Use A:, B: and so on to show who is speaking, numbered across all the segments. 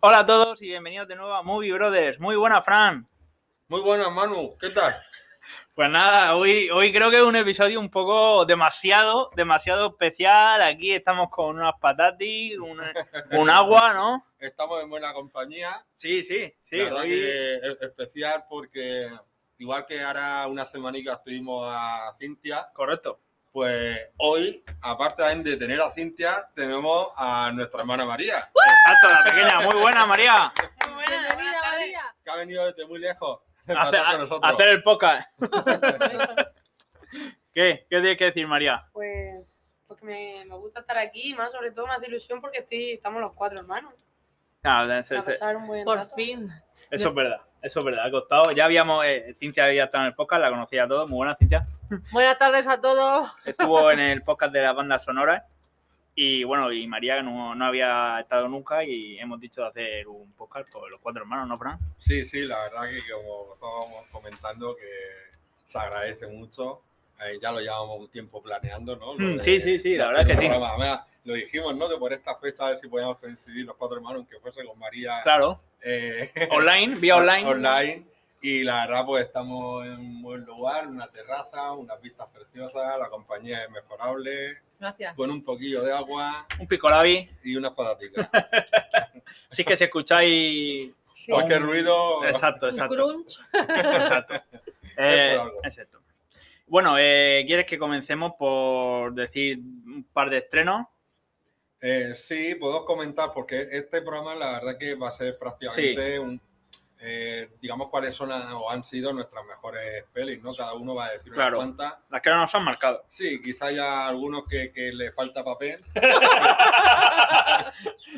A: Hola a todos y bienvenidos de nuevo a Movie Brothers. Muy buena, Fran.
B: Muy buenas, Manu. ¿Qué tal?
A: Pues nada, hoy, hoy creo que es un episodio un poco demasiado, demasiado especial. Aquí estamos con unas patatas, un, un agua, ¿no?
B: Estamos en buena compañía.
A: Sí, sí, sí.
B: La verdad
A: hoy-
B: que es especial porque igual que ahora unas semanicas tuvimos a Cintia,
A: Correcto.
B: pues hoy, aparte también de tener a Cintia, tenemos a nuestra hermana María,
A: Exacto, la pequeña. Muy buena, María.
C: Muy buena,
D: Bienvenida,
C: buenas
D: María.
B: que ha venido desde muy lejos
A: A
B: para
A: hacer,
B: estar con
A: a- a
B: nosotros.
A: hacer el podcast.
C: tardes.
A: ¿Qué? ¿Qué tienes que decir, María?
C: Pues, pues que me, me gusta estar aquí, y más sobre todo me hace ilusión porque estoy, estamos los cuatro hermanos.
A: Nada, se-
C: Para
A: se-
C: pasar un buen
D: Por
C: rato.
D: fin.
A: Ah, eso es verdad. Eso es verdad, ha costado. Ya habíamos, eh, Cintia había estado en el podcast, la conocía todo. Muy buena, Cintia.
D: Buenas tardes a todos.
A: estuvo en el podcast de las bandas sonoras y bueno, y María no, no había estado nunca y hemos dicho de hacer un podcast por los cuatro hermanos, ¿no, Fran?
B: Sí, sí, la verdad que como estábamos comentando que se agradece mucho. Eh, ya lo llevábamos un tiempo planeando, ¿no? Lo
A: Mm, sí, sí, sí, la verdad
B: hacer
A: que
B: un
A: sí.
B: programa. Además, lo dijimos, ¿no? Que por esta fecha a ver si podíamos coincidir los cuatro hermanos, aunque fuese con María
A: Claro,
B: eh,
A: online, vía online.
B: online. Y la verdad, pues estamos en un buen lugar, una terraza, unas vistas preciosas, la compañía es mejorable,
D: Gracias.
B: con un poquillo de agua
A: Un picolabi.
B: y unas pataticas.
A: Así que si escucháis.
C: Sí.
B: Cualquier ruido,
A: Exacto,
D: Un
A: exacto.
D: crunch.
A: exacto. Eh,
B: por algo.
A: exacto. Bueno, eh, ¿quieres que comencemos por decir un par de estrenos?
B: Eh, sí, puedo comentar porque este programa la verdad que va a ser prácticamente un, eh, digamos cuáles son las- o han sido nuestras mejores pelis, ¿no? Cada uno va a decir
A: Claro.
B: unas cuantas.
A: Las que no nos han marcado.
B: Sí, quizá haya algunos que, que le falta papel,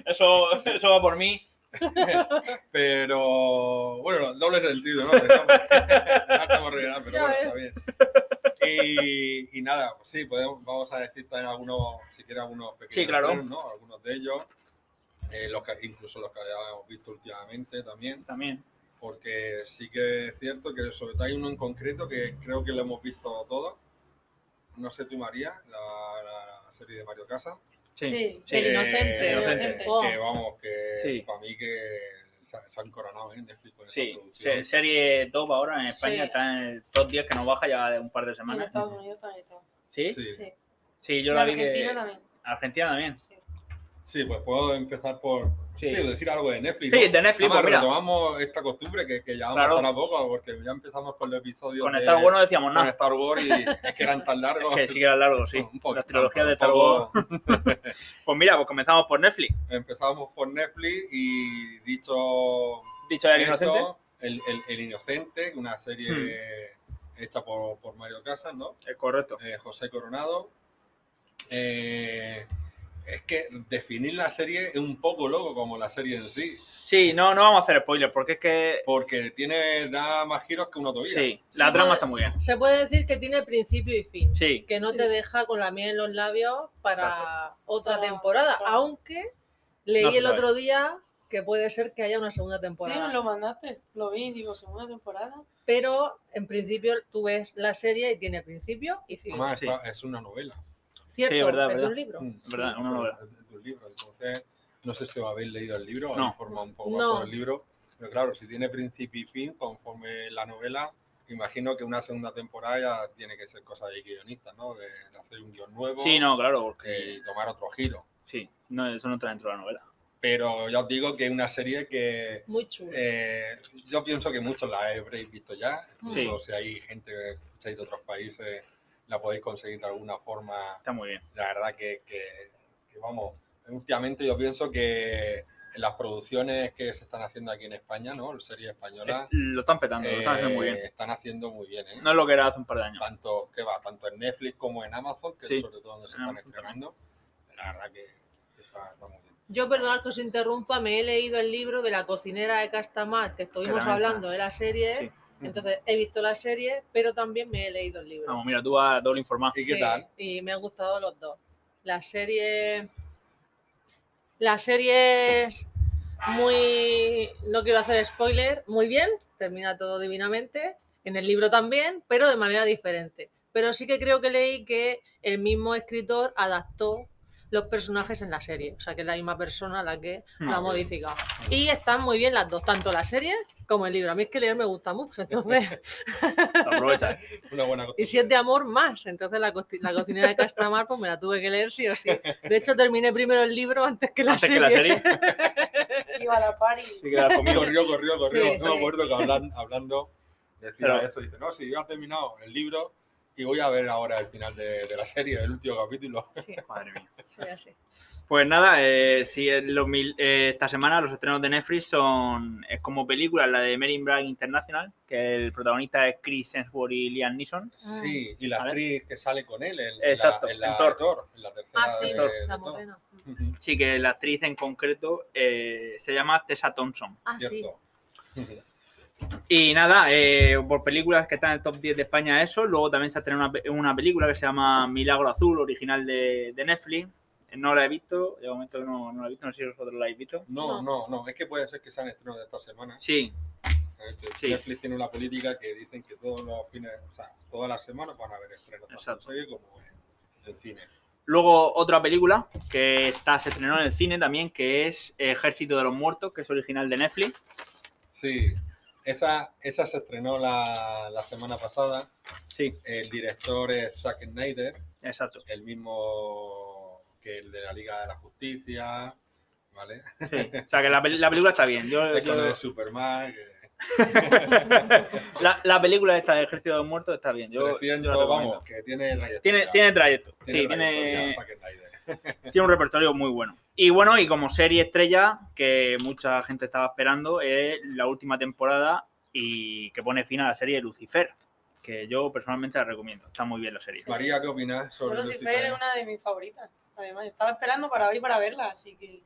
A: Eso, eso va por mí.
B: pero bueno, doble sentido, ¿no? Ya estamos rellenados, pero
D: Ya
B: bueno, está bien. Y, y nada, pues sí, podemos, vamos a decir también algunos, si quieres, algunos pequeños
A: Sí, claro.
B: estrenos, ¿no? Algunos de ellos, eh, los que, incluso los que habíamos visto últimamente también.
A: También.
B: porque sí que es cierto que sobre todo hay uno en concreto que creo que lo hemos visto todos. No sé tú, María, la, la serie de Mario Casas.
C: Sí.
D: El
B: Eh,
D: inocente. Oh.
B: El
C: Inocente.
B: Que, que vamos, que
A: Sí.
B: para mí que se, se han coronado en Netflix con esa
A: Sí, se-
B: producción.
A: serie top ahora en España,
D: Sí.
A: está en el top 10 que nos baja ya de un par de
C: Y en
A: semanas.
C: Estados Unidos también está.
A: ¿Sí? sí,
B: Sí.
C: Sí.
A: yo
C: Y
A: la vi
C: Argentina
A: que...
C: también.
A: Argentina también.
C: Sí.
B: Sí, pues puedo empezar por
A: Sí.
B: sí, decir algo de Netflix.
A: Sí,
B: ¿no?
A: de Netflix,
B: Además,
A: pues mira,
B: retomamos esta costumbre que, que llevamos
A: Claro.
B: tan a poco, porque ya empezamos con los episodios
A: con
B: de-
A: Star Wars no decíamos
B: con
A: nada.
B: Star Wars y es que eran tan largos.
A: Que sí que era largo, sí.
B: Un poquito,
A: Las trilogías de Star
B: tampoco-
A: Wars. Pues mira, pues comenzamos por Netflix.
B: empezamos por Netflix y dicho
A: Dicho ya el
B: esto,
A: inocente,
B: el, el- El Inocente, una serie
A: Hmm.
B: hecha por, por Mario Casas, ¿no?
A: es correcto.
B: Eh, José Coronado. Eh, es que definir la serie es un poco loco como la serie en sí,
A: Sí, no, no vamos a hacer spoilers porque es que.
B: porque tiene da más giros que una autovía.
A: Sí, la
D: Sí,
A: trama
D: pues-
A: está muy bien.
D: Se puede decir que tiene principio y fin.
A: Sí,
D: Que no
C: Sí.
D: te deja con la miel en los labios para otra
C: Para-
D: temporada.
C: para-
D: Aunque leí
A: No se
D: el
A: sabe.
D: otro día que puede ser que haya una segunda
C: Sí,
D: temporada.
C: me lo mandaste. Lo vi, digo, segunda temporada.
D: Pero en principio tú ves la serie y tiene principio y fin.
B: Además,
A: Sí.
B: está- es una novela.
D: Cierto,
A: Sí, verdad,
D: es de
A: verdad.
D: un libro.
B: Mm.
A: es verdad,
D: Sí,
A: una
B: Sí,
A: novela.
B: es de un libro. Entonces, no sé si os habéis leído el libro,
A: No.
B: no. informado un poco
D: No.
B: más sobre el libro, pero claro, si tiene principio y fin conforme la novela, imagino que una segunda temporada ya tiene que ser cosa de guionista, ¿no? De, de hacer un guión nuevo
A: Sí, no, claro,
B: y
A: porque.
B: tomar otro giro.
A: Sí, no, eso no está dentro de la novela.
B: Pero ya os digo que es una serie que
D: Muy chulo.
B: eh, yo pienso que muchos la habréis visto ya, incluso si hay gente que escucháis de otros países, la podéis conseguir de alguna forma
A: Está muy bien.
B: la verdad que, que- que, vamos, últimamente yo pienso que las producciones que se están haciendo aquí en España, ¿no? Series
A: Eh,
B: españolas,
A: Lo están petando, lo están haciendo muy
B: eh,
A: bien.
B: están haciendo muy bien, ¿eh?
A: No es lo que era hace un par de años.
B: Tanto, ¿qué va? Tanto en Netflix como en Amazon, que
A: Sí,
B: es sobre todo donde se
A: en
B: están
A: Amazon
B: estrenando. La verdad que está, está muy bien.
D: Yo, perdonad que os interrumpa, me he leído el libro de la cocinera de Castamar, que estuvimos
A: Claramente.
D: hablando de la serie.
A: Sí.
D: Entonces, he visto la serie, pero también me he leído el libro.
A: Vamos, mira, tú vas doble informado.
B: ¿Y qué
D: Sí,
B: tal?
D: Y me han gustado los dos. La serie. La serie es muy. No quiero hacer spoiler, muy bien, termina todo divinamente. En el libro también, pero de manera diferente. Pero sí que creo que leí que el mismo escritor adaptó los personajes en la serie. O sea, que es la misma persona la que
B: Ah,
D: lo ha modificado. Y están muy bien las dos, tanto la serie como el libro. A mí es que leer me gusta mucho, entonces.
A: Aprovecha.
B: Una buena
D: Y si es de amor, más. Entonces, la, costi- la cocinera de Castamar, pues me la tuve que leer sí o sí. De hecho, terminé primero el libro antes que la
A: Antes que
D: serie.
A: la serie.
C: Iba a la party.
A: Sí que la comí.
B: Corrió, corrió, corrió.
D: Sí,
B: no
D: sí.
B: me acuerdo que hablan- hablando decía
A: Claro.
B: eso. Dice, no, si yo he terminado el libro y voy a ver ahora el final de, de la serie, el último capítulo.
D: Sí,
A: Madre mía.
D: soy así.
A: Pues nada, eh, si en los mil- eh, esta semana los estrenos de Netflix son es como películas, la de Mary in Black International, que el protagonista es Chris Hemsworth y Liam Neeson.
B: Sí, y la
A: Vale.
B: actriz que sale con él en,
A: Exacto,
B: la, en la
A: en
B: de
A: Thor.
B: Thor, en la tercera
D: Ah, sí,
B: de,
A: Thor.
B: de
D: la
B: Thor.
D: morena.
B: Ujú,
A: Sí, que la actriz en concreto eh, se llama Tessa Thompson.
D: Ah, sí.
B: Cierto.
A: Y nada, eh, por películas que están en el top 10 de España, eso. Luego también se ha estrenado una, pe- una película que se llama Milagro Azul, original de, de Netflix. No la he visto, de momento no, no la he visto, no sé si vosotros la habéis visto.
B: No, no, no, es que puede ser que sean estrenos de esta semana.
A: Sí,
B: Este,
A: Sí.
B: Netflix tiene una política que dicen que todos los fines, o sea, todas las semanas van a haber estrenos tanto en
A: Exacto.
B: serie como en, en cine.
A: Luego otra película que está, se estrenó en el cine también, que es Ejército de los Muertos, que es original de Netflix.
B: Sí, esa, esa se estrenó la, la semana pasada.
A: Sí,
B: El director es Zack Snyder,
A: exacto.
B: el mismo que el de la Liga de la Justicia, ¿vale?
A: sí. O sea que la, pel- la película está bien. Yo-
B: Es
A: Ah, yo-
B: con el de Superman, que
A: la, la película esta de Ejército de los Muertos está bien. Yo, yo la
B: 300,
A: recomiendo.
B: vamos, que tiene trayectoria.
A: Tiene, tiene trayecto.
B: Tiene
A: sí,
B: trayectoria
A: tiene,
B: Zack Snyder.
A: tiene un repertorio muy bueno. Y bueno, y como serie estrella que mucha gente estaba esperando es la última temporada y que pone fin a la serie Lucifer, que yo personalmente la recomiendo. Está muy bien la serie.
C: Sí.
B: María, ¿qué opinas
C: Yo
B: sobre
C: Lucifer es una de mis favoritas. Además, yo estaba esperando para hoy para verla, así que.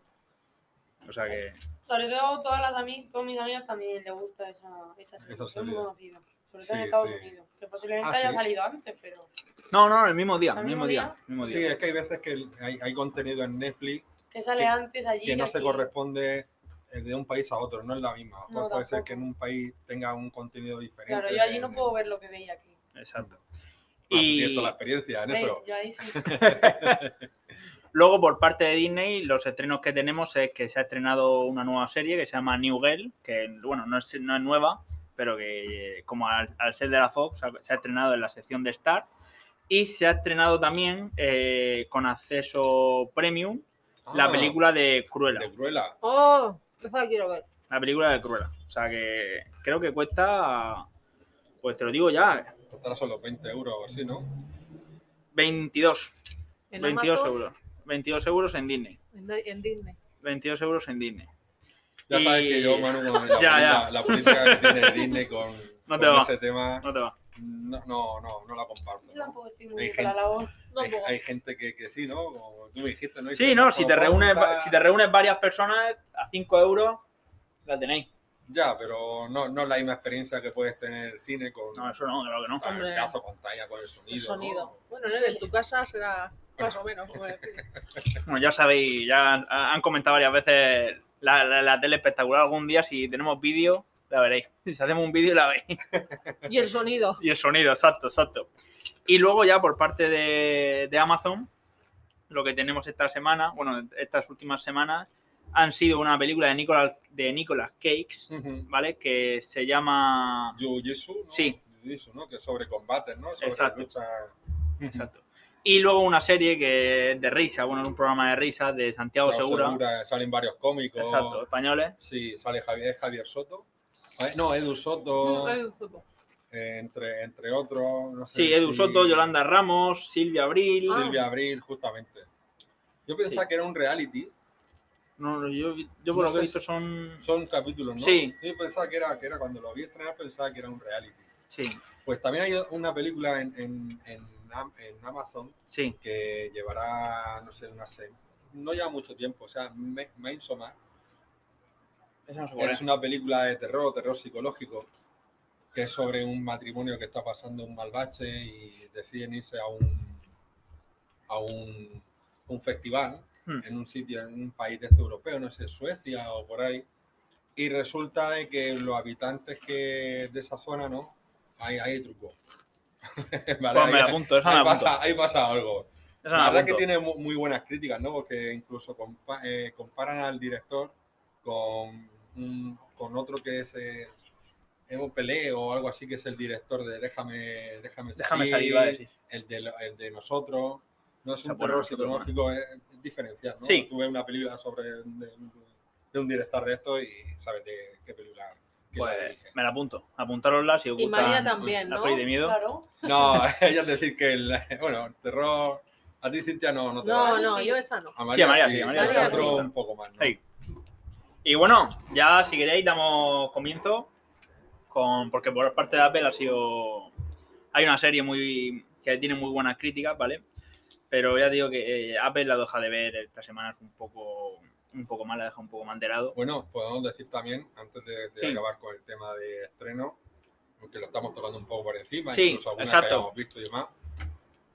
A: O sea que
C: Sobre todo, todas las ami- todas mis amigas también les gusta esa, esa serie.
B: Esa
C: que es muy
B: serie.
C: conocida. Sobre todo
B: Sí,
C: en Estados
B: sí.
C: Unidos. Que posiblemente
B: Ah,
C: haya
B: sí.
C: salido antes, pero.
A: No, no, el mismo día,
C: ¿Al
A: el
C: mismo
A: mismo día.
C: día?
A: el mismo
B: Sí,
A: día.
B: es que hay veces que hay, hay contenido en Netflix
C: Que sale
B: Que-
C: antes allí.
B: que no se
C: aquí.
B: corresponde eh, de un país a otro, no es la misma. A lo mejor
C: No,
B: puede ser
C: tampoco.
B: que en un país tenga un contenido diferente.
C: Claro, yo allí
B: en-
C: no puedo ver lo que veía aquí.
A: Exacto.
B: Ah,
A: Y-
B: tienes toda la experiencia en
C: ¿Ves?
B: eso.
C: Yo ahí sí.
A: Luego, por parte de Disney, los estrenos que tenemos es que se ha estrenado una nueva serie que se llama New Girl, que bueno, no es, no es nueva, pero que eh, como al, al ser de la Fox se ha, se ha estrenado en la sección de Star. Y se ha estrenado también eh, con acceso premium la
B: Ah,
A: película de Cruella.
B: de Cruella.
D: Oh, esa la quiero ver.
A: La película de Cruella. O sea que creo que cuesta, pues te lo digo ya,
B: Costará solo 20 euros o así, ¿no?
A: 22.
D: En
A: 22
D: Amazon,
A: euros. 22 euros en Disney.
D: En, en Disney.
A: 22 euros en Disney.
B: Ya
A: Y-
B: sabes que yo, Manu, con la,
A: Ya, ya.
B: La, la política que tiene Disney con,
A: No
B: con
A: te va.
B: ese tema,
A: No te va.
B: no, no, no, no la comparto.
C: Yo
B: ¿no?
C: tampoco estoy
B: Hay
C: muy bien con la
B: gente-
C: labor.
D: No,
B: hay,
D: puedo.
B: hay gente que, que sí, ¿no? Como tú me dijiste, ¿no? Y
A: Sí,
B: que
A: no,
B: no
A: si
B: lo
A: te reúnes,
B: compra.
A: si te reúnes varias personas a 5 euros, la tenéis.
B: Ya, pero no, no es la misma experiencia que puedes tener en el cine con,
A: No, eso no, claro que no.
B: con
D: Hombre.
B: el caso, pantalla, con el sonido.
D: El sonido.
B: ¿no?
D: Bueno, Nel, en tu casa será más o menos, como decir.
A: Bueno, ya sabéis, ya han, han comentado varias veces la, la- la tele espectacular. Algún día, si tenemos vídeo, la veréis. Si hacemos un vídeo, la veréis.
D: Y el sonido.
A: Y el sonido, exacto, exacto. Y luego ya por parte de, de Amazon, lo que tenemos esta semana, bueno, estas últimas semanas, han sido una película de Nicolas, de Nicolas Cakes,
B: Ujú.
A: ¿vale? Que se llama...
B: Jiu-Jitsu, ¿no?
A: Sí.
B: Jiu-Jitsu, ¿no? Que es sobre combates, ¿no? Sobre
A: Exacto.
B: lucha.
A: Exacto. Y luego una serie que es de risa, bueno, es un programa de risa de Santiago
B: Claro,
A: Segura.
B: segura, Salen varios cómicos.
A: Exacto, españoles.
B: Sí, sale Javier, es Javier Soto. Eh, No, Edu Soto,
D: Ay, fútbol.
B: eh, entre, entre otros. No sé
A: Sí, Edu
B: si-
A: Soto, Yolanda Ramos, Silvia Abril.
D: Ah.
B: Silvia Abril, justamente. Yo pensaba
A: Sí.
B: que era un reality.
A: No, no, yo, yo por lo que
B: No
A: he
B: sé
A: visto
B: si-
A: son.
B: Son capítulos, ¿no?
A: Sí.
B: Yo pensaba que era, que era cuando lo vi estrenar, pensaba que era un reality.
A: Sí,
B: Pues también hay una película en, en- en Am- en Amazon
A: sí.
B: que llevará, no sé, una se- No lleva mucho tiempo, o sea, Me- Midsommar
A: Eso no sé cuál
B: es
A: es.
B: una película de terror, terror psicológico, que es sobre un matrimonio que está pasando un mal bache y deciden irse a un, a un, un festival
A: Hmm.
B: en un sitio, en un país de este europeo, no sé, Suecia o por ahí. Y resulta de que los habitantes que de esa zona, ¿no? Hay, hay truco. Vale,
A: Pues me
B: hay-
A: la apunto, esa me
B: ahí,
A: la apunto.
B: pasa, ahí pasa algo.
A: Eso
B: La
A: no
B: verdad que
A: apunto.
B: tiene mu- muy buenas críticas, ¿no? Porque incluso compa- eh, comparan al director con, un- con otro que es eh, Evo Pelé o algo así, que es el director de Déjame, déjame,
A: Déjame salir, va a decir.
B: el, de, lo- el de nosotros. No es
A: Está
B: un
A: bueno,
B: terror
A: nosotros, bueno.
B: psicológico, es, es diferencial, ¿no?
A: Sí.
B: Tú ves una película sobre de, de un director de esto y sabes de qué película quién la
A: Pues
B: dirige.
A: me la apunto. Apuntárosla si os
D: Y María
A: gusta
D: también,
A: la
D: ¿no?
A: peli de miedo.
C: Claro.
B: No, ella es decir que el, bueno, el terror. A ti, Cintia, no, no te va.
D: No, no,
C: Sí.
D: yo esa no.
B: A
A: Sí, a María, sí, a María.
B: a
D: María,
B: nosotros
D: sí.
B: un poco más. ¿no?
A: Sí. Y bueno, ya si queréis damos comienzo con porque por parte de Apple ha sido hay una serie muy que tiene muy buenas críticas, ¿vale? Pero ya digo que eh, Apple la deja de ver esta semana es un poco un poco mal, la deja un poco manterado.
B: Bueno, podemos decir también, antes de, de
A: Sí. acabar
B: acabar con el tema de estreno, aunque lo estamos tocando un poco por encima,
A: Sí,
B: incluso algunas
A: exacto.
B: que hayamos visto y demás,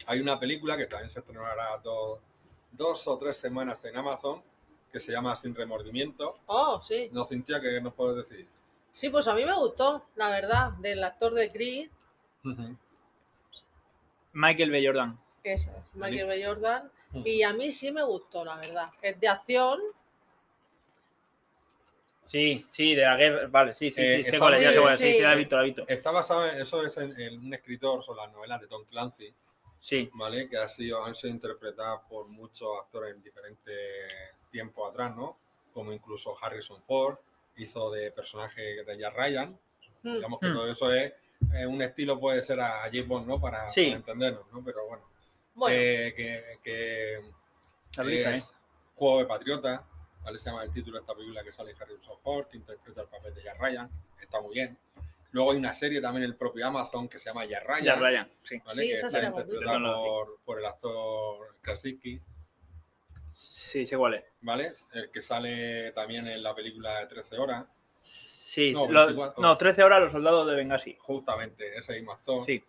B: hay una película que también se estrenará dos, dos o tres semanas en Amazon, que se llama Sin Remordimiento.
D: Oh, sí.
B: No, Cintia, ¿qué nos puedes decir?
D: Sí, pues a mí me gustó, la verdad, del actor de Creed,
A: Michael B. Jordan.
D: que es Michael B. Jordan,
B: Mm.
D: y a mí sí me gustó, la verdad. Es de acción,
A: Sí, sí, de la guerra, vale, sí, sí,
B: Eh,
A: sí, sé
B: está
A: cuál es, ya
D: muy-
A: sé cuál es,
D: sí,
A: sí, sí, la he
B: sí.
A: visto, la he visto.
B: Está basado en, eso es en, en un escritor, son las novelas de Tom Clancy,
A: Sí,
B: ¿vale? Que ha sido, han sido interpretadas por muchos actores en diferentes tiempos atrás, ¿no? Como incluso Harrison Ford hizo de personaje de Jack Ryan.
D: Mm.
B: Digamos que
A: Mm.
B: todo eso es, es un estilo, puede ser a, a James Bond, ¿no? Para,
A: Sí.
B: para entendernos, ¿no? Pero bueno,
D: bueno,
B: eh, que, que
A: la eh. película,
B: Eh, es Juego de Patriota, ¿vale? Se llama el título de esta película que sale Harrison Ford, que interpreta el papel de Jack Ryan, está muy bien. Luego hay una serie también en el propio Amazon que se llama Jack
A: ¿eh?
B: Ryan.
A: Ya, Ryan, sí.
B: ¿vale?
D: Sí,
B: que
D: esa
B: está
D: sí la hemos
B: interpretada
A: visto.
B: por, por el actor Krasinski,
A: Sí, sé cuál es.
B: ¿vale? El que sale también en la película de 13 horas,
A: Sí,
B: No,
A: lo-
B: 24.
A: no, 13 horas los soldados de Benghazi.
B: justamente ese mismo actor.
A: Sí.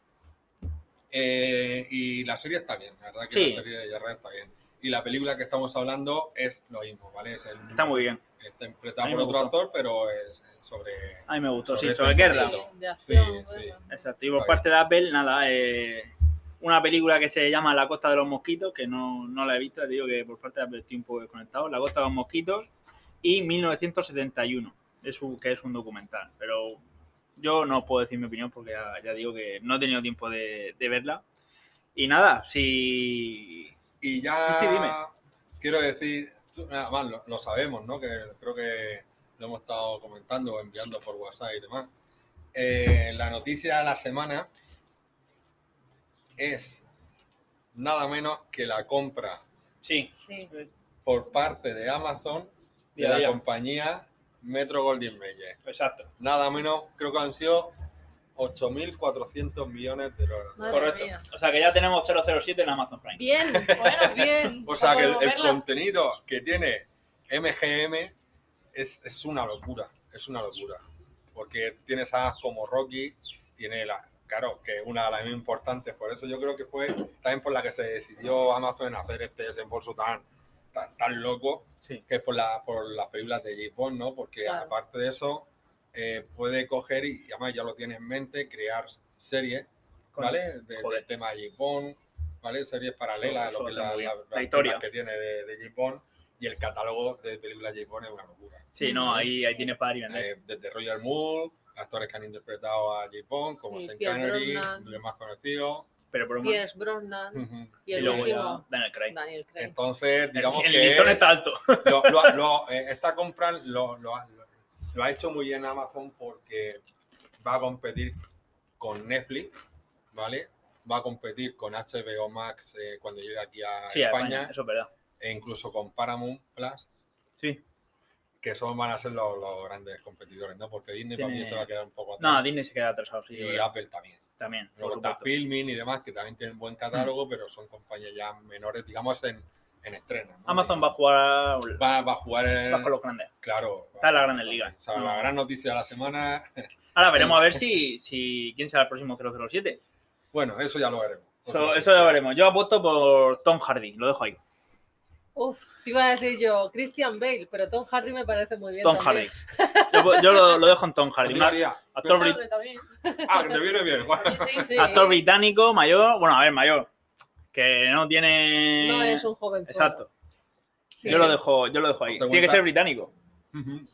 B: Eh, y la serie está bien, la verdad que
A: Sí.
B: la serie de Jack Ryan está bien. Y la película que estamos hablando es lo mismo, ¿vale? Es el-
A: Está muy bien.
B: Está
A: A
B: interpretada
A: mí
B: por
A: me
B: otro
A: gustó.
B: actor, pero es sobre
A: A mí me gustó,
B: Sobre
A: sí,
B: este
A: sobre guerra.
B: momento.
D: sí, de
B: Sí,
D: acción.
B: sí.
D: guerra.
A: Exacto, y por
B: Vale.
A: parte de Apple, nada, eh, una película que se llama La Costa de los Mosquitos, que no, no la he visto, digo que por parte de Apple estoy un poco desconectado, La Costa de los Mosquitos y 1971, es un- que es un documental, pero yo no puedo decir mi opinión porque ya, ya digo que no he tenido tiempo de, de verla. Y nada, si...
B: Y ya
A: Sí, sí, dime.
B: quiero decir, tú- nada más, lo, lo sabemos, ¿no? Que creo que lo hemos estado comentando, enviando por WhatsApp y demás. Eh, la noticia de la semana es nada menos que la compra
A: Sí,
D: Sí.
B: por parte de Amazon de
A: Día a
B: la
A: día.
B: compañía Metro Goldwyn Mayer.
A: exacto.
B: Nada menos, creo que han sido 8.400 millones de dólares.
D: Madre
A: Correcto.
D: mía.
A: O sea que ya tenemos 007 en Amazon Prime.
D: Bien, bueno, bien.
B: O sea que el, el
C: Verla.
B: contenido que tiene MGM es, es una locura, es una locura. Porque tiene sagas como Rocky, tiene la, claro, que es una de las más importantes. Por eso yo creo que fue también por la que se decidió Amazon hacer este desembolso tan, tan, tan loco,
A: Sí.
B: que es por, la, por las películas de James Bond, ¿no? Porque
D: Claro.
B: aparte de eso, eh, puede coger y, y además ya lo tiene en mente, crear series,
A: Con-
B: ¿vale? De,
A: joder.
B: del tema de James Bond, ¿vale? Series paralelas a
A: Eso
B: lo que es
A: está
B: la,
A: muy bien.
B: la-
A: La
B: las
A: historia.
B: temas que tiene de, de James Bond y el catálogo de películas de James Bond es una locura.
A: Sí, no, ahí, ahí tienes para ir y vender.
B: Eh, desde Roger Moore, actores que han interpretado a James Bond, como
D: Sí,
B: Sean
D: Pierce
B: Connery,
D: Brosnan.
B: los más conocidos.
A: Pero por un momento.
D: Pierce Brosnan
B: Ujú.
D: y
A: Y
D: el
A: luego ya
D: último,
A: Daniel Craig.
D: Daniel Craig.
B: Mm. Entonces, digamos
A: el
B: que
A: listón
B: es-
A: está alto.
B: lo- lo- lo- eh, esta compra lo, lo ha- lo- lo ha hecho muy bien Amazon porque va a competir con Netflix, ¿vale? Va a competir con HBO Max eh, cuando llegue aquí a
A: Sí, a España,
B: España.
A: eso es verdad.
B: e incluso con Paramount Plus,
A: Sí.
B: que son van a ser los, los grandes competidores, ¿no? Porque Disney para
A: Tiene-
B: mí se va a quedar un poco atrás.
A: No, Disney se queda atrasado, sí.
B: y
A: verdad.
B: Apple también.
A: También, por
B: Luego está
A: supuesto. Mm.
B: Filmin y demás, que también tienen buen catálogo, pero son compañías ya menores, digamos, en, en estreno. ¿no?
A: Amazon va a jugar
B: va, va a jugar en-
A: va con los grandes.
B: Claro.
A: Está en la Grandes Ligas.
B: O sea, la
A: No.
B: gran noticia de la semana. eh,
A: Ahora veremos a ver si, si quién será el próximo 007.
B: Bueno, eso ya lo veremos.
A: Eso, eso ya veremos. Yo apuesto por Tom Hardy, lo dejo ahí.
D: Uf, te iba a decir yo, Christian Bale, pero Tom Hardy me parece muy bien.
A: Tom Hardy.
D: también.
A: Yo, yo lo, lo dejo en Tom Hardy.
B: Hardy.
A: Un actor, bri-
C: Tarde también.
B: Ah, que te viene bien. Bueno,
C: Sí, sí.
D: Sí.
A: actor británico, mayor. Bueno, a ver, mayor. Que no tiene.
D: No es un joven.
A: Exacto.
D: Sí.
A: Yo, lo dejo, yo lo dejo ahí.
B: Te
A: Tiene que
B: cuenta.
A: ser británico.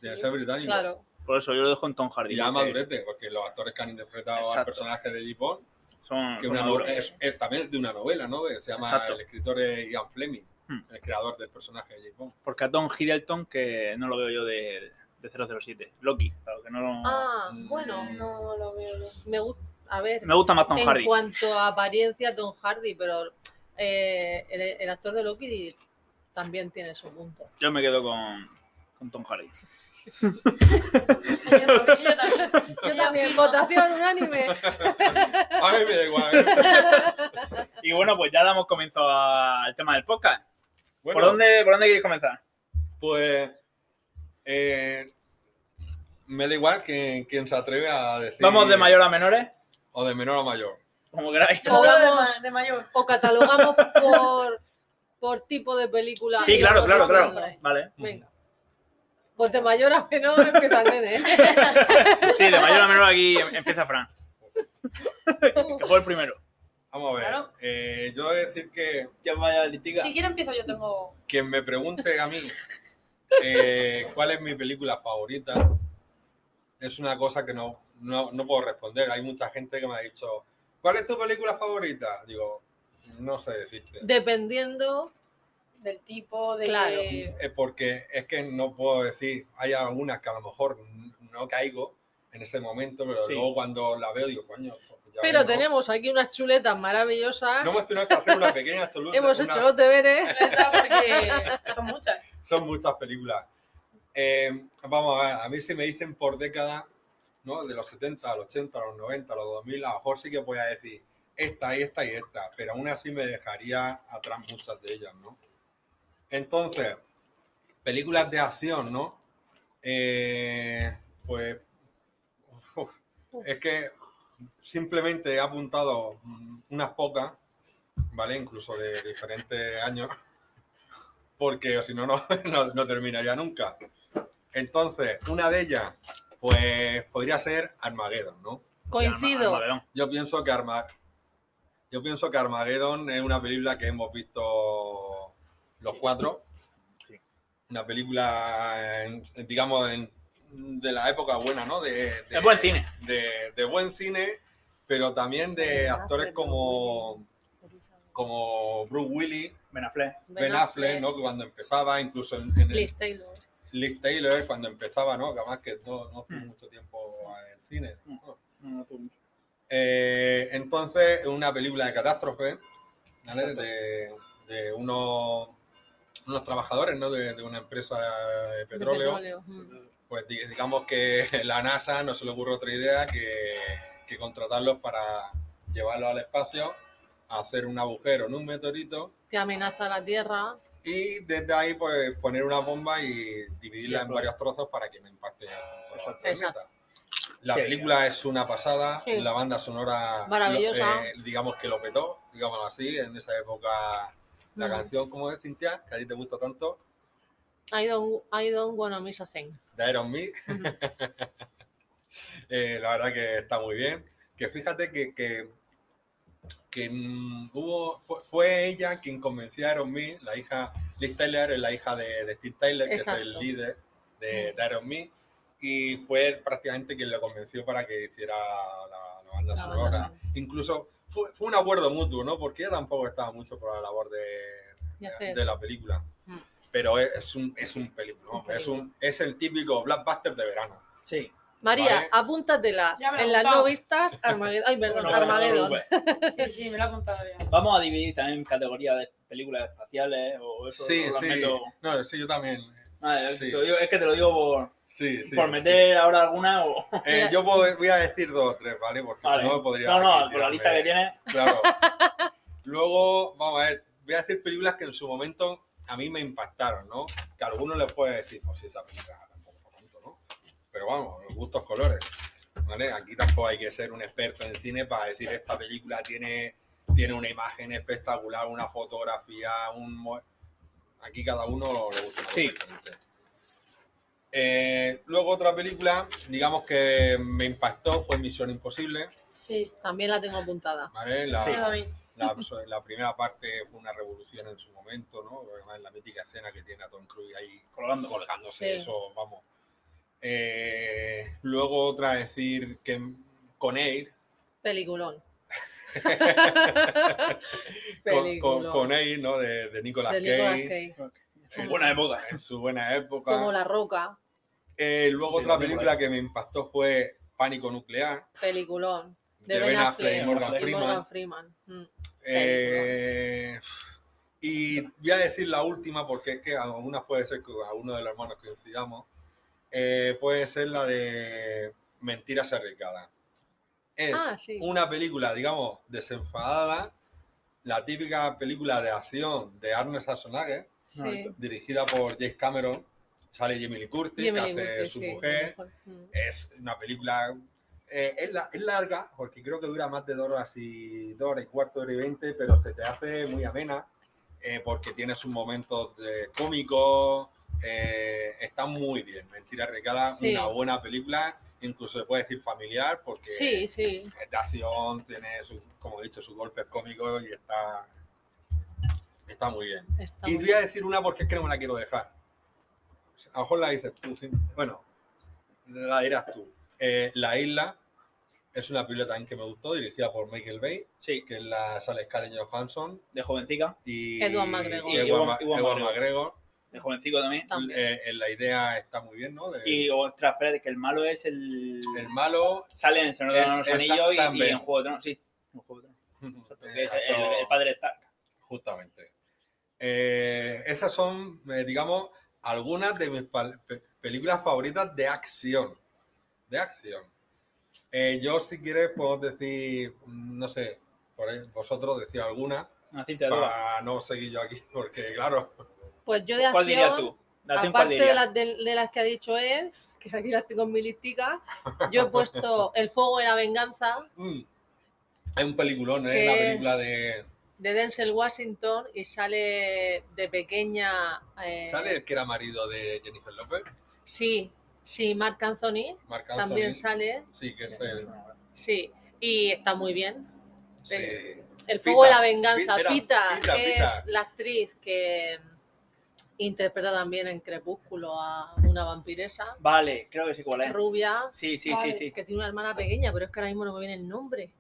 B: Tiene que ser británico.
D: Claro.
A: Por eso yo lo dejo en Tom Hardy.
B: Y ya
A: porque
B: madurete, porque los actores que han interpretado
A: Exacto.
B: al personaje de Gipón,
A: Son,
B: que
A: son
B: una
A: maduros.
B: novela, es, es también de una novela, ¿no? Que se llama
A: Exacto.
B: El escritor es Ian Fleming,
A: Hmm.
B: el creador del personaje de Gipón.
A: Porque a Tom Hiddleston, que no lo veo yo de, de 007. Loki, claro, que no lo-
D: Ah,
B: Mm.
D: bueno.
C: No lo veo yo.
D: Me gusta. A ver.
A: Me gusta más Tom
D: en
A: Hardy.
D: cuanto a apariencia, Tom Hardy, pero eh, el, el actor de Loki también tiene su punto.
A: Yo me quedo con, con Tom Hardy.
C: Yo también, yo también.
D: Yo también, votación unánime.
B: A mí me da igual. ¿eh?
A: Y bueno, pues ya damos comienzo al tema del podcast.
B: Bueno,
A: ¿Por, dónde, ¿Por dónde queréis comenzar?
B: Pues eh, me da igual quien, quien se atreve a decir.
A: ¿Vamos de mayor a menores?
B: O de menor a mayor.
A: Como queráis.
C: Yo hablo de, ma-
D: Vamos.
C: de mayor.
D: O catalogamos por, por tipo de película.
A: Sí,
D: y
A: claro,
D: lo
A: claro, Mm.
D: votamos.
A: claro. Vale.
D: Venga. Pues de mayor a menor empieza el nene. ¿eh?
A: Sí, de mayor a menor aquí em- empieza Fran, que fue el primero.
B: Vamos a ver.
C: Claro.
B: eh, yo voy a decir que
A: Ya vaya
C: Si quiere empiezo yo tengo.
B: quien me pregunte a mí eh, cuál es mi película favorita, es una cosa que no, no, no puedo responder. Hay mucha gente que me ha dicho, ¿cuál es tu película favorita? Digo, no sé decirte.
D: Dependiendo.
C: Del tipo, de
D: Claro.
C: que-
B: Eh, porque es que no puedo decir, hay algunas que a lo mejor n- no caigo en ese momento, pero
A: Sí.
B: luego cuando la veo digo, coño. ya
D: Pero
B: ves, ¿no?
D: tenemos aquí unas chuletas maravillosas.
B: No hemos tenido que hacer una pequeña absoluta.
D: Hemos
B: una-
D: hecho los deberes.
C: porque son muchas.
B: Son muchas películas. Eh, vamos a ver, a mí si me dicen por décadas, ¿no? De los 70, a los 80, a los 90, a los 2000, a lo mejor sí que voy a decir esta, y esta y esta, pero aún así me dejaría atrás muchas de ellas, ¿no? Entonces, películas de acción, ¿no? Eh, pues, uf, es que simplemente he apuntado mm, unas pocas, ¿vale? Incluso de diferentes años porque si no, no, no, no terminaría nunca. Entonces, una de ellas, pues podría ser Armageddon, ¿no?
D: Coincido.
B: Yo pienso que Arma- yo pienso que Armageddon es una película que hemos visto los
A: Sí.
B: cuatro.
A: Sí.
B: Una película, en- digamos, en- de la época buena, ¿no? De, de-
A: Es buen cine.
B: De, de buen cine, pero también de actores como, como Bruce Willis,
A: Ben Affleck.
B: Ben Affleck, ¿no? Que cuando empezaba, incluso en, en el,
D: Liz Taylor.
B: Liz Taylor cuando empezaba, ¿no? Que además que no, no estuvo
A: Mm.
B: mucho tiempo en el cine. ¿no?
A: Yo
B: Eh, entonces, es una película de catástrofe, ¿vale?
A: Exacto.
B: De, de unos, unos trabajadores, ¿no? De, de una empresa de
D: de
B: petróleo.
D: mm.
B: Pues di- digamos que la NASA no se le ocurre otra idea que, que contratarlos para llevarlos al espacio, a hacer un agujero en un meteorito
D: Que amenaza la Tierra.
B: y desde ahí pues poner una bomba y dividirla
A: Y
B: en
A: explota.
B: varios trozos para que no impacte a toda la
A: Exacto.
B: planeta. La
A: Sí.
B: película es una pasada,
D: Sí.
B: la banda sonora
D: Maravillosa.
B: lo- eh, digamos que lo petó, digámoslo así, en esa época la
D: Mm.
B: canción como es Cintia, que a ti te gusta tanto,
D: I don't, I don't wanna miss a thing.
B: de Iron Me,
D: Ujú.
B: Eh, la verdad que está muy bien. Que fíjate que, que, que, mm, hubo, fue, fue ella quien convenció a Iron Me, la hija, Liz Taylor es la hija de, de Steve Taylor, que es el
D: Exacto.
B: líder de, de Iron Me, y fue prácticamente quien lo convenció para que hiciera la, la banda
D: La banda
B: sonora.
D: sonora.
B: Incluso fue, fue un acuerdo mutuo, ¿no? Porque ella tampoco estaba mucho por la labor de, de-
D: Y hacer.
B: de la película.
D: Mm.
B: Pero es, es un, es un película,
D: Un
B: es, un, es el típico blockbuster de verano.
A: Sí.
D: María,
B: Vale.
D: apúntatela.
C: Ya me lo he
D: En las
C: apuntado.
D: no vistas, Armageddon. Ay, perdón,
A: No, no,
D: Armageddon.
A: no te preocupes.
C: Sí, sí, me lo he apuntado ya.
A: Vamos a dividir también en categorías de películas espaciales o eso.
B: Sí,
A: o las
B: sí.
A: meto-
B: No, sí, yo también.
A: Ah,
B: Sí.
A: te lo digo- es que te lo digo por,
B: Sí, sí.
A: por
B: sí.
A: meter ahora alguna o...
B: Eh,
D: Mira.
B: yo puedo- voy a decir dos o tres, ¿vale? Porque
A: Vale.
B: si no podría.
A: No, no,
B: aquí
A: por la lista que
B: tirarme-
A: tienes.
B: Claro. Luego, vamos a ver, voy a decir películas que en su momento a mí me impactaron, ¿no? Que a algunos les puede decir, pues sí, esa película tampoco fue tanto, ¿no? Pero vamos, los gustos colores, ¿vale? Aquí tampoco hay que ser un experto en cine para decir, esta película tiene, tiene una imagen espectacular, una fotografía, un... mo- Aquí cada uno le gusta una cosa
A: Sí.
B: diferente. Eh, luego otra película, digamos que me impactó, fue Misión Imposible,
C: Sí.
D: También la tengo apuntada.
B: ¿vale? La,
C: Yo también.
B: La, la primera parte fue una revolución en su momento, ¿no? Además, la mítica escena que tiene a Tom Cruise ahí
A: Colgando.
B: colgándose,
D: Sí.
B: eso, vamos. Eh, luego otra, decir que con Air,
D: Peliculón.
B: con, con,
D: Peliculón.
B: con Air, ¿no? De, de Nicolas
D: de Nicolas
B: Cage,
D: Cage.
A: Su buena época.
B: en su buena época.
D: Como La Roca.
B: Eh, luego
A: Sí,
B: otra
A: Nicolas
B: película que me impactó fue Pánico Nuclear,
D: Peliculón.
B: de, Ben Affleck y Morgan
D: y
B: Freeman.
D: Morgan Freeman. Mm.
B: Eh, y voy a decir la última porque es que algunas puede ser que a uno de los hermanos coincidamos. Eh, puede ser la de Mentiras Arriesgadas. Es
D: Ah, sí.
B: una película, digamos, desenfadada, la típica película de acción de Arnold Schwarzenegger,
A: No,
D: Sí.
B: dirigida por James Cameron. Sale Jamie Lee Curtis,
D: Y Emily
B: que hace
D: Gurte,
B: su
D: sí,
B: mujer. Eh,
D: Mm.
B: es una película eh, es, la- es larga porque creo que dura más de dos horas y dos horas y cuarto hora y veinte pero se te hace muy amena eh, porque tiene sus momentos de cómicos eh, está muy bien mentira regala
D: Sí.
B: una buena película incluso se puede decir familiar porque
D: Sí, sí.
B: es de acción tiene sus, como he dicho sus golpes cómicos y está está muy bien
D: Está
B: y
D: muy
B: te voy a decir una porque es que no me la quiero dejar. A lo mejor la dices tú. sí. Bueno, la dirás tú. Eh, la Isla es una película también que me gustó, dirigida por Michael Bay,
A: Sí,
B: que es la sale Scarlett Johansson
A: de jovencica.
B: y
D: Edward McGregor.
B: y Edward,
A: Ewan-
B: Ma-
A: Ewan
B: Ewan McGregor.
A: McGregor. De jovencico también.
D: También.
B: Eh, eh, la idea está muy bien, ¿no? De-
A: Y otra, espérate, que el malo es el.
B: El malo,
A: Sale en El Señor de
B: Es-
A: los
B: es
A: Anillos y-
B: Sam
A: y,
B: Ben.
A: en Juego de Tronos. Sí, en Juego de Tronos. Que
B: eh,
A: es el,
B: actor-
A: el padre de Stark.
B: justamente. Eh, esas son, eh, digamos, algunas de mis pal- pe- películas favoritas de acción. De acción. Eh, yo, si quieres, puedo decir, mm, no sé, por ahí, vosotros decir alguna
A: Una cinta de droga.
B: para no seguir yo aquí, porque claro,
D: Pues yo de
A: ¿Cuál dirías
D: acción,
A: tú? De acción, ¿cuál
D: aparte de
A: dirías?
D: las, de, de las que ha dicho él, que aquí las tengo en mi listica, yo he puesto El fuego y la venganza
B: mm, es un peliculón, ¿eh?
D: ¿Qué
B: La
D: es?
B: película de...
D: de Denzel Washington y sale de pequeña... eh,
B: ¿Sale el que era marido de Jennifer López?
D: Sí, sí, Marc Anthony
B: Marc
D: también
B: Anthony.
D: sale,
B: Sí, que es el...
D: sí, y está muy bien.
B: sí.
D: El fuego de
B: Pita,
D: la venganza,
B: Pita era-
D: Pita,
B: Pita,
D: que
B: Pita.
D: es la actriz que interpreta también en Crepúsculo a una vampiresa
A: Vale, creo que sí cuál es.
D: rubia
A: Sí, sí, sí,
C: Vale.
A: sí.
D: que tiene una hermana pequeña, pero es que ahora mismo no me viene el nombre.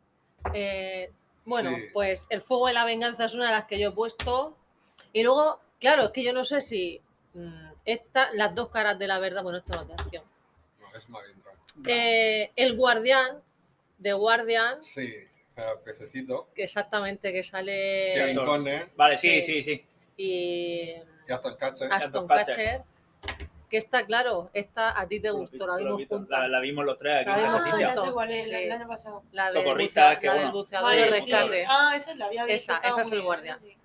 D: Eh, bueno,
B: Sí.
D: pues El fuego de la venganza es una de las que yo he puesto. Y luego, claro, es que yo no sé si mm, esta, las dos caras de la verdad, bueno, esto no es de acción.
B: No, es Magendra.
D: Eh, el guardián, de guardián,
B: Sí, el pececito.
D: que exactamente que sale
B: Kevin
A: actor.
B: Conner
A: Vale, sí, sí,
D: sí.
A: sí.
D: y eh,
B: y Aston Catcher.
D: Aston
A: Aston Kutcher.
D: Catcher. Que está claro, esta a ti te
A: Tú lo
D: gustó,
A: has visto, tú lo
D: la vimos
A: has visto. La,
D: juntas.
A: la vimos los tres aquí
D: La
A: en
D: vimos
A: la noticia.
C: Ah,
D: juntas.
C: ya sé cuál es, la
D: Sí.
C: del año pasado.
D: La, de
A: Socorrista,
D: bucea-
A: que
D: la del
A: bueno,
D: buceador
A: vale,
D: de
A: sí.
D: rescate.
C: Ah, esa es la había visto,
D: Esa-
C: estaba
D: esa es
C: muy
D: el
C: bien,
D: guardián.
C: sí.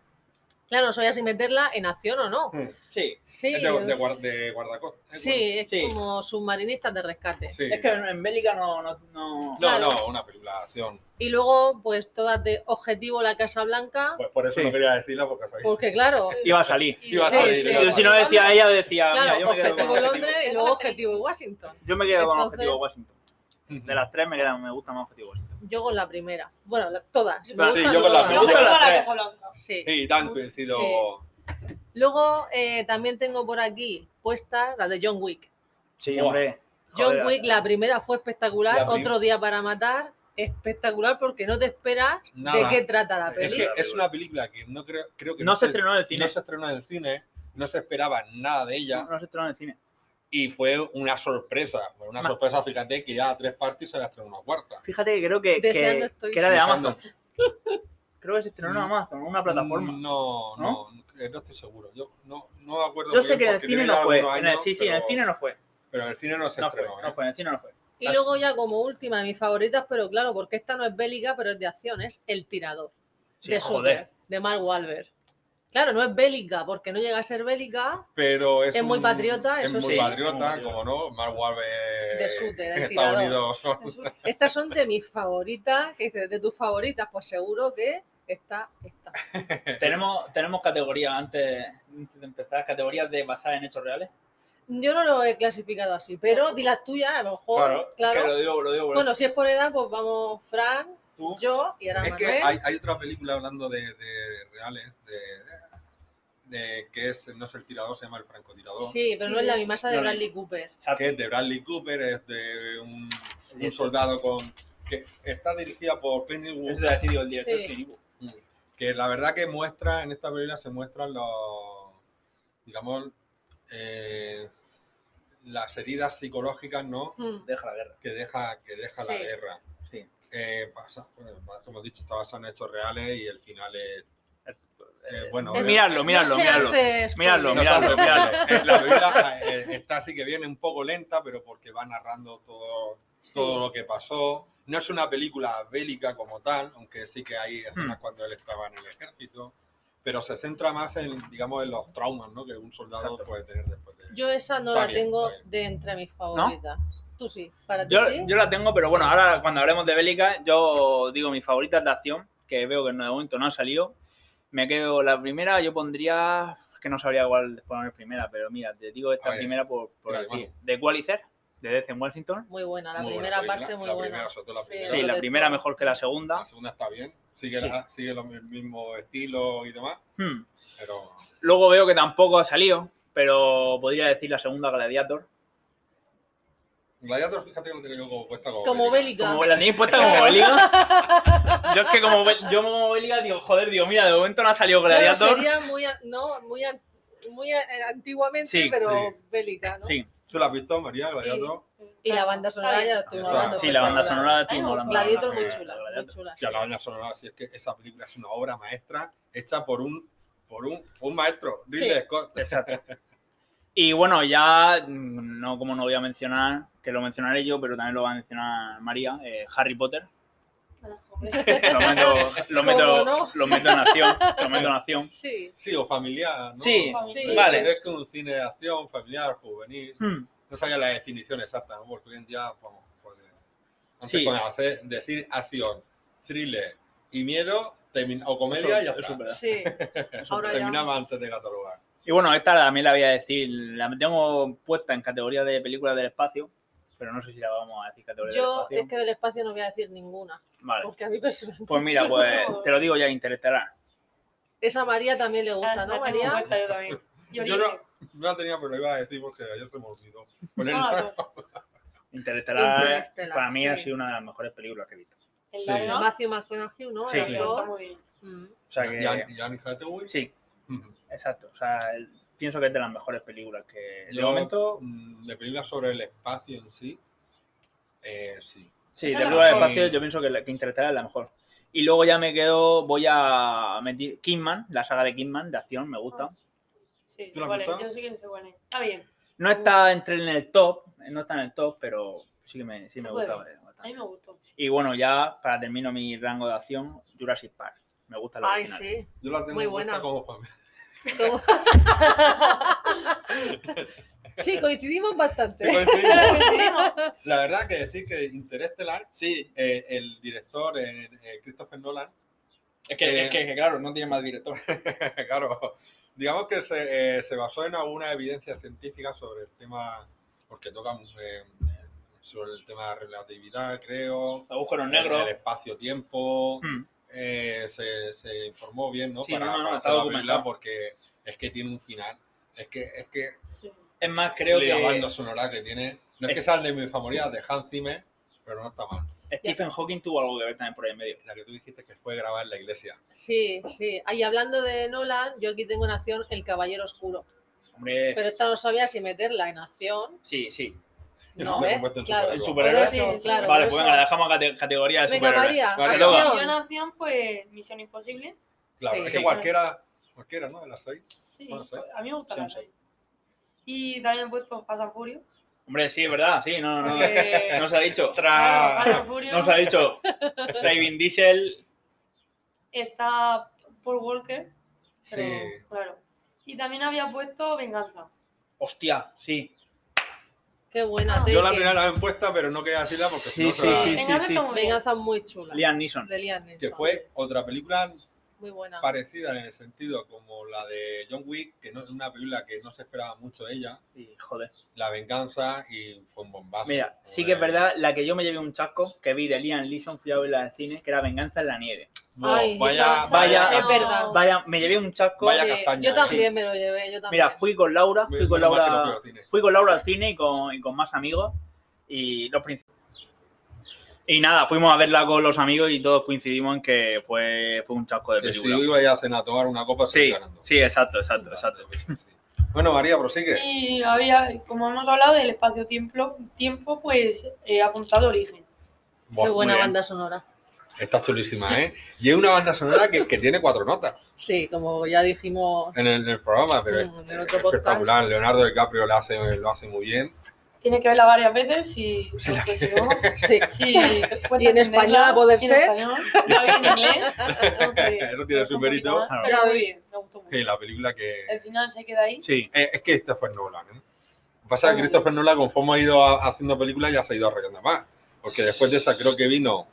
D: Claro, no sabía si meterla en acción o no.
A: Sí.
D: Sí,
B: Es de, de, guar- de guardacostas. ¿eh?
D: sí, es
A: Sí.
D: como submarinistas de rescate.
B: Sí.
A: Es que en, en Bélica no. no, no...
B: No,
D: Claro.
B: no, una película de acción.
D: Y luego, pues todas de objetivo la Casa Blanca,
B: Pues eh, por eso
A: Sí.
B: no quería decirla porque soy-
D: porque claro,
A: Iba a salir.
C: Y
B: Iba a
C: luego-
B: salir,
D: Sí, sí.
B: iba a
A: Yo, si
B: salir.
A: no decía ella, decía.
D: claro,
A: Ah, mira, yo me quedo con
D: objetivo
A: objetivo.
D: Londres y luego objetivo Washington.
A: Yo me quedo con
D: Entonces-
A: objetivo Washington. De las tres me, queda, me gusta más objetivo Washington.
D: Yo con la primera. Bueno, la- todas. me
A: Sí,
D: gustan
B: yo con la
D: todas.
C: Pero
A: primera.
C: fue
A: Las
C: la
A: tres.
C: Casa Blanca.
D: Sí.
B: Sí, tan coincido.
D: Luego eh, también tengo por aquí puesta la de John Wick.
A: Sí,
B: Buah.
A: hombre.
D: John
A: Joder,
D: Wick, la primera fue
B: La
D: espectacular,
B: prim-
D: otro día para matar, espectacular porque no te esperas de
B: Nada.
D: qué trata la
A: Es
B: Es
D: peli.
B: que
A: película.
B: es una película que no creo, creo que
A: No se estrenó en el cine.
B: no se estrenó en el cine, no se esperaba nada
A: No,
B: de ella
A: no se estrenó en el cine.
B: y fue una sorpresa. Fue Una
A: Ma-
B: sorpresa, fíjate, que ya a tres partes se la estrenó una cuarta.
A: Fíjate que creo que,
D: Deseando
A: que,
D: estoy.
A: que era de
B: Pensando,
A: Amazon. Creo que se estrenó en Amazon, una plataforma.
B: Mm. No, no,
A: ¿No?
B: no, estoy seguro. Yo no, no me acuerdo.
A: Yo
B: muy
A: sé
B: bien
A: que en el
B: porque
A: cine
B: tiene
A: no
B: ya
A: fue.
B: algunos
A: en el-
B: años,
A: sí, sí, en el
B: pero-
A: cine no fue.
B: Pero en el cine no se
A: No fue,
B: estrenó. ¿eh?
A: no fue, en el cine no fue.
D: Y luego ya como última de mis favoritas, pero claro, porque esta no es bélica, pero es de acción, es El Tirador,
A: Sí,
D: de
A: joder.
D: Soder, de Mark Wahlberg. Claro, no es bélica, porque no llega a ser bélica,
B: pero es,
D: Es muy
B: un-
D: patriota,
B: es
D: eso
B: muy
A: sí.
B: patriota,
A: Muy
B: como no, Mark Wahlberg
D: De Sutter, el
B: Estados
D: tirador.
B: Unidos.
C: Eso-
D: Estas son de mis favoritas, que dices, de tus favoritas, pues seguro que esta, esta.
A: Tenemos, tenemos categorías antes, antes de empezar, categorías de basadas en hechos reales.
D: Yo no lo he clasificado así, pero di las tuyas, a lo mejor,
B: Claro,
D: claro.
A: Que lo digo, lo digo. por
D: Bueno, si es por edad, pues vamos, Fran,
A: tú.
D: Yo y ahora
B: Es que
D: Manuel.
B: hay, hay otra película hablando de, de reales, de, de que es, no es el tirador, se llama el francotirador.
D: Sí, pero
C: Sí,
D: no es la
C: sí.
D: misma esa de
A: No, no.
D: Bradley Cooper.
A: Exacto.
B: que es de Bradley Cooper, es de un, un
A: Director.
B: soldado con que está dirigida por Clint Eastwood,
A: Eso te decía, digo, el director
D: Sí.
A: Clint Eastwood.
B: que la verdad que muestra, en esta película se muestran los, digamos, eh, las heridas psicológicas, ¿no?
D: Mm.
A: Deja la guerra.
B: Que deja, que deja la
D: Sí.
B: guerra.
A: Sí.
B: Eh, pasa, bueno, como he dicho, está basado en hechos reales y el final es, eh, bueno...
A: Eh,
B: obvia-
A: miradlo, miradlo,
D: se
A: miradlo.
D: hace spoiler.
A: Miradlo,
B: No
A: miradlo,
B: salgo,
A: miradlo.
B: eh, La película eh, está así que viene un poco lenta, pero porque va narrando todo
D: Sí.
B: todo lo que pasó. No es una película bélica como tal, aunque sí que hay escenas
A: Hmm.
B: cuando él estaba en el ejército, pero se centra más en, digamos, en los traumas ¿no? que un soldado
A: Exacto.
B: puede tener después de...
D: Yo esa no
B: Está
D: la
B: bien,
D: tengo
B: está bien.
D: de entre mis favoritas. Tú sí, para ti
A: Yo,
D: sí.
A: yo la tengo, pero bueno,
D: Sí.
A: ahora cuando hablemos de bélica, yo digo mi favorita es de acción, que veo que en de momento no ha salido. Me quedo la primera, yo pondría. Es que no sabría cuál poner primera, pero mira, te digo esta
B: A ver,
A: primera por, por
B: mira,
A: decir.
B: bueno.
A: De Qualicer, de Death en Washington.
D: Muy buena, la
B: Muy buena
D: primera
B: película,
D: parte muy
B: la
D: buena.
B: primera, sobre todo la primera.
A: Sí, la
D: sobre
A: primera
D: todo.
A: mejor que la segunda.
B: La segunda está bien, sigue,
A: Sí.
B: la- sigue lo- el mismo estilo y demás,
A: Hmm.
B: pero
A: Luego veo que tampoco ha salido, pero podría decir la segunda Gladiator.
B: Gladiator, fíjate que lo tengo yo como puesta como,
D: Como bélica.
A: Como la tenéis puesta como bélica. Yo es que como, bel- yo como bélica digo, joder, digo, mira, de momento no ha salido
D: Claro,
A: Gladiator.
D: sería muy, a- no, muy, a- muy a- antiguamente,
A: Sí,
D: pero
B: sí.
D: bélica, ¿no?
A: Sí,
B: ¿Tú la has visto, María, Gladiator?
D: Y la banda sonora ya la estuvimos
B: Ah,
D: hablando.
A: sí, la banda
D: espectacular.
A: sonora estuvimos
D: Ay,
A: hablando.
D: Gladiator
A: Sí,
D: muy chula, muy
A: Gladiator.
D: chula.
B: Ya la banda sonora, si es que esa película es una obra maestra hecha por un, por un, un maestro, Ridley
D: Sí.
B: Scott.
A: exacto. Y bueno, ya, mm, no como no voy a mencionar, que lo mencionaré yo, pero también lo va a mencionar María, eh, Harry Potter. Lo meto, lo
D: ¿Cómo
A: meto,
D: no?
A: lo meto en acción, lo meto en acción.
D: Sí,
B: Sí, o familiar, ¿no?
A: Sí,
D: Sí.
A: vale.
B: Es que un cine de acción, familiar, juvenil.
A: Hmm,
B: No sabía la definición exacta, ¿no? Porque hoy en día, vamos, pues, eh, antes
A: Sí.
B: con hacer- decir acción, thriller y miedo, termin- o
A: eso-
B: comedia, ya
A: eso
B: está.
A: es verdad.
D: sí. Ahora ya.
B: Terminaba antes de catalogar.
A: Y bueno, esta también la voy a decir, la tengo puesta en categoría de películas del espacio, pero no sé si la vamos a decir categoría
D: Yo
A: del espacio.
D: es que del espacio no voy a decir ninguna,
A: Vale.
D: porque a mí personalmente.
A: Pues mira, pues te lo digo ya, Interestelar.
D: Esa María también le gusta, ¿no, María?
C: Yo también. Yo
B: Ah, Yo
C: dije,
B: no, no la tenía, pero la iba a decir porque ayer se me olvidó. Poner-
C: ah, pues,
A: Interestelar,
D: Interestelar,
A: para mí ha
D: sí.
A: sido una de las mejores películas que he visto.
C: el
B: Sí.
D: De
C: avión
D: Matthew McConaughey, ¿no?
A: Sí,
D: El
A: sí.
C: está
D: actor.
C: muy bien.
D: Mm.
A: O sea que...
B: Jan- Jan Hathaway.
A: Sí,
B: Ujú.
A: exacto. O sea, el- pienso que es de las mejores películas que... De
B: Yo,
A: momento...
B: mm, de películas sobre el espacio en sí, eh, sí.
A: Sí,
C: esa
A: de películas
C: es la
A: de
B: mejor.
A: espacio yo pienso que, la- que Interestelar es la mejor. Y luego ya me quedo... Voy a meter... Kingman, la saga de Kingman, de acción, me
C: Ah.
A: gusta.
C: Sí,
B: ¿Tú la has
C: vale,
B: visto?
C: yo sé que sé cuál es. Está bien,
A: No está entre en el top, no está en el top, pero sí que me, sí
C: Se
A: me
C: puede
A: gusta
C: ver.
A: bastante.
C: a mí me gustó.
A: Y bueno, ya para termino mi rango de acción, Jurassic Park. Me gusta la
D: Ay,
A: original.
D: sí.
B: Yo la tengo
D: Muy
B: puesta
D: buena.
B: como familia.
D: Como- sí, coincidimos bastante.
B: La verdad que decir que Interestelar
A: Sí,
B: eh, el director eh, eh, Christopher Nolan,
A: es
B: que- es que-
A: claro, no tiene más director.
B: claro, digamos que se, eh, se basó en alguna evidencia científica sobre el tema, porque toca eh, sobre el tema de relatividad, creo,
A: Agujeros
B: el
A: negros.
B: espacio-tiempo,
A: Mm,
B: eh, se, se informó bien, ¿no?
A: Sí,
B: para
A: no, no,
B: para
A: está
B: hacer la
A: documentado.
B: película, porque es que tiene un final. Es que, es que
C: Sí.
A: Es más, Ah, creo
B: la
A: que
B: banda sonora que tiene, no es
A: Es-
B: que sea de mis favoritas de Hans Zimmer, pero no está mal.
A: Stephen Hawking tuvo algo que ver también por ahí en medio.
B: La que tú dijiste que fue grabada en la iglesia.
D: Sí, sí. Ahí hablando de Nolan, yo aquí tengo en acción El Caballero Oscuro.
A: Hombre,
D: Pero esta no sabía si meterla en acción.
A: sí, sí.
D: No,
B: Me he
D: ¿eh?
B: puesto en
D: Claro.
A: El
B: superhéroe.
A: superhéroe.
D: Pero sí, claro,
A: vale,
D: por
A: pues
D: eso.
A: venga, la dejamos a cate- categoría de
D: Venga,
A: superhéroe.
D: María,
B: Vale,
A: luego.
C: Si yo
D: acción.
C: nación, pues Misión Imposible.
B: Claro,
D: Sí.
B: es que cualquiera, cualquiera, ¿no? De las seis.
C: Sí,
B: Bueno, sí.
C: a mí me gusta
A: Sí,
C: la
A: sí.
C: serie. Y también he puesto Fast and Furious.
A: Hombre, sí, es verdad, sí, no, no, no.
D: Eh.
C: porque-
A: No se ha dicho.
D: Ah,
C: Claro, Fast
B: ¡Otra!
C: and Furious.
A: No se ha dicho. David Diesel.
C: Está Paul Walker. Pero,
B: Sí.
C: Claro. Y también había puesto Venganza.
A: Hostia, sí.
D: Qué buena.
B: Yo la
D: Taken.
B: tenía la impuesta, pero no quería decirla porque si
A: Sí,
B: no se la-
A: sí, sí.
C: Venganza está muy bien.
D: Venganza muy chula.
A: Liam Neeson.
D: De Liam Neeson.
B: Que fue otra película
D: muy buena.
B: parecida en el sentido como la de John Wick, que no es una película que no se esperaba mucho de ella,
A: Y joder.
B: La Venganza y fue un bombazo.
A: Mira, sí que es verdad, la que yo me llevé un chasco que vi de Liam Leeson, fui a verla de cine, que era Venganza en la nieve.
B: No,
D: Ay,
B: vaya,
D: esa-
B: vaya,
D: es verdad.
A: Vaya, me llevé un chasco.
B: Vaya
D: Sí,
B: castaña,
D: yo
B: eh.
D: también me lo llevé, yo también.
A: Mira, fui con Laura, fui con
B: menos mal que no
A: Laura,
B: fui al cine.
A: fui con Laura al cine y con, y con más amigos y los princip- Y nada, fuimos a verla con los amigos y todos coincidimos en que fue, fue un chasco de
B: Que si
A: película.
B: yo iba a ir a cenar a tomar una copa,
A: Sí,
B: estoy ganando.
A: sí, exacto, exacto, exacto.
B: Sí. Bueno, María, prosigue.
C: Y había, como hemos hablado del espacio-tiempo, tiempo, pues eh, apuntado origen.
D: Qué
B: Buah,
D: buena
A: bien.
D: banda sonora.
B: está chulísima, ¿eh? Y es una banda sonora que, que tiene cuatro notas
D: Sí, como ya dijimos.
B: en el, en el programa, pero es,
D: Mm, en
B: es
D: el otro podcast.
B: espectacular. Leonardo DiCaprio lo hace, lo hace muy bien.
C: Tiene que verla varias veces y porque si no,
D: Sí.
C: sí,
D: Y en español a poder ser.
C: La vi en inglés. entonces,
B: No tiene
C: un
B: su
C: poquito
B: mérito.
C: más,
A: Claro.
C: Pero muy bien, me gustó mucho.
B: Y la película que...
C: El final se queda ahí.
A: Sí,
B: Eh, es que Christopher Nolan, ¿eh? Lo que Pasa es que Christopher Nolan, conforme ha ido ha- haciendo películas, ya se ha ido arreglando más. Porque después de esa, creo que vino,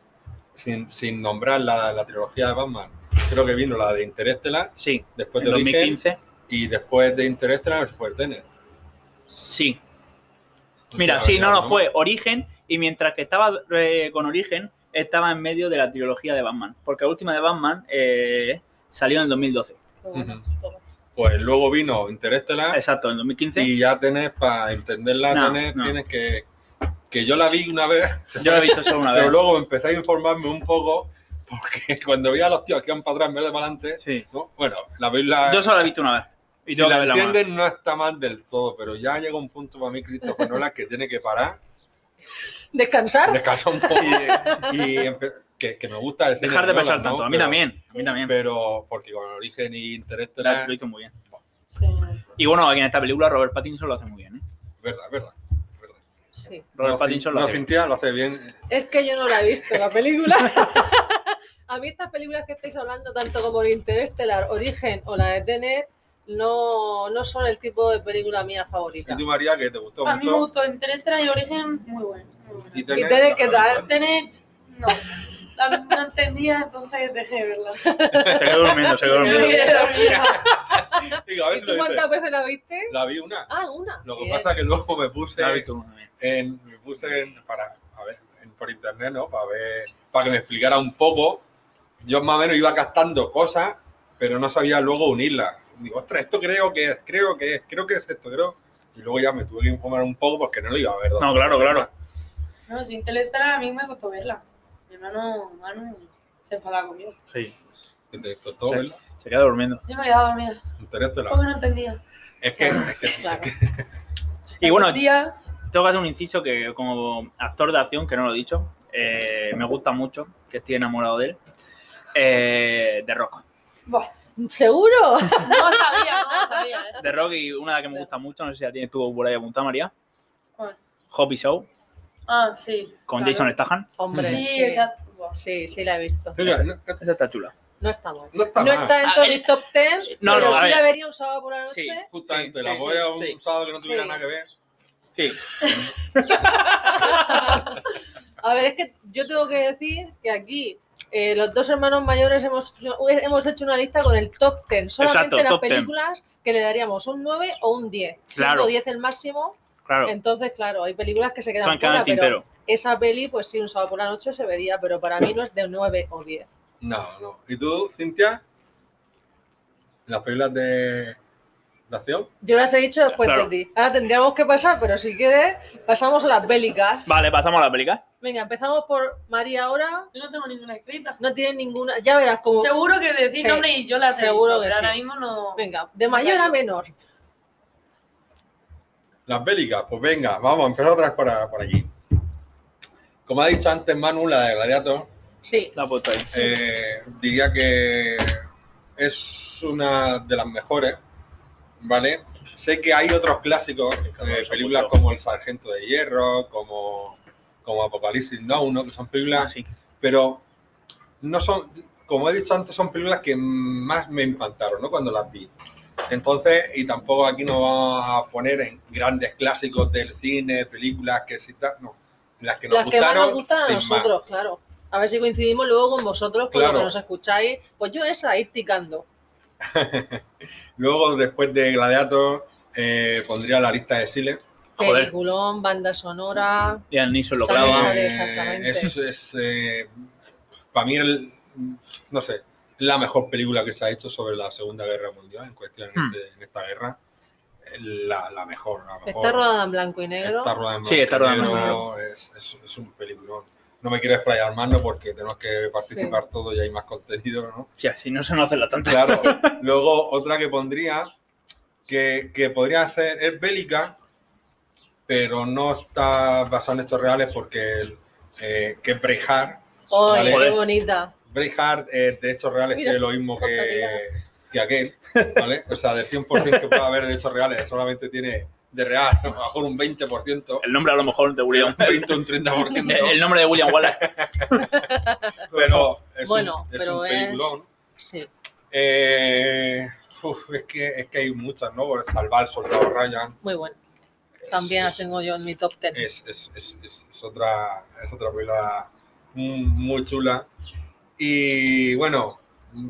B: sin, sin nombrar la, la trilogía de Batman, creo que vino la de Interestelar,
A: sí.
B: después
A: En
B: de Origen,
A: 2015,
B: y después de Interestelar fue Tenet.
A: sí.
B: No sé
A: Mira,
B: si
A: sí, no,
B: la verdad,
A: no, fue Origen y mientras que estaba eh, con Origen, estaba en medio de la trilogía de Batman, porque la última de Batman eh, salió en el 2012.
D: Qué buena.
B: Pues luego vino Interestelar,
A: Exacto, en el 2015.
B: y ya tenés, para entenderla,
A: No,
B: tenés,
A: no.
B: tienes que... Que yo la vi una vez,
A: Yo lo he visto solo una vez.
B: pero luego empecé a informarme un poco, porque cuando vi a los tíos que iban para atrás en vez de para adelante,
A: Sí.
B: ¿no? bueno, la película...
A: Yo solo la he visto una vez. Y
B: si
A: tengo que
B: la
A: verla más.
B: entienden, no está mal del todo, pero ya llega un punto para mí, Christopher Nolan, que tiene que parar,
D: ¿Descansar?
B: descansar un poco y empe- que, que me gusta el cine
A: Dejar de
B: Nolan,
A: pensar
B: ¿no?
A: tanto. A mí
B: Pero-
A: también. A mí también.
B: Pero porque con Origen y Interestelar,
A: Lo hizo muy bien.
C: Sí.
A: Y bueno, aquí en esta película Robert Pattinson lo hace muy bien. ¿eh?
B: verdad, verdad. verdad.
D: Sí.
A: Robert
B: No,
A: Pattinson
B: no,
A: lo hace bien.
B: Cintia lo hace bien.
D: Es que yo no la he visto, la película. A mí estas películas que estáis hablando, tanto como el Interestelar, Origen o la de Tenet, no, no son el tipo de película mía
B: Y
D: favorita.
B: tú, María, que te gustó
C: A mí me
B: mucho.
C: gustó Interestelar y Origen, muy bueno. Muy bueno.
D: Y Tenet, ¿qué tal?
C: Tenet, no. La- No entendía, entonces dejé de verla.
A: Se quedó durmiendo, se quedó
C: Me
A: durmiendo.
C: quedé dormida.
B: Digo, a ver
D: ¿Y
B: si
D: tú
B: lo dices.
D: cuántas veces la viste?
B: La vi una.
D: Ah, una.
B: Lo que
D: Bien.
B: pasa es que luego me puse
A: La he visto una vez.
B: en, me puse en- para, a ver, en- por internet, ¿no? Para ver, para que me explicara un poco. Yo más o menos iba captando cosas, pero no sabía luego unirlas. Digo, ostras, esto creo que es, creo que es, creo que es esto, creo. Y luego ya me tuve que informar un poco porque no lo iba a ver.
A: No, claro, claro.
C: No, sin Interestelar a mí me costó verla. Mi hermano Manu se enfadaba conmigo.
A: Sí.
B: Que te costó
A: Sí.
B: verla.
A: Se quedó durmiendo.
C: Yo me quedaba dormida.
B: Interestelar.
C: Porque no entendía.
B: Es que, es que
D: Claro.
A: Y bueno,
C: Un día,
A: Tengo que hacer un inciso que como actor de acción, que no lo he dicho, eh, me gusta mucho, que estoy enamorado de él, eh, de Rock.
C: buah,
D: ¿Seguro?
C: no sabía, no sabía. ¿eh?
A: De Rock y una que me gusta mucho, no sé si la tienes tú por ahí apuntada, María.
C: ¿Cuál?
A: Hobby Show,
C: Ah, sí.
A: con
C: claro.
A: Jason Statham.
D: Hombre,
C: Sí,
D: sí.
C: exacto. buah.
D: Sí, sí la he visto.
B: Oiga, no, no
A: Esa está chula.
D: está mal.
B: está
D: No
B: mal.
D: está en
A: Ah,
D: todo
A: el-
D: el top 10,
A: No,
D: pero
A: no, a
D: sí
A: ver.
D: la vería un sábado por la noche.
A: Sí.
B: Justamente,
A: Sí,
B: la
A: sí,
B: voy a un
A: sí.
B: sábado que no tuviera
D: Sí.
B: nada que ver.
A: Sí.
D: A ver, es que yo tengo que decir que aquí eh, los dos hermanos mayores hemos, hemos hecho una lista con el top 10, solamente
A: Exacto,
D: las
A: top 10.
D: películas que le daríamos un 9 o un 10, siendo
A: Claro.
D: 10 el máximo,
A: Claro.
D: entonces claro, hay películas que se
A: Se han
D: quedan
A: quedado en
D: fuera,
A: el
D: pero
A: tintero.
D: esa peli pues sí, un sábado por la noche se vería, pero para mí no es de 9 o 10.
B: No, no. ¿Y tú, Cintia? ¿Las películas de, de acción?
D: Yo las he dicho después
A: Claro.
D: de ti. Ahora tendríamos que pasar, pero si quieres, pasamos a las bélicas.
A: Vale, pasamos a la película.
D: Venga, empezamos por María ahora.
C: Yo no tengo ninguna escrita.
D: No tiene ninguna, ya verás cómo...
C: Seguro que decís
D: Sí,
C: nombre y yo la sé.
D: seguro que
C: pero
D: sí.
C: ahora mismo no.
D: Venga, de mayor a menor.
B: Las bélicas, pues venga, vamos a empezar otra vez por, por aquí. Como ha dicho antes Manu, la de Gladiator,
D: Sí,
A: La he puesto ahí.
B: eh, diría que es una de las mejores, ¿vale? Sé que hay otros clásicos, eh, películas como El Sargento de Hierro, como, como Apocalipsis No, ¿no? que son
A: Ah,
B: películas,
A: sí.
B: pero no son, como he dicho antes, son películas que más me impactaron, ¿no? Cuando las vi. Entonces, y tampoco aquí nos vamos a poner en grandes clásicos del cine, películas que sí tal, no. Las que nos
D: las que más
B: gustaron,
D: nos gustan a
B: sin más.
D: nosotros, claro. A ver si coincidimos luego con vosotros, con lo
B: Claro.
D: que nos escucháis. Pues yo esa, ir ticando.
B: Luego, después de Gladiator, eh, pondría la lista de Siles.
A: Ah, Joder.
D: Peliculón, banda
B: Ah,
D: sonora.
A: Y al Niso lo
D: También
A: clava.
D: sale exactamente.
B: es, para mí, el- no sé, la mejor película que se ha hecho sobre la Segunda Guerra Mundial en cuestión
A: Hmm.
B: de en esta guerra. La, la mejor, la mejor.
D: Está rodada en blanco y negro.
B: Está rodada en
A: Sí, está rodada en
B: blanco y
A: blanco
B: negro, Es, es- es un peliculón. No me quiero explayar más, ¿no? Porque tenemos que participar todos y hay más contenido, ¿no?
A: Hostia, si no se nos hace la tanta.
B: Claro. Luego, otra que pondría, que, que podría ser, es bélica, pero no está basada en hechos reales porque eh, que Braveheart,
D: ¡Ay,
A: Vale.
D: qué bonita!
B: Braveheart eh, de hechos reales
D: Mira,
B: es lo mismo que,
D: tontería.
B: que aquel, ¿vale? O sea, del 100% que puede haber de hechos reales, solamente tiene de real, a lo mejor un 20%.
A: El nombre a lo mejor de
B: Un
A: William.
B: 20 un 30%.
A: Eh, El nombre de William Wallace.
B: pero es
D: Bueno,
B: un, es
D: pero
B: un
D: es-
B: peliculón.
D: Sí.
B: Eh, uf, es, que, es que hay muchas, ¿no? Salvar al soldado Ryan.
D: Muy bueno.
B: es-
D: También la
B: es,
D: tengo yo en mi top ten.
B: es, es, es, es- es otra, es otra película mm, muy chula. Y bueno,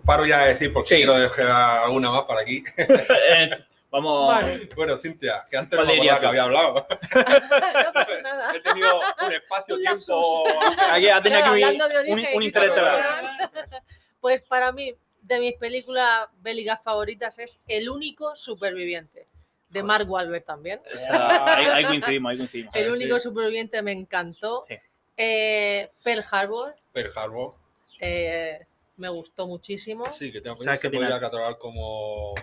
B: paro ya de decir porque
A: Sí.
B: quiero dejar alguna más para aquí.
A: Eh, Vamos.
D: Vale.
B: Bueno, Cintia, que antes no
A: ¿Cuál
B: me
A: dirías
B: acordaba que
A: tú?
B: había hablado.
D: no pasa nada.
B: He tenido un espacio,
D: Un
B: tiempo.
A: Aquí ha tenido
D: Claro,
A: aquí
D: hablando de
A: un,
D: origen
A: un
D: y
A: intelectual.
D: Pues para mí, de mis películas bélicas favoritas es El único superviviente, de Mark Wahlberg también.
A: O sea, ahí, ahí coincidimos, ahí coincidimos.
D: El
B: sí.
D: único superviviente me encantó.
A: Sí.
D: Eh, Pearl Harbor
B: Pearl Harbor,
D: eh, me gustó muchísimo.
B: sí, que tengo
A: O sea,
B: que se
A: que tiene-
B: podría catalogar como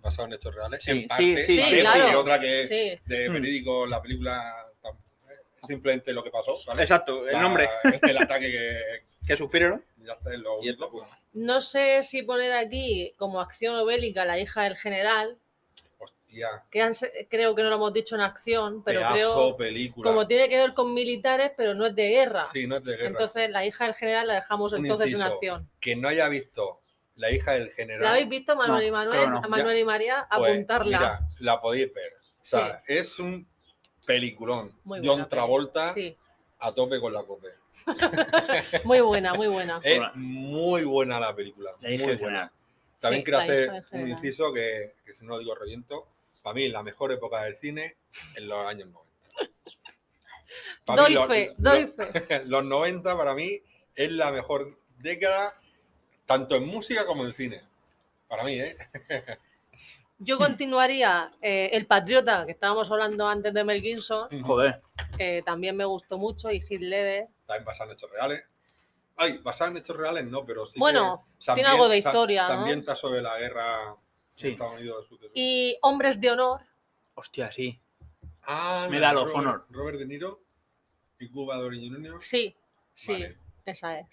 B: basado en hechos reales.
A: Sí,
B: en
A: sí,
B: parte,
A: sí,
B: ¿vale?
D: sí,
B: Porque
D: claro.
B: otra que
D: Sí,
B: de
A: Mm.
B: verídico la película tam- es simplemente lo que pasó. ¿vale?
A: Exacto, el
B: La- este,
A: nombre
B: El ataque que
A: que sufrieron.
B: ya está en lo
A: Y esto,
B: único. pues,
D: no sé si poner aquí como acción o bélica la hija del general,
B: hostia,
D: que han se- creo que no lo hemos dicho en acción, pero
B: pedazo
D: creo
B: película.
D: como tiene que ver con militares, pero no es de guerra.
B: Sí, no es de guerra.
D: Entonces la hija del general la dejamos
B: Un
D: entonces en
B: inciso.
D: acción.
B: que no haya visto La hija del general.
D: ¿La habéis visto, Manuel y
A: No,
D: Manuel?
A: creo no.
D: A Manuel y María,
B: pues,
D: apuntarla.
B: Mira, la podéis ver. O sea, es un peliculón.
D: Muy buena
B: John
D: peli.
B: Travolta
D: Sí,
B: a tope con la cope.
D: muy buena, muy buena.
B: Es
A: Hola.
B: muy buena la película,
A: La hija
B: muy
A: del general.
B: buena. También
D: Sí,
B: quiero
D: la hija
B: hacer
D: del
B: un
D: general.
B: inciso que, que si no lo digo reviento. Para mí, la mejor época del cine en los años 90. Pa' mí,
D: Doy
B: los-
D: fe,
B: los-
D: doy fe.
B: Los 90 para mí es la mejor década, tanto en música como en cine. Para mí, ¿eh?
D: Yo
B: Hmm.
D: continuaría eh, El Patriota, que estábamos hablando antes de Mel Gibson,
A: Joder.
D: eh, también me gustó mucho, y Heath Ledger.
B: También basado en hechos reales. Ay, basado en hechos reales no, pero sí. que
D: Bueno,
B: se
D: tiene algo de
B: se-
D: historia,
B: Se
D: ¿no?
B: ambienta sobre la guerra
A: Sí.
B: de Estados Unidos.
D: Y Hombres de Honor,
A: Hostia, sí.
B: Ah,
A: Me
B: la
A: da
B: de
A: los honor.
B: Robert De Niro y Cuba Gooding Jr.
D: sí, sí,
B: Vale.
D: esa es.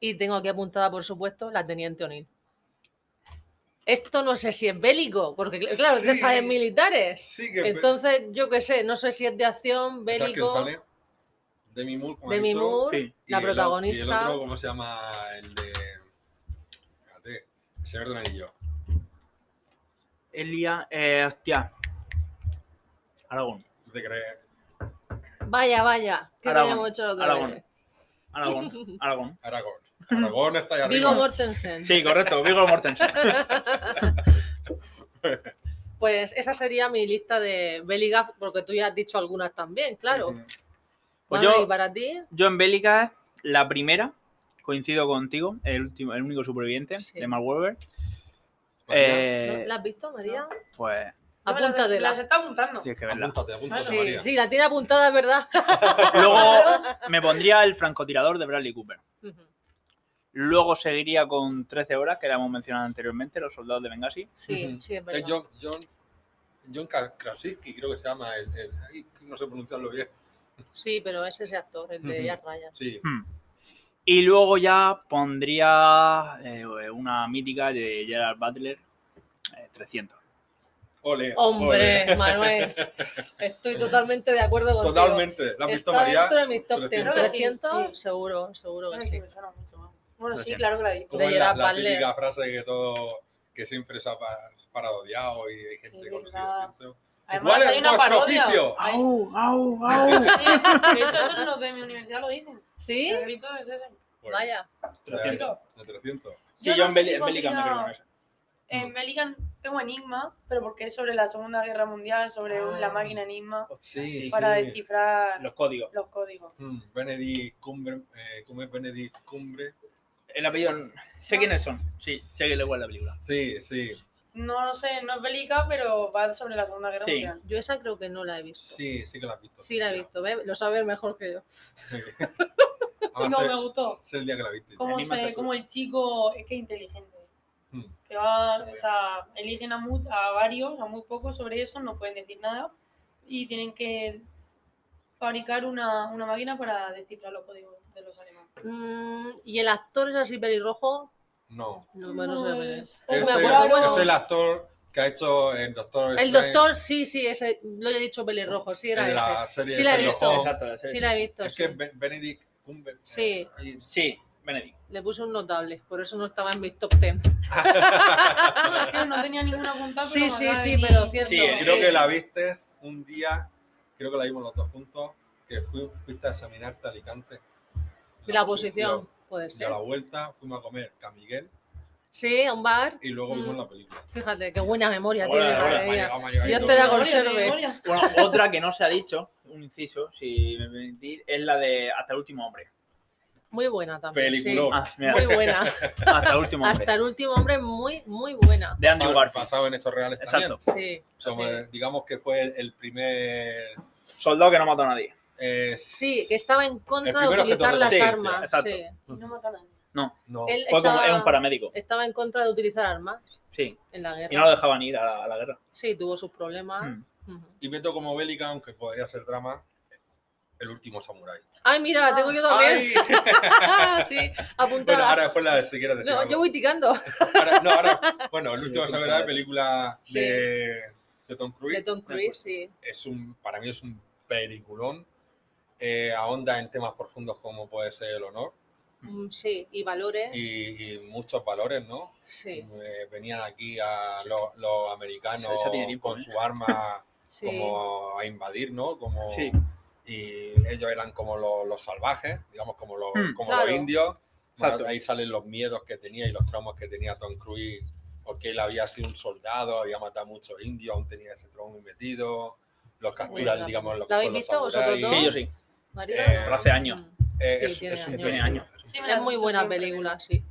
D: Y tengo aquí apuntada, por supuesto, la Teniente O'Neill. Esto no sé si es bélico, porque cl- claro, es de
B: Sí.
D: esas es militares.
B: Sí que es-
D: Entonces, yo qué sé, no sé si es de acción,
B: ¿sabes quién
D: bélico,
B: sale? Demi Moore, como
D: de
B: has
D: mi
B: dicho,
D: Moore.
A: Sí.
B: y
D: la
B: el o-
D: protagonista.
B: y el otro, ¿cómo se llama? El de. Fíjate, el señor del anillo.
A: Elia, eh, hostia. Aragón.
B: ¿Tú te crees?
D: Vaya, vaya, que
A: Aragón,
D: tenemos hecho lo que
A: Aragón.
D: ver.
A: Aragón. Aragón.
B: Aragón. Aragón está ahí arriba.
D: Viggo Mortensen.
A: Sí, correcto. Viggo Mortensen.
D: Pues esa sería mi lista de bélicas, porque tú ya has dicho algunas también, claro.
B: Ujú.
A: Pues
D: Manuel,
A: yo-
D: ¿y para ti,
A: Yo en Bélica, la primera, coincido contigo, el, último, el único superviviente
D: Sí.
A: de Mark Wahlberg.
B: María,
A: Eh,
D: ¿No- ¿la has visto, María?
A: pues,
C: No, me las-
D: Apúntatela.
C: Las está apuntando.
A: tienes que verla.
B: Apúntate, apúntate,
C: Sí,
D: Ah, Sí,
B: María.
D: sí, la tiene apuntada, es ¿verdad?
A: Luego me pondría el francotirador de Bradley Cooper.
D: Ujú,
A: Luego seguiría con 13 horas, que la hemos mencionado anteriormente, los soldados de Benghazi.
D: Sí,
B: Ujú. Eh,
D: sí, es
B: Es
D: verdad.
B: John, John, John Ka- Krasinski, creo que se llama. El, el- ay, no sé pronunciarlo bien.
D: Sí, pero es ese actor, el de
B: Ujú.
D: Jack Ryan.
B: Sí.
A: Hmm. Y luego ya pondría eh, una mítica de Gerard Butler, eh, 300.
B: Ole. ole.
D: Hombre, Manuel, estoy totalmente de acuerdo contigo.
B: Totalmente. ¿La has visto,
D: Está
B: María?
D: dentro de mis top 10.
B: 300.
D: 300,
C: Sí.
D: seguro, seguro
C: No
D: que
C: sé si
D: sí.
C: me suena mucho más. Bueno,
A: Lo
C: sí,
A: siento.
C: claro que la he visto.
B: Como es la,
D: Gerard
B: la
D: Butler.
B: típica frase que todo que siempre se ha pa- parodiado y hay gente
C: Es
B: con
C: verdad.
B: resentimiento.
C: Además,
B: ¿Cuál es
C: hay una
B: vuestro
C: parodia.
B: oficio?
C: Hay-
A: au,
C: Sí, de hecho, eso los de mi universidad lo dicen.
D: ¿Sí?
C: El grito es ese.
B: Pues,
D: Vaya.
A: 300.
B: De 300.
A: Sí,
C: Yo
A: yo,
C: no
A: en,
C: sé
A: Bel-
C: si
A: en Bélgica me creo
C: podría-
A: con eso.
C: En Bellingham Eh, tengo Enigma, pero porque es sobre la Segunda Guerra Mundial, sobre
B: Ah.
C: la máquina Enigma,
B: Sí,
C: para
B: sí.
C: descifrar los,
A: Los códigos.
C: códigos.
B: Mm, Benedict Cumbre, eh, ¿cómo es Benedict Cumbre?
A: El apellido. Sé quiénes son. Sí, sé que le guarda la película.
B: Sí, sí,
C: No lo sé, no es bélica, pero va sobre la Segunda Guerra
A: Sí.
C: Mundial.
D: Yo esa creo que no la he visto. Sí,
B: sí, sí que la has visto.
D: la he visto. ¿ve? Lo sabes mejor que yo.
B: Además,
C: No,
B: Ah, sé-
C: me gustó.
B: sé el día que la viste.
C: Cómo,
A: Enigma
C: se,
A: está
C: cómo el chico es que es inteligente.
B: Mm.
C: Que va, o sea, eligen a, mu- a varios, a muy pocos sobre eso, no pueden decir nada y tienen que fabricar una, una máquina para descifrar los códigos de los alemanes.
D: Mm, y el actor es así pelirrojo.
B: No.
D: No, bueno, no sé lo que es.
C: Pues,
B: Ese-
D: me acuerdo.
B: ese Este, es el actor que ha hecho el doctor.
D: El
B: Strange,
D: doctor, sí, sí, ese, lo he dicho pelirrojo, sí, era
B: de
D: ese.
B: la serie
D: Sí la he
B: Sherlock
D: visto.
B: Holmes.
A: Exacto, la serie.
D: Sí, la he visto.
B: Es
D: sí.
B: que Ben- Benedict Cumber.
D: Sí.
B: ahí-
A: Sí, Benedict.
D: Le puse un notable, por eso no estaba en mis top ten.
C: Ah, es que no tenía ninguna apuntada.
D: Sí,
C: pero me
D: sí,
C: acaba de
D: sí,
C: venir.
D: pero cierto.
A: Sí, eh,
B: Creo que la viste un día, creo que la vimos los dos juntos, que fui- fuiste a examinarte a Alicante.
D: De la posición,
B: Y
D: puede
B: a
D: ser.
B: la vuelta fuimos a comer a Miguel
D: Sí, a un bar.
B: y luego vimos
D: Mm. Ah,
B: la película.
D: Fíjate, qué buena memoria
A: Hola,
D: tiene,
A: hola,
D: madre
B: Me ha
D: mía.
B: llegado, me ha llegado
D: Dios
B: ahí
D: te la
B: todo.
C: Memoria,
D: conserve.
C: memoria.
A: Bueno, otra que no se ha dicho, un inciso, si me permitís, es la de Hasta el último hombre.
D: Muy buena también. sí.
B: Peliculón.
A: Ah, mira,
D: Muy buena.
A: Hasta el último hombre.
D: Hasta el último hombre, muy, muy buena.
A: De Andrew
B: Basado-
A: Garfield.
B: Basado en hechos reales
A: Exacto.
B: también.
D: Sí.
B: O sea,
D: sí.
B: pues, digamos que fue el, el primer...
A: Soldado que no mató a nadie.
B: eh,
D: Sí, que estaba en
B: El
D: contra de
B: primero que
D: utilizar
B: todo
D: las
A: sí, sí,
D: armas.
A: exacto.
D: sí.
C: Y no mata a nadie.
B: no,
D: Él
A: Fue como,
D: estaba-
A: es un paramédico.
D: Estaba en contra de utilizar armas
A: Sí.
D: en la guerra.
A: Y no lo dejaban ir a la, a la guerra.
D: Sí, tuvo sus problemas.
A: Mm.
D: Ujú.
B: Y meto como bélica, aunque podría ser drama, el último samurái.
D: Ay, mira, la tengo yo también.
B: ¡Ay!
D: Ah, sí,
B: Bueno,
D: apuntada.
B: ahora después la de si quieres decir
D: no,
B: algo.
D: yo voy ticando.
B: Ahora- no, ahora, bueno, el
A: Sí,
B: último
A: Tom
B: saberá de
A: Cruise.
B: película de, de Tom Cruise.
D: De Tom
B: pues,
D: Cruise, sí.
B: Es un, para mí es un peliculón. Eh, ahonda en temas profundos como puede ser el honor
D: Mm, Sí, y valores.
B: y, y muchos valores, ¿no?
D: Sí,
B: Eh, venían aquí a los, los americanos
A: Esa- esa tiene tiempo,
B: con
A: ¿eh?
B: su arma
D: sí.
B: como a invadir, Oh. ¿no? Como,
A: Sí.
B: y ellos eran como los, los salvajes, digamos, como los,
A: Mm,
B: como
D: Hmm, claro.
B: los indios. Bueno,
A: Exacto.
B: ahí salen los miedos que tenía y los traumas que tenía Tom Cruise, porque él había sido un soldado, había matado a muchos indios, aún tenía ese trauma metido. Los capturan,
D: la-
B: digamos, los
D: ¿la
B: que
D: habéis
B: son los
D: visto vosotros
B: samuráis.
D: dos?
A: Sí, yo sí.
D: Marina.
B: Eh,
A: Pero hace años.
D: Mm.
B: Eh,
D: Sí,
B: es,
D: tiene
B: es un
D: años.
A: Tiene años.
B: peliculón.
C: Sí, me la
D: Es
C: han
D: muy
C: dicho
D: buena
C: siempre,
D: película, sí.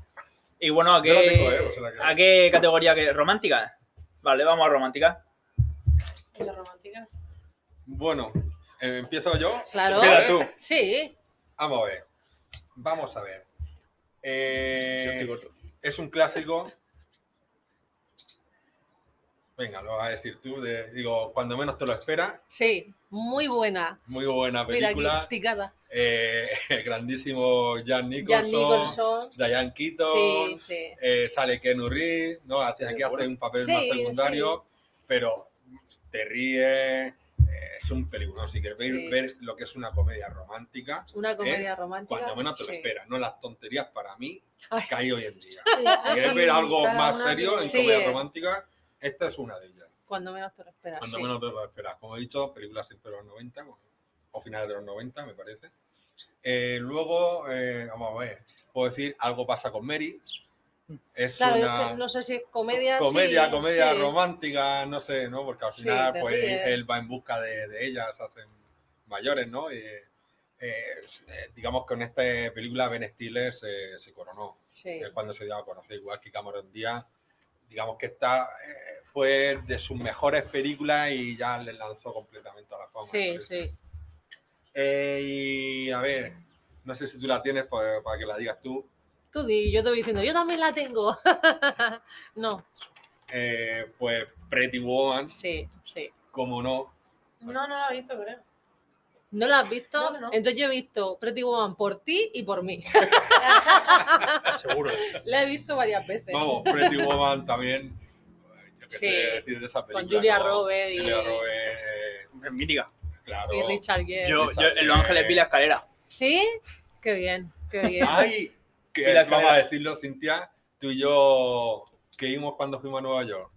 A: Y bueno, ¿a
B: Yo la tengo,
A: qué,
B: eh, o sea que-
A: ¿a qué categoría? Que, ¿Romántica? Vale, vamos a romántica.
C: pero es romántica.
B: Bueno, eh, empiezo yo. ¿eh?
D: Claro.
A: Empieza tú.
D: Sí,
B: Vamos a ver. Vamos a ver. Eh,
A: Yo estoy corto.
B: es un clásico. Venga, lo vas a decir tú. de- digo, cuando menos te lo esperas.
D: sí. Muy buena.
B: Muy buena
D: Mira aquí,
B: película.
D: ticada.
B: Eh, grandísimo Jan
D: Jan
B: Nicholson.
D: Nicholson.
B: Diane Keaton.
D: Sí, sí.
B: eh, sale Ken Reeves. ¿no? Aquí, aquí hace un papel más
D: Sí,
B: secundario. Pero te ríes. eh, es un película. Si quieres ver,
D: Sí.
B: ver lo que es una comedia romántica,
D: Una comedia
B: Es
D: romántica.
B: cuando menos te lo
D: sí.
B: esperas. No las tonterías para mí
D: Ay.
B: que hay hoy en día.
C: Sí,
B: ¿Quieres
C: hay
B: ver algo
C: cada
B: más
C: una
B: serio
C: que-
B: en
D: Sí,
B: comedia
D: eh.
B: romántica? Esta es una de ellas.
D: Cuando menos te lo esperas.
B: Cuando
D: sí.
B: menos te lo esperas. Como he dicho, películas siempre de los 90, bueno, o finales de los 90, me parece. Eh, luego, eh, vamos a ver, puedo decir Algo pasa con Mary. Es
D: Claro, yo
B: una
D: que no sé si es comedia.
B: comedia,
D: sí,
B: comedia
D: sí.
B: romántica, no sé, ¿no? Porque al
D: Sí,
B: final,
D: te
B: pues,
D: ríes.
B: él va en busca de, de ellas, se hacen mayores, ¿no? Y, eh, eh, digamos que en esta película Ben Stiller se, se coronó
D: Sí.
B: es cuando se dio a conocer, igual que Cameron Díaz. Digamos que esta eh, fue de sus mejores películas y ya le lanzó completamente a la fama. me
D: Sí,
B: parece.
D: sí.
B: Eh, y a ver, no sé si tú la tienes pues, para que la digas tú.
D: Tú di, yo te voy diciendo, yo también la tengo. no,
B: Eh, pues Pretty Woman,
D: sí, sí.
B: como no.
C: No, no la he visto, creo.
D: ¿No la has visto?
C: No, no.
D: Entonces yo he visto Pretty Woman por ti y por mí.
A: Seguro.
D: la he visto varias veces.
B: Vamos, Pretty Woman también. eh, Yo qué
D: Sí,
B: sé decir de esa película.
D: Julia
B: ¿no?
D: Roberts y-
B: Julia Roberts, eh,
A: Es mítica.
B: claro.
D: Y Richard Gere.
A: Yo, yo en Los Ángeles vi la escalera.
D: ¿Sí? Qué bien, qué bien.
B: Ay,
A: Y
B: que
A: la
B: vamos a
A: carrera.
B: decirlo, Cintia, tú y yo, que vimos cuando fuimos a Nueva York.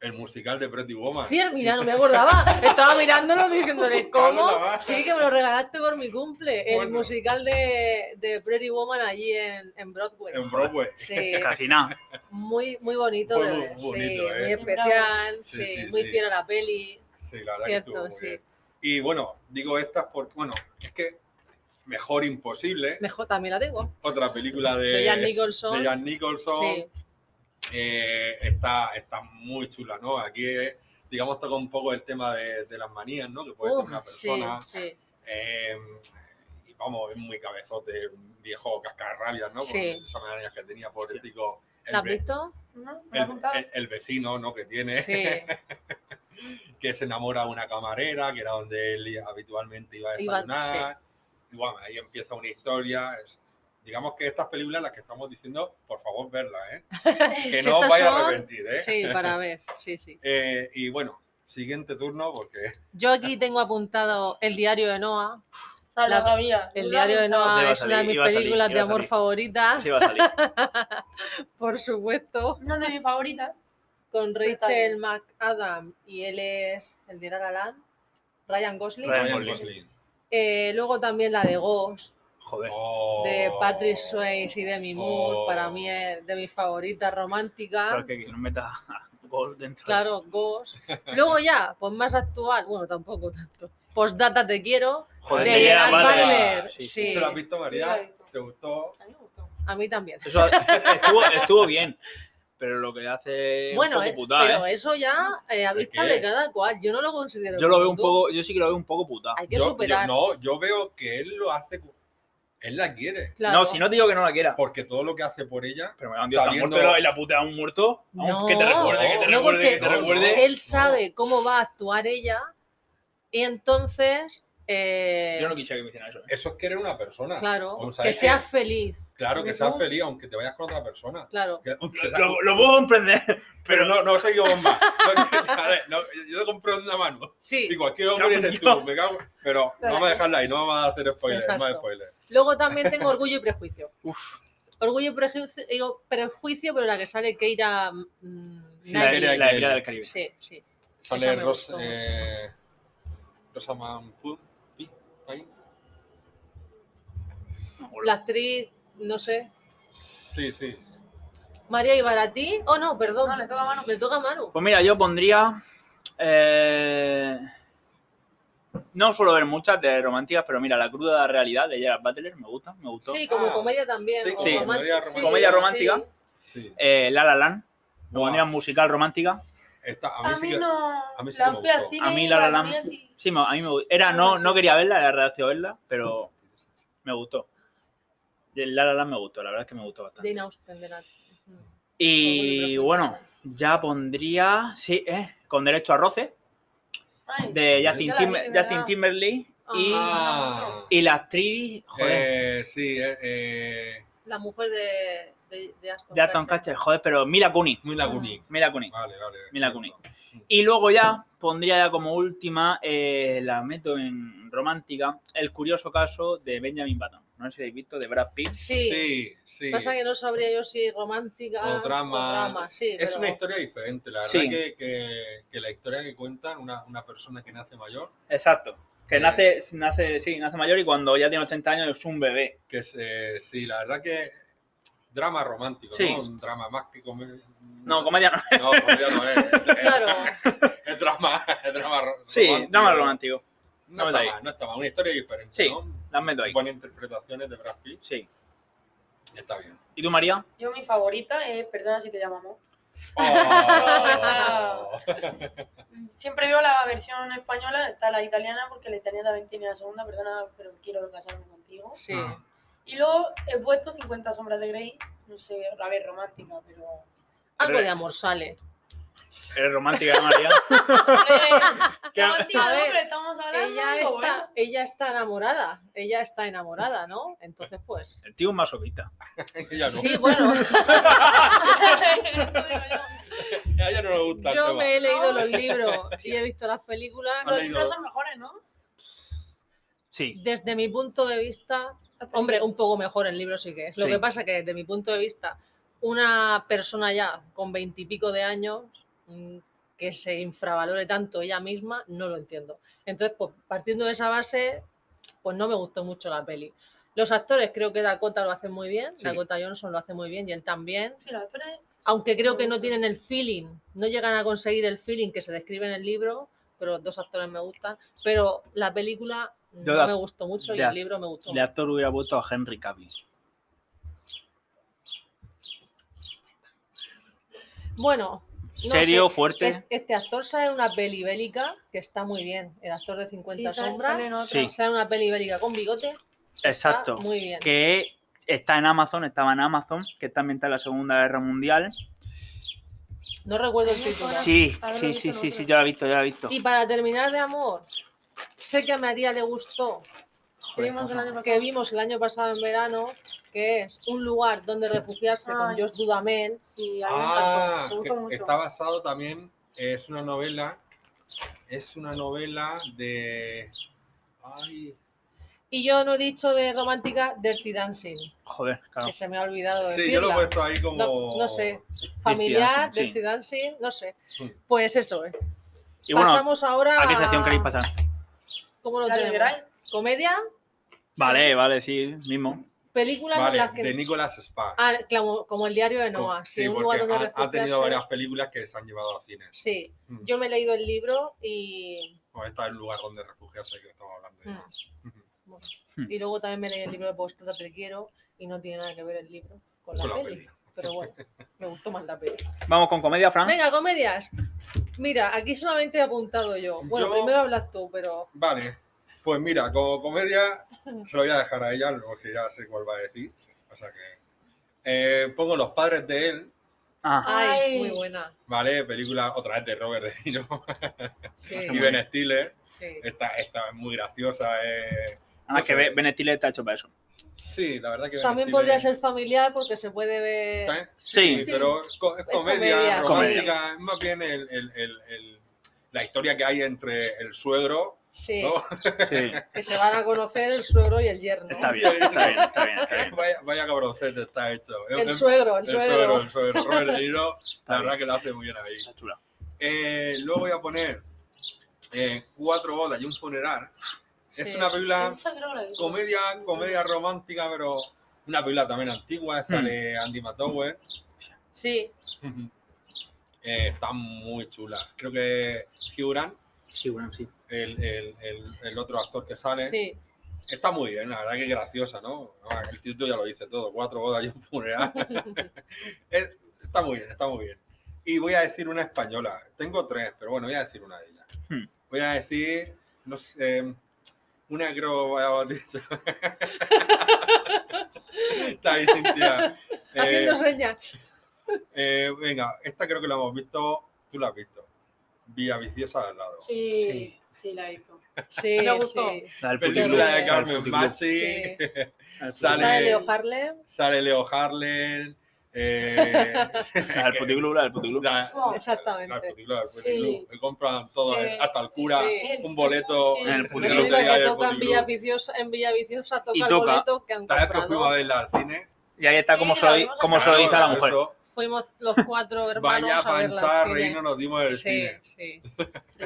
B: el musical de Pretty Woman.
D: Sí, mira, no me acordaba. Estaba mirándolo diciéndole, ¿cómo?
B: Anda,
D: Sí, que me lo regalaste por mi cumple. El
B: Bueno.
D: musical de, de Pretty Woman allí en, en Broadway.
B: En Broadway.
D: Sí,
A: Casi nada.
D: muy, muy bonito.
B: Fue
D: de
B: muy
D: ver,
B: bonito,
D: sí,
B: ¿eh?
D: Muy especial,
B: Sí,
D: sí,
B: sí,
D: muy
B: sí.
D: fiel a la peli.
B: Sí, la verdad
D: Cierto,
B: que estuvo muy
D: sí.
B: bien. Y bueno, digo estas porque, bueno, es que Mejor Imposible,
D: Mejor, también la tengo.
B: otra película de,
D: De Jan
B: de
D: Nicholson.
B: Jack Eh, Nicholson,
D: Sí,
B: eh, está, está muy chula, ¿no? Aquí, eh, digamos, toca un poco el tema de, de las manías, ¿no? Que puede
D: Uf,
B: tener pues, una
D: sí,
B: persona.
D: sí,
B: eh, y vamos, es muy cabezote, un viejo cascarrabias, ¿no? Por
D: Sí.
B: Esas manías que tenía, pobrecito,
D: ¿La
B: el,
D: has
B: ve- ¿Eh?
D: visto?
C: ¿No? ¿Me lo has
B: el,
C: contado?
B: el- el vecino, ¿no? Que tiene.
D: Sí,
B: que se enamora de una camarera, que era donde él habitualmente iba a
D: Iba,
B: desayunar. Y bueno, ahí empieza una historia. Es- digamos que estas películas, las que estamos diciendo, por favor, verlas, ¿eh? Que
D: Sí,
B: no os
D: estas
B: vaya a
D: son-
B: arrepentir, ¿eh?
D: sí, para ver. Sí, sí.
B: Eh, Y bueno, siguiente turno, porque
D: Yo aquí tengo apuntado El diario de Noah.
C: Sale
D: la-
C: Gavia.
D: El
C: Yo
D: diario
C: la
D: de
C: pensaba.
A: Iba
D: Noah
A: a
D: es una de
A: salir,
D: mis
A: iba a salir,
D: películas de
A: iba a
D: amor
A: salir.
D: favoritas,
A: Sí va a salir.
D: por supuesto.
C: Una de mis favoritas.
D: Con
C: está
D: Rachel McAdam y él es el de La La Land, Ryan Gosling.
A: Ryan
B: Ryan
A: Gosling.
B: Gosling.
D: Eh, luego también la de Ghost,
A: Joder.
B: Oh,
D: de Patrick Swayze y Demi Moore,
B: Oh.
D: para mí es de mis favoritas
A: Claro,
D: románticas.
A: que, que no meta gol dentro.
D: Ah. Claro, Ghost. Luego ya, pues más actual, bueno, tampoco tanto. Postdata Te Quiero,
A: Joder,
D: de
A: que
B: Gerard
D: Gerard
A: llega, vale.
D: Butler.
A: Sí,
D: Sí,
A: sí.
B: ¿Te lo has visto,
C: Sí, la he
B: María?
C: visto.
B: ¿Te gustó?
C: A mí me gustó.
D: a mí también.
A: Eso estuvo, estuvo bien. Pero lo que hace. es
D: Bueno,
A: un
D: eh,
A: poco putada,
D: pero
A: ¿eh?
D: eso ya eh, a
B: ¿De
D: vista
B: qué?
D: de cada cual, yo no lo considero.
A: Yo lo veo
D: como
A: un
D: tú.
A: poco. Yo sí que lo veo un poco putada.
D: Hay que
B: Yo- yo-
D: superar.
B: no, yo veo que él lo hace. cu- Él la quiere.
D: claro.
A: No, si no te digo que no la quiera.
B: Porque todo lo que hace por ella
A: Pero me han dicho, ¿está
B: Sabiendo-
A: muerto y la puta a un muerto? A un-
D: No.
A: que te recuerde, que te
D: No,
A: recuerde, que te
B: porque-
A: recuerde.
D: él sabe cómo va a actuar ella y entonces, eh,
A: Yo no quisiera que me hicieran eso. ¿eh?
B: Eso es que eres una persona.
D: claro,
B: O sea,
D: que
B: es-
D: sea feliz,
B: Claro, que
C: ¿No?
B: seas feliz, aunque te vayas con otra persona.
D: claro.
B: Que- aunque
A: Lo-
B: sea-
A: Lo, lo puedo comprender,
B: pero
A: pero no.
B: no, no soy yo bomba. No, que- a ver, no, yo te compré una mano.
D: Sí.
B: Y cualquier hombre
A: Cago en
B: dices tú,
A: Dios.
B: me cago. Pero no
C: Pero
B: vamos a
C: aquí-
B: dejarla ahí, no vamos a hacer spoilers.
D: Exacto.
B: Más spoilers.
D: Luego también tengo Orgullo y Prejuicio.
A: Uf,
D: Orgullo y Prejuicio, digo, prejuicio pero la que sale Keira mm,
B: Sí,
A: la,
D: Knightley.
B: quería
A: la,
B: que-
A: la Emilia del Caribe.
D: Sí, sí.
B: Sale
D: Esa me
B: Ros,
D: gustó mucho.
B: eh, Rosa Manpul. ¿sí? ¿Ahí?
D: La actriz, no sé,
B: Sí, sí.
D: María Ibaratí. Oh, no, perdón.
C: No, le toca a mano.
D: Me toca a Manu.
A: Pues mira, yo pondría. eh, no suelo ver muchas de románticas, pero mira, La cruda realidad de Gerard Butler me gusta, me gustó.
D: Sí, como
B: Ah,
D: comedia también.
B: sí,
D: o
A: como
D: román-
B: comedia
D: sí,
B: romántica.
A: Comedia romántica.
B: sí.
A: Eh, la La Land, lo
B: Buah,
A: pondría musical romántica.
B: esta- a
C: A
B: mí sí
C: mí
B: que-
C: no.
B: a mí sí que
C: La
B: me
C: fui al
B: gustó.
C: cine.
A: A mí
C: y
A: La La
C: las
A: Land-
C: mías y-
A: Sí, me- a mí me gu- Era, no, no quería verla, era reacio a verla, pero me gustó. Y el La La Land me gustó, la verdad es que me gustó bastante.
D: Jane Austen, de la-
A: Y bueno, ya pondría, sí, eh, con derecho a roce,
C: Ay,
A: de Justin,
C: Ya la
A: Timber-
C: vi, ¿verdad?
A: Justin Timberlake y,
B: Ah,
A: y la actriz, joder,
B: eh, sí, eh, eh,
D: La mujer de, de, de Aston
A: de Aston
D: Kutcher.
A: Catcher, joder, pero Mila Kunis,
B: muy lagunic.
A: Mila Kunis.
B: Vale, vale.
A: Mila Kunis. Y luego ya pondría ya como última, eh, la meto en romántica, el curioso caso de Benjamin Button. No sé si habéis visto, de Brad Pitt.
D: Sí.
B: sí. sí.
D: Pasa que no sabría yo si romántica
B: O drama.
D: drama, sí,
B: Es
D: pero
B: una historia diferente, la verdad
A: Sí.
B: que, que- que la historia que cuentan una, una persona que nace mayor,
A: Exacto. Que
B: Eh.
A: nace, nace, sí, nace mayor y cuando ya tiene 80 años es un bebé.
B: que es, eh, sí, la verdad que drama romántico,
A: Sí.
B: ¿no? Un drama más que comedia.
A: No, comedia no.
B: No, comedia no es. es-
D: Claro,
B: Es, drama, es drama ro-
A: Sí,
B: romántico.
A: drama romántico.
B: No
A: Dámelo
B: está
A: ahí.
B: mal, no está mal, una historia diferente,
A: Sí.
B: ¿no?
A: Las meto ahí.
B: Buenas interpretaciones de Brad Pitt,
A: Sí.
B: está bien.
A: ¿Y tú, María?
C: Yo mi favorita es Perdona si te llamamos.
B: Oh.
C: Siempre veo la versión española, está la italiana, porque la italiana también tiene la segunda, perdona, pero quiero casarme contigo.
D: sí.
A: Ah.
C: Y luego he puesto 50 sombras de Grey, no sé, a ver, romántica, pero...
D: Algo de amor sale.
A: Eres romántica, María.
C: Eh, romántica
D: A
C: no,
D: ver,
C: pero estamos hablando
D: Ella
C: de algo
D: está,
C: bueno.
D: ella está enamorada, ella está enamorada, ¿no? Entonces, pues.
A: El tío es masoquista.
B: Ella no,
D: Sí, bueno,
C: Eso digo yo.
B: a ella no le gusta el
D: yo
B: tema.
D: me he leído los libros y he visto las películas.
B: Vale.
C: Los libros son mejores, ¿no?
A: Sí.
D: Desde mi punto de vista, hombre, un poco mejor el libro sí que es. Lo
A: Sí.
D: que pasa que desde mi punto de vista, una persona ya con veintipico de años, mm, que se infravalore tanto ella misma, no lo entiendo. Entonces, pues partiendo de esa base, pues no me gustó mucho la peli. Los actores creo que Dakota lo hace muy bien,
A: Sí.
D: Dakota Johnson lo hace muy bien y él también.
C: Sí, los actores,
D: Aunque creo que no
C: gusta.
D: tienen el feeling, no llegan a conseguir el feeling que se describe en el libro, pero los dos actores me gustan. Pero la película
A: Yo
D: no
A: de-
D: me gustó mucho y
A: de-
D: el libro me gustó.
A: De actor hubiera vuelto a Henry Cavill.
D: Bueno, No
A: Serio,
D: sé,
A: fuerte.
D: e- este actor sale en una peli bélica que está muy bien. El actor de 50
C: sí, sal-
D: sombras
C: salen otros.
A: Sí.
D: sale en una peli bélica con bigote. está
A: Exacto.
D: muy bien.
A: que está en Amazon, estaba en Amazon, que también está en la Segunda Guerra Mundial.
D: No recuerdo el
C: Sí,
D: título.
C: Ahora-
A: Sí,
C: ahora lo he
A: sí,
C: visto
A: sí,
C: en
A: sí,
C: otro.
A: sí, yo la he visto, yo la he visto.
D: Y para terminar de amor, sé que a María le gustó,
C: Que vimos el año pasado.
D: que vimos el año pasado en verano, que es un lugar donde refugiarse con
C: Ay.
D: Josh Dudamel.
C: Sí, a mí me
B: Ah,
C: encantó, me gustó
B: que
C: mucho.
B: está basado también, es una novela, es una novela de... Ay,
D: Y yo no he dicho de romántica Dirty Dancing,
A: Joder, claro.
D: que se me ha olvidado
B: sí, yo lo he
D: decirla.
B: puesto ahí como...
D: No, no sé, familiar,
A: Dancing, sí.
D: Dirty Dancing, no sé.
B: Sí.
D: Pues eso, eh.
A: Y bueno,
D: pasamos ahora
A: ¿a qué sección queréis pasar?
D: ¿Cómo lo
C: La de
D: tenemos?
C: Verai,
D: Comedia,
A: Vale, vale, sí, mismo.
D: películas en
B: Vale,
D: las que...
B: de Nicolas Sparks.
D: Ah, claro, como el diario de Noah, sí,
B: sí,
D: un
B: porque
D: lugar donde
B: ha, ha tenido
D: refugiarse.
B: varias películas que se han llevado a cines.
D: Sí,
B: Mm.
D: yo me he leído el libro y,
B: Está el lugar donde refugiarse que estamos hablando. y
D: Mm.
B: demás. Ujú.
A: Hmm.
D: y luego también me leí el libro de Postdata Te Quiero y no tiene nada que ver el libro con la,
B: Con la
D: peli.
B: peli. Ah.
D: Pero bueno, me gustó más la peli.
A: Vamos con comedia, Fran.
D: Venga, comedias. Mira, aquí solamente he apuntado yo. Bueno,
B: Yo-
D: primero hablas tú, pero
B: Vale, pues mira, como comedia se lo voy a dejar a ella, porque ya sé cuál va a decir. O sea que eh, pongo los padres de él,
A: Ah,
D: ay, es
C: Ay.
D: muy buena.
B: ¿vale? Película otra vez de Robert De Niro
D: Sí,
B: y Ben Stiller.
D: sí.
B: Esta, esta es muy graciosa. eh.
A: ah, que
B: sé.
A: Be- Benettile está hecho para eso.
B: Sí, la verdad que Ben
D: También
B: Stiller-
D: podría ser familiar porque se puede ver.
B: También- Sí,
A: Sí.
B: pero es co- es comedia,
D: comedia,
B: romántica, es más bien el- el- el- el- la historia que hay entre el suegro
D: Sí,
B: ¿no?
A: Sí,
D: que se van a conocer el suegro y el yerno.
A: está bien, está bien, está bien, está bien.
B: Vaya, vaya cabroncete está hecho.
D: El
B: Es-
D: suegro, el
B: El suegro,
D: suegro.
B: el suegro. Robert De Niro, la
A: bien.
B: verdad que lo hace muy bien ahí.
A: Está chula.
B: Eh, luego voy a poner eh, Cuatro bodas y un funeral. Es
D: Sí.
B: una película
C: esa creo que la he visto.
B: Ah. comedia, comedia romántica, pero una película también antigua, esa
A: Mm.
B: de Andy McDowell.
D: Sí,
B: Eh, está muy chula. Creo que Hugh Grant,
A: Sí, bueno, sí.
B: el, el- el- el otro actor que sale,
D: sí.
B: está muy bien, la verdad que graciosa, ¿no? Ah, El título ya lo dice todo, Cuatro bodas y un funeral. Es- está muy bien, está muy bien. Y voy a decir una española. Tengo tres, pero bueno, voy a decir una de ellas.
A: Hmm.
B: Voy a decir, no sé, em, una creo que voy a dicho. Está ahí, Cintia. Eh,
D: Haciendo señas.
B: eh, venga, esta creo que la hemos visto, tú la has visto. Villa Viciosa de al lado.
C: Sí,
A: Sí.
C: sí, la he visto.
D: Sí,
C: Me gustó.
D: sí.
A: La del
B: Película
A: puticlub,
B: de
A: la del
B: Carmen
A: puticlub.
B: Machi,
D: Sí.
A: La del
B: Sale-
D: Sale Leo Harlem.
B: sale Leo Harlan. eh,
A: puticlub. La del puticlub, la del puticlub.
B: la-
D: Exactamente.
B: la película del
C: Sí.
B: Puticlub. Me compran todo,
C: Eh,
B: hasta el cura,
D: sí.
B: un boleto
C: Sí.
A: En el
B: de
A: Puticlub.
D: Resulta
B: lotería
D: que
B: del
D: toca en
B: Puticlub.
D: Villaviciosa, en Villaviciosa toca,
A: Y
D: el
A: toca.
D: boleto que han
B: Esta vez que fuimos a
D: comprado.
B: verla al cine,
A: Y ahí está
C: Sí,
A: como se
C: la
A: lo, di-
C: vimos
A: como se lo
B: claro,
A: dice a la mujer.
B: eso,
D: Fuimos los cuatro hermanos
B: vaya
D: a verla. al
B: panchar,
D: cine.
B: reino, nos dimos el
D: Sí,
B: cine.
D: sí.
C: Sí.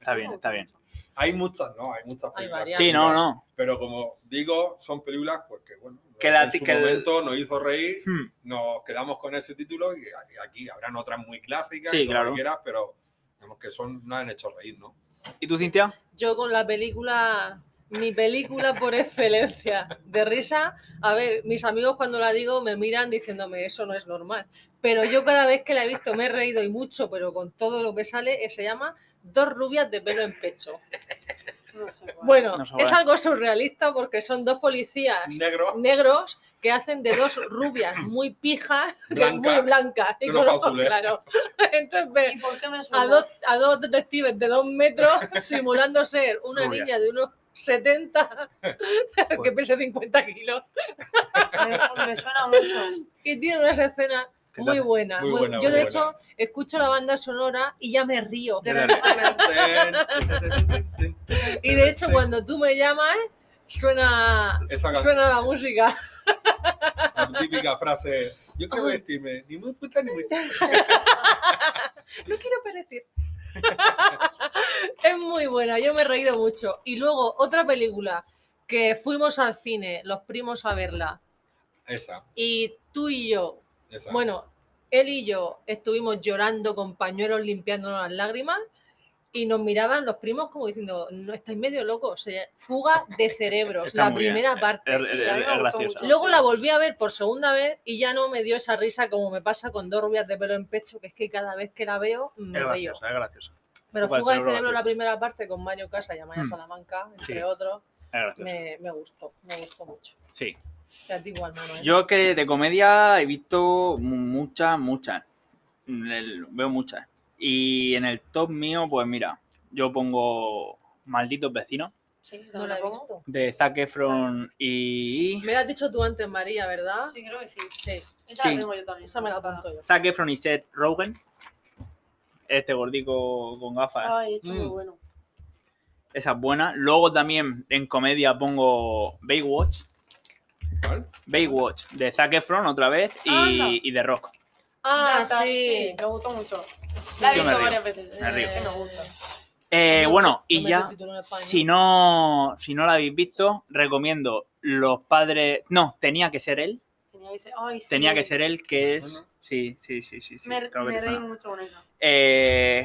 A: Está bien, está bien.
B: Hay muchas, no, hay muchas
D: Hay
B: películas.
D: varias.
A: Sí, no, no.
B: Pero como digo, son películas porque, bueno,
A: Que la-
B: en su
A: que el-
B: momento nos hizo reír,
A: Hmm.
B: nos quedamos con ese título y a- y aquí habrán otras muy clásicas,
A: Sí,
B: y todo lo
A: claro.
B: que quieras, pero digamos que son, nos han hecho reír, ¿no?
A: ¿Y tú, Cintia?
D: Yo con la película, mi película por excelencia de risa, a ver, mis amigos cuando la digo me miran diciéndome eso no es normal. Pero yo cada vez que la he visto me he reído y mucho, pero con todo lo que sale, eh, se llama Dos rubias de pelo en pecho.
C: No sé cuál.
D: Bueno,
A: No se
D: es
A: vale.
D: algo surrealista porque son dos policías
B: Negro,
D: negros que hacen de dos rubias muy pijas,
B: Blanca,
D: muy blancas y
B: de
D: con
B: unos
D: ojos
B: azules.
D: claros. Entonces ve
C: ¿Y por qué me suena?
D: a dos, a dos detectives de dos metros simulando ser una
A: Rubia.
D: niña de unos 70 que
A: Joder.
D: pesa 50 kilos
C: Me, me suena mucho.
D: que tiene unas escenas
A: Que
D: muy
A: la-
D: buenas.
B: muy
D: muy-
B: buena,
D: Yo
B: muy
D: de
B: buena.
D: hecho escucho la banda sonora y ya me río. Y de hecho cuando tú me llamas suena,
B: Esa canción.
D: suena la música.
B: La típica frase, yo quiero vestirme, ni muy puta ni muy...
D: No quiero parecer. Es muy buena, yo me he reído mucho. Y luego otra película que fuimos al cine, los primos a verla,
B: Esa,
D: y tú y yo,
B: esa.
D: bueno, él y yo estuvimos llorando con pañuelos limpiándonos las lágrimas y nos miraban los primos como diciendo, no estáis medio locos, o sea, fuga de cerebros,
A: Está
D: la
A: muy bien. Er,
D: primera parte.
A: Es-
C: Sí,
A: es-
C: a mí me
A: es
C: gustó
A: graciosa.
C: mucho.
D: Luego la volví a ver por segunda vez y ya no me dio esa risa como me pasa con dos rubias de pelo en pecho, que es que cada vez que la veo me
A: Es
D: río.
A: graciosa, es graciosa.
D: Pero
A: Fuga de
D: Fuga de
A: cerebro
D: Cerebro,
A: graciosa.
D: la primera parte con Mario Casa y Amaya
A: Hmm.
D: Salamanca, entre
A: Sí.
D: otros,
A: Es graciosa.
D: me, me gustó, me gustó mucho.
A: Sí.
D: Y a ti igual, Manuel.
A: Yo que de comedia he visto mu- muchas, muchas. El- Veo muchas. Y en el top mío, pues mira, yo pongo Malditos Vecinos
C: Sí,
D: no la he visto.
A: de Zac Efron y...
D: Me la has dicho tú antes, María, ¿verdad?
C: Ah, Sí, creo que sí.
D: Sí,
C: Esa
A: Sí.
C: la tengo yo también.
D: esa me la apunto yo.
A: Zac Efron y Seth Rogen. Este gordico con gafas.
C: Ay, esto es muy
A: Mm.
C: bueno.
A: Esa es buena. Luego también en comedia pongo Baywatch.
B: ¿Cuál?
A: Baywatch de Zac Efron otra vez
C: Anda.
A: y, y de Rock.
D: Ah,
C: Ya está,
D: sí.
C: Me gustó mucho. La he
A: Yo me
C: visto
A: río,
C: varias veces.
A: me río.
C: Es que me gusta.
A: Eh,
D: No,
A: bueno,
D: no
A: y
D: me sé
A: ya,
D: el título en español.
A: si no, si no la habéis visto, recomiendo Los Padres... No, tenía que ser él.
C: Tenía que ser. Ay, sí.
A: Tenía que ser él, que
B: ¿Me
A: es...
B: suena?
A: Sí, sí, sí, sí. sí,
C: Me,
A: claro que
C: me
A: te
C: reí
A: suena.
C: mucho con esa.
A: Eh,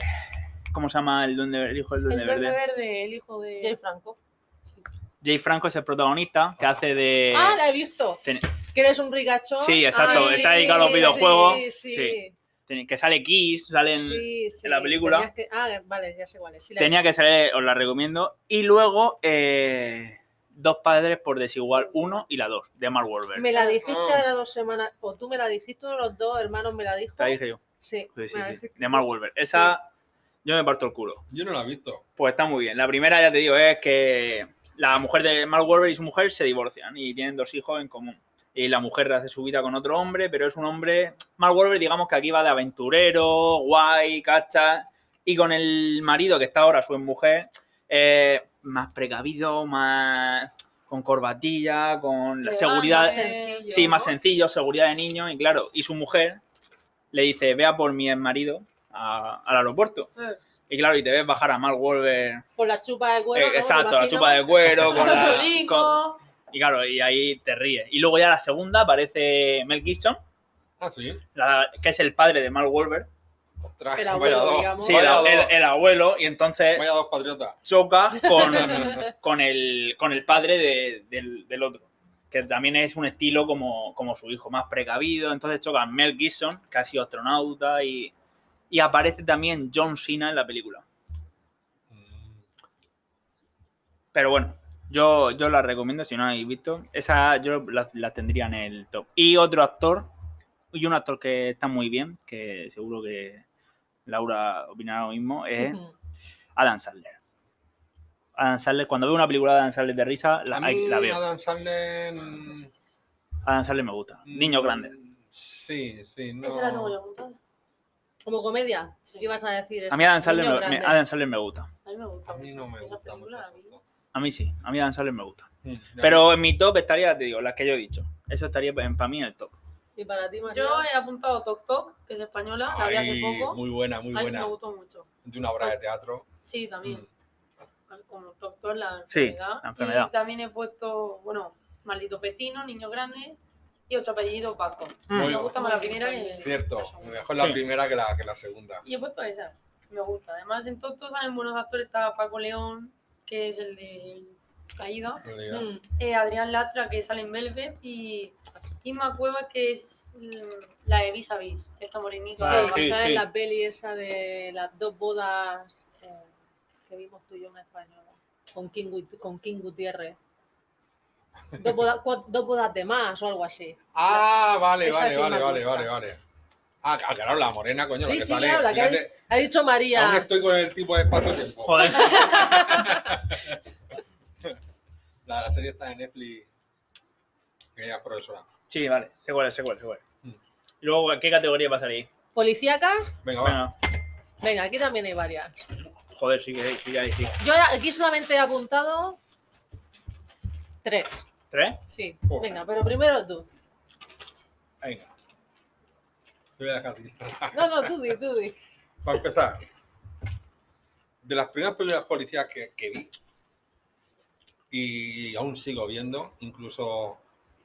A: ¿Cómo se llama el, duende- el hijo del
C: El
A: Duende
C: Duende
A: Verde?
C: Verde, el hijo de.
D: Jay Franco.
C: Sí.
A: Jay Franco es el protagonista, que hace de...
D: ah, la he visto.
A: Eh, ten-
D: Que eres un ricachón.
A: Sí, exacto, está dedicado a los videojuegos,
D: Sí, sí.
A: sí. que sale Kiss, salen...
D: Sí, sí.
A: en la película.
D: Tenías que- Ah, vale, ya sé cuál es. Sí, la-
A: Tenía que salir, os la recomiendo. Y luego, eh, Dos padres por desigual 1 y la 2, de Mark Wahlberg.
D: Me la dijiste
B: Ah.
D: a las dos semanas, o tú me la dijiste, uno de los dos hermanos me la dijo.
A: Te la dije yo.
D: Sí,
A: Sí, sí,
D: me la
A: sí,
D: dijiste.
A: De Mark Wahlberg. Esa, yo me parto el culo.
B: Yo no la he visto.
A: Pues está muy bien. La primera, ya te digo, es que la mujer de Mark Wahlberg y su mujer se divorcian y tienen dos hijos en común. Y la mujer hace su vida con otro hombre, pero es un hombre... Mark Wahlberg, digamos que aquí va de aventurero, guay, cacha. Y con el marido, que está ahora su mujer, eh, más precavido, más... Con corbatilla, con la
D: Pero, ah,
A: seguridad...
D: más sencillo,
A: Sí, más
D: ¿no?
A: sencillo, seguridad de niño, y claro, y su mujer le dice, vea por mi marido a- al aeropuerto.
C: Eh.
A: Y claro, y te ves bajar a Mark Wahlberg,
D: Con la chupa de cuero.
A: eh, exacto, la chupa de cuero, con
C: Con
A: la... con-
C: Cholico.
A: y claro, y ahí te ríes. Y luego ya la segunda aparece Mel Gibson,
B: Ah, sí.
A: la- que es el padre de Mark Wahlberg,
B: Ostras,
D: El
B: vaya
D: abuelo,
B: dos.
D: digamos.
A: sí,
B: vaya,
A: la-
B: dos
A: el, el abuelo, y entonces
B: vaya dos patriotas.
A: choca con, con, el, con el padre de- del, del otro, que también es un estilo como, como su hijo, más precavido. Entonces chocan Mel Gibson, que ha sido astronauta, y, y aparece también John Cena en la película.
B: Mm,
A: Pero bueno, yo, yo la recomiendo si no la habéis visto. Esa yo la, la tendría en el top. Y otro actor, y un actor que está muy bien, que seguro que Laura opinará lo mismo, es Adam Sandler. Adam Sandler, cuando veo una película de Adam Sandler de risa, la,
B: a
A: ahí
B: mí
A: la veo.
B: Adam Sandler, mm,
A: Adam Sandler me gusta. Niño
B: mm,
A: grande.
B: Sí, sí, no.
C: Esa la tengo yo apuntada.
D: Como comedia,
C: Sí.
D: ibas a decir eso.
A: A mí Adam Sandler, me,
D: Niño
A: me-
D: grande.
A: Adam Sandler me gusta.
C: A mí me gusta.
B: A mí no me
C: Esa
B: gusta mucho.
C: película, a mí.
B: tampoco.
A: A mí sí, a mí Adam Sandler me gusta.
B: Mm, ya
A: Pero en mi top estaría, te digo, las que yo he dicho. Eso estaría para mí en el top.
D: Y para ti, María.
C: Yo eh, he apuntado Tok Tok, que es española, la vi hace
B: Ay,
C: poco.
B: Muy buena, muy
C: Ay,
B: buena.
C: me gustó mucho.
B: De una obra de teatro.
C: Sí, también.
B: Mm.
C: Como doctor, la
A: Sí,
C: enfermedad.
A: la enfermedad.
C: Y también he puesto, bueno, malditos vecinos, niños grandes y otro apellido Paco.
A: Mm.
B: Muy
C: Me gusta más la primera que
B: Cierto,
C: la segunda.
B: mejor la
A: Sí.
B: primera que la, que la segunda.
C: Y he puesto esa. Me gusta. Además, en todos salen buenos actores. Está Paco León, que es el de Caída.
B: en realidad.
D: Mm.
C: eh, Adrián Latra, que sale en Velvet. Y Inma Cuevas, que es mm, la de Vis a Vis. Esta
D: Sí,
C: morenita.
B: Ah,
A: Vale,
D: basada
A: sí,
D: en
A: sí.
D: la peli esa de las dos bodas eh, que vimos tú y yo en española, con King, Gut- con King Gutiérrez. Dos bodas, cua- dos bodas de más o algo así.
B: Ah, vale,
D: Esa
B: vale,
D: sí me
B: vale, vale,
D: gusta.
B: vale, vale. Ah, ah, claro, la morena, coño, la
D: sí,
B: que
D: sí,
B: sale.
D: claro, la que ha,
B: fíjate,
D: ha dicho
B: aún
D: María.
B: estoy con el tipo de espacio-tiempo.
A: Joder.
B: La, la serie está en Netflix. Que ella es profesora.
A: Sí, vale, sé cuál es, sé cuál es, sé cuál es.
B: Mm.
A: Y luego, ¿a qué categoría pasaría?
D: ¿Policíacas?
B: Venga, va.
A: Bueno,
D: Venga, aquí también hay varias.
A: joder, sí que hay, sí que hay, sí.
D: Yo aquí solamente he apuntado tres.
A: ¿Tres?
D: Sí,
B: Ojo.
D: venga, pero primero tú.
B: Venga. Te voy a dejar a ti.
D: No, no, tú di, tú di.
B: Para empezar, de las primeras películas policías que, que vi y aún sigo viendo, incluso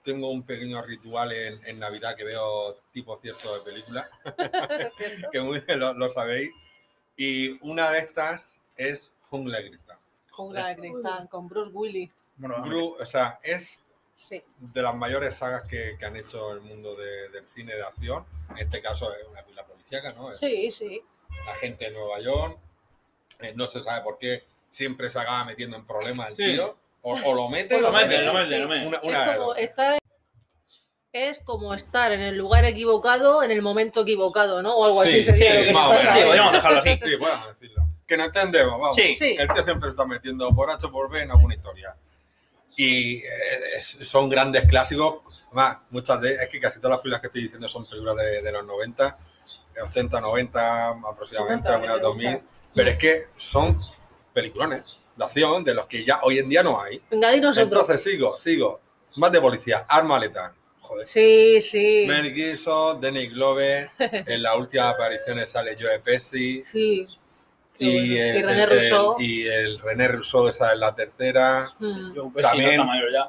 B: tengo un pequeño ritual en, en Navidad que veo tipo cierto de películas, que muy bien lo, lo sabéis, y una de estas es Jungla de Cristal.
D: Jungla de cristal con Bruce Willis.
A: Bueno,
B: Gru- o sea, es
D: Sí.
B: de las mayores sagas que, que han hecho el mundo de- del cine de acción. En este caso es una pila policíaca, ¿no? Es
D: Sí, sí.
B: La gente de Nueva York, eh, no se sabe por qué, siempre se acaba metiendo en problemas el
A: Sí.
B: tío. O, o lo mete,
A: Pues lo
B: o
A: mete,
B: mete.
A: lo mete, lo mete.
B: Una, una de
D: es, como
B: dos.
D: estar, es como estar en el lugar equivocado en el momento equivocado, ¿no? O algo así
B: Sí,
D: sería
B: sí,
D: lo que
B: más o
D: pasa.
B: menos.
A: Podríamos dejarlo así.
B: Sí, podemos decirlo. Que no entendemos, vamos.
A: Sí.
D: Sí.
B: El tío siempre está metiendo por H o por B en alguna historia. Y eh, es- son grandes clásicos. Más, muchas de es que casi todas las películas que estoy diciendo son películas de, de los 90, de 80, 90, aproximadamente,
C: 50,
B: algunas 2000.
C: 90.
B: Pero es que son peliculones de acción de los que ya hoy en día no hay.
D: Venga, dinos otro.
B: Entonces sigo, sigo. Más de policía, Arma Letal. Joder.
D: Sí, sí.
B: Mel Gibson, Danny Glover. En las últimas apariciones sale Joe Pesci.
D: Sí. Qué
B: Y, eh,
D: bueno.
B: el,
D: Y René
B: el-
D: Rousseau.
B: y el René Rousseau, esa es la tercera.
D: Mm.
A: yo, pues, si no
B: También-
A: está mayor ya.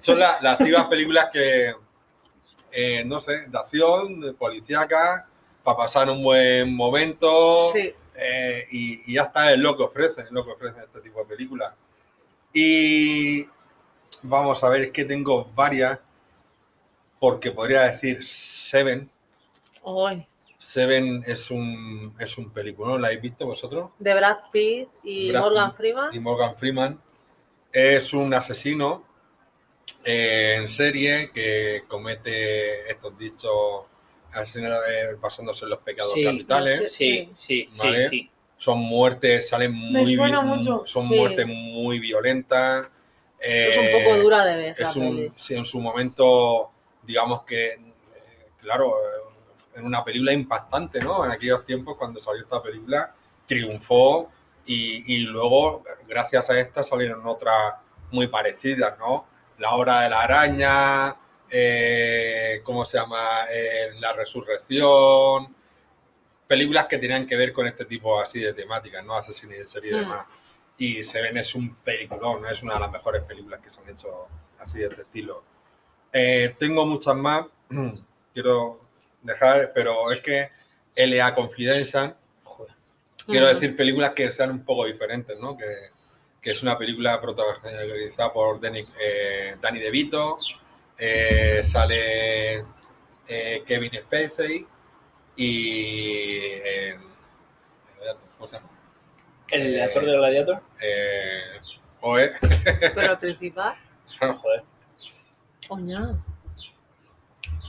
B: Son la- las activas películas que, eh, no sé, de acción, de policíaca, para pasar un buen momento.
D: Sí.
B: eh, y, y ya está, es lo que ofrece, es lo que ofrece este tipo de películas. Y vamos a ver, es que tengo varias, porque podría decir Seven.
D: Ay,
B: Seven es un, es un película, ¿la habéis visto vosotros?
D: de Brad Pitt y
B: Brad
D: Morgan
B: Pitt Eh,
D: Freeman.
B: y Morgan Freeman es un asesino eh, en serie que comete estos dichos asesinatos eh, basándose en los pecados
A: Sí.
B: capitales.
A: Sí, sí, sí,
B: Vale.
A: sí.
B: Son muertes, salen
C: Me
B: muy
C: suena
B: vi-
C: mucho.
B: son
D: Sí.
B: muertes muy violentas.
D: Es un
B: eh,
D: poco dura de ver. la
B: es un-
D: peli.
B: sí, en su momento, digamos que, eh, claro, eh, en una película impactante, ¿no? En aquellos tiempos cuando salió esta película, triunfó y, y luego, gracias a esta, salieron otras muy parecidas, ¿no? La hora de la araña, eh, ¿cómo se llama? Eh, la resurrección, películas que tenían que ver con este tipo así de temáticas, ¿no? Asesinos de serie y
D: Mm.
B: demás. Y Seven es un peliculón, ¿no? es una de las mejores películas que se han hecho así de este estilo. Eh, tengo muchas más, quiero dejar, pero es que LA Confidential, joder, quiero
D: Ujú.
B: decir películas que sean un poco diferentes, ¿no? Que, que es una película protagonizada por Danny, eh, Danny DeVito, eh, sale eh, Kevin Spacey y... eh, ¿cómo se llama?
A: El actor del gladiator.
B: Eh, Oe-
D: Pero el principal.
A: Joder.
D: Oña.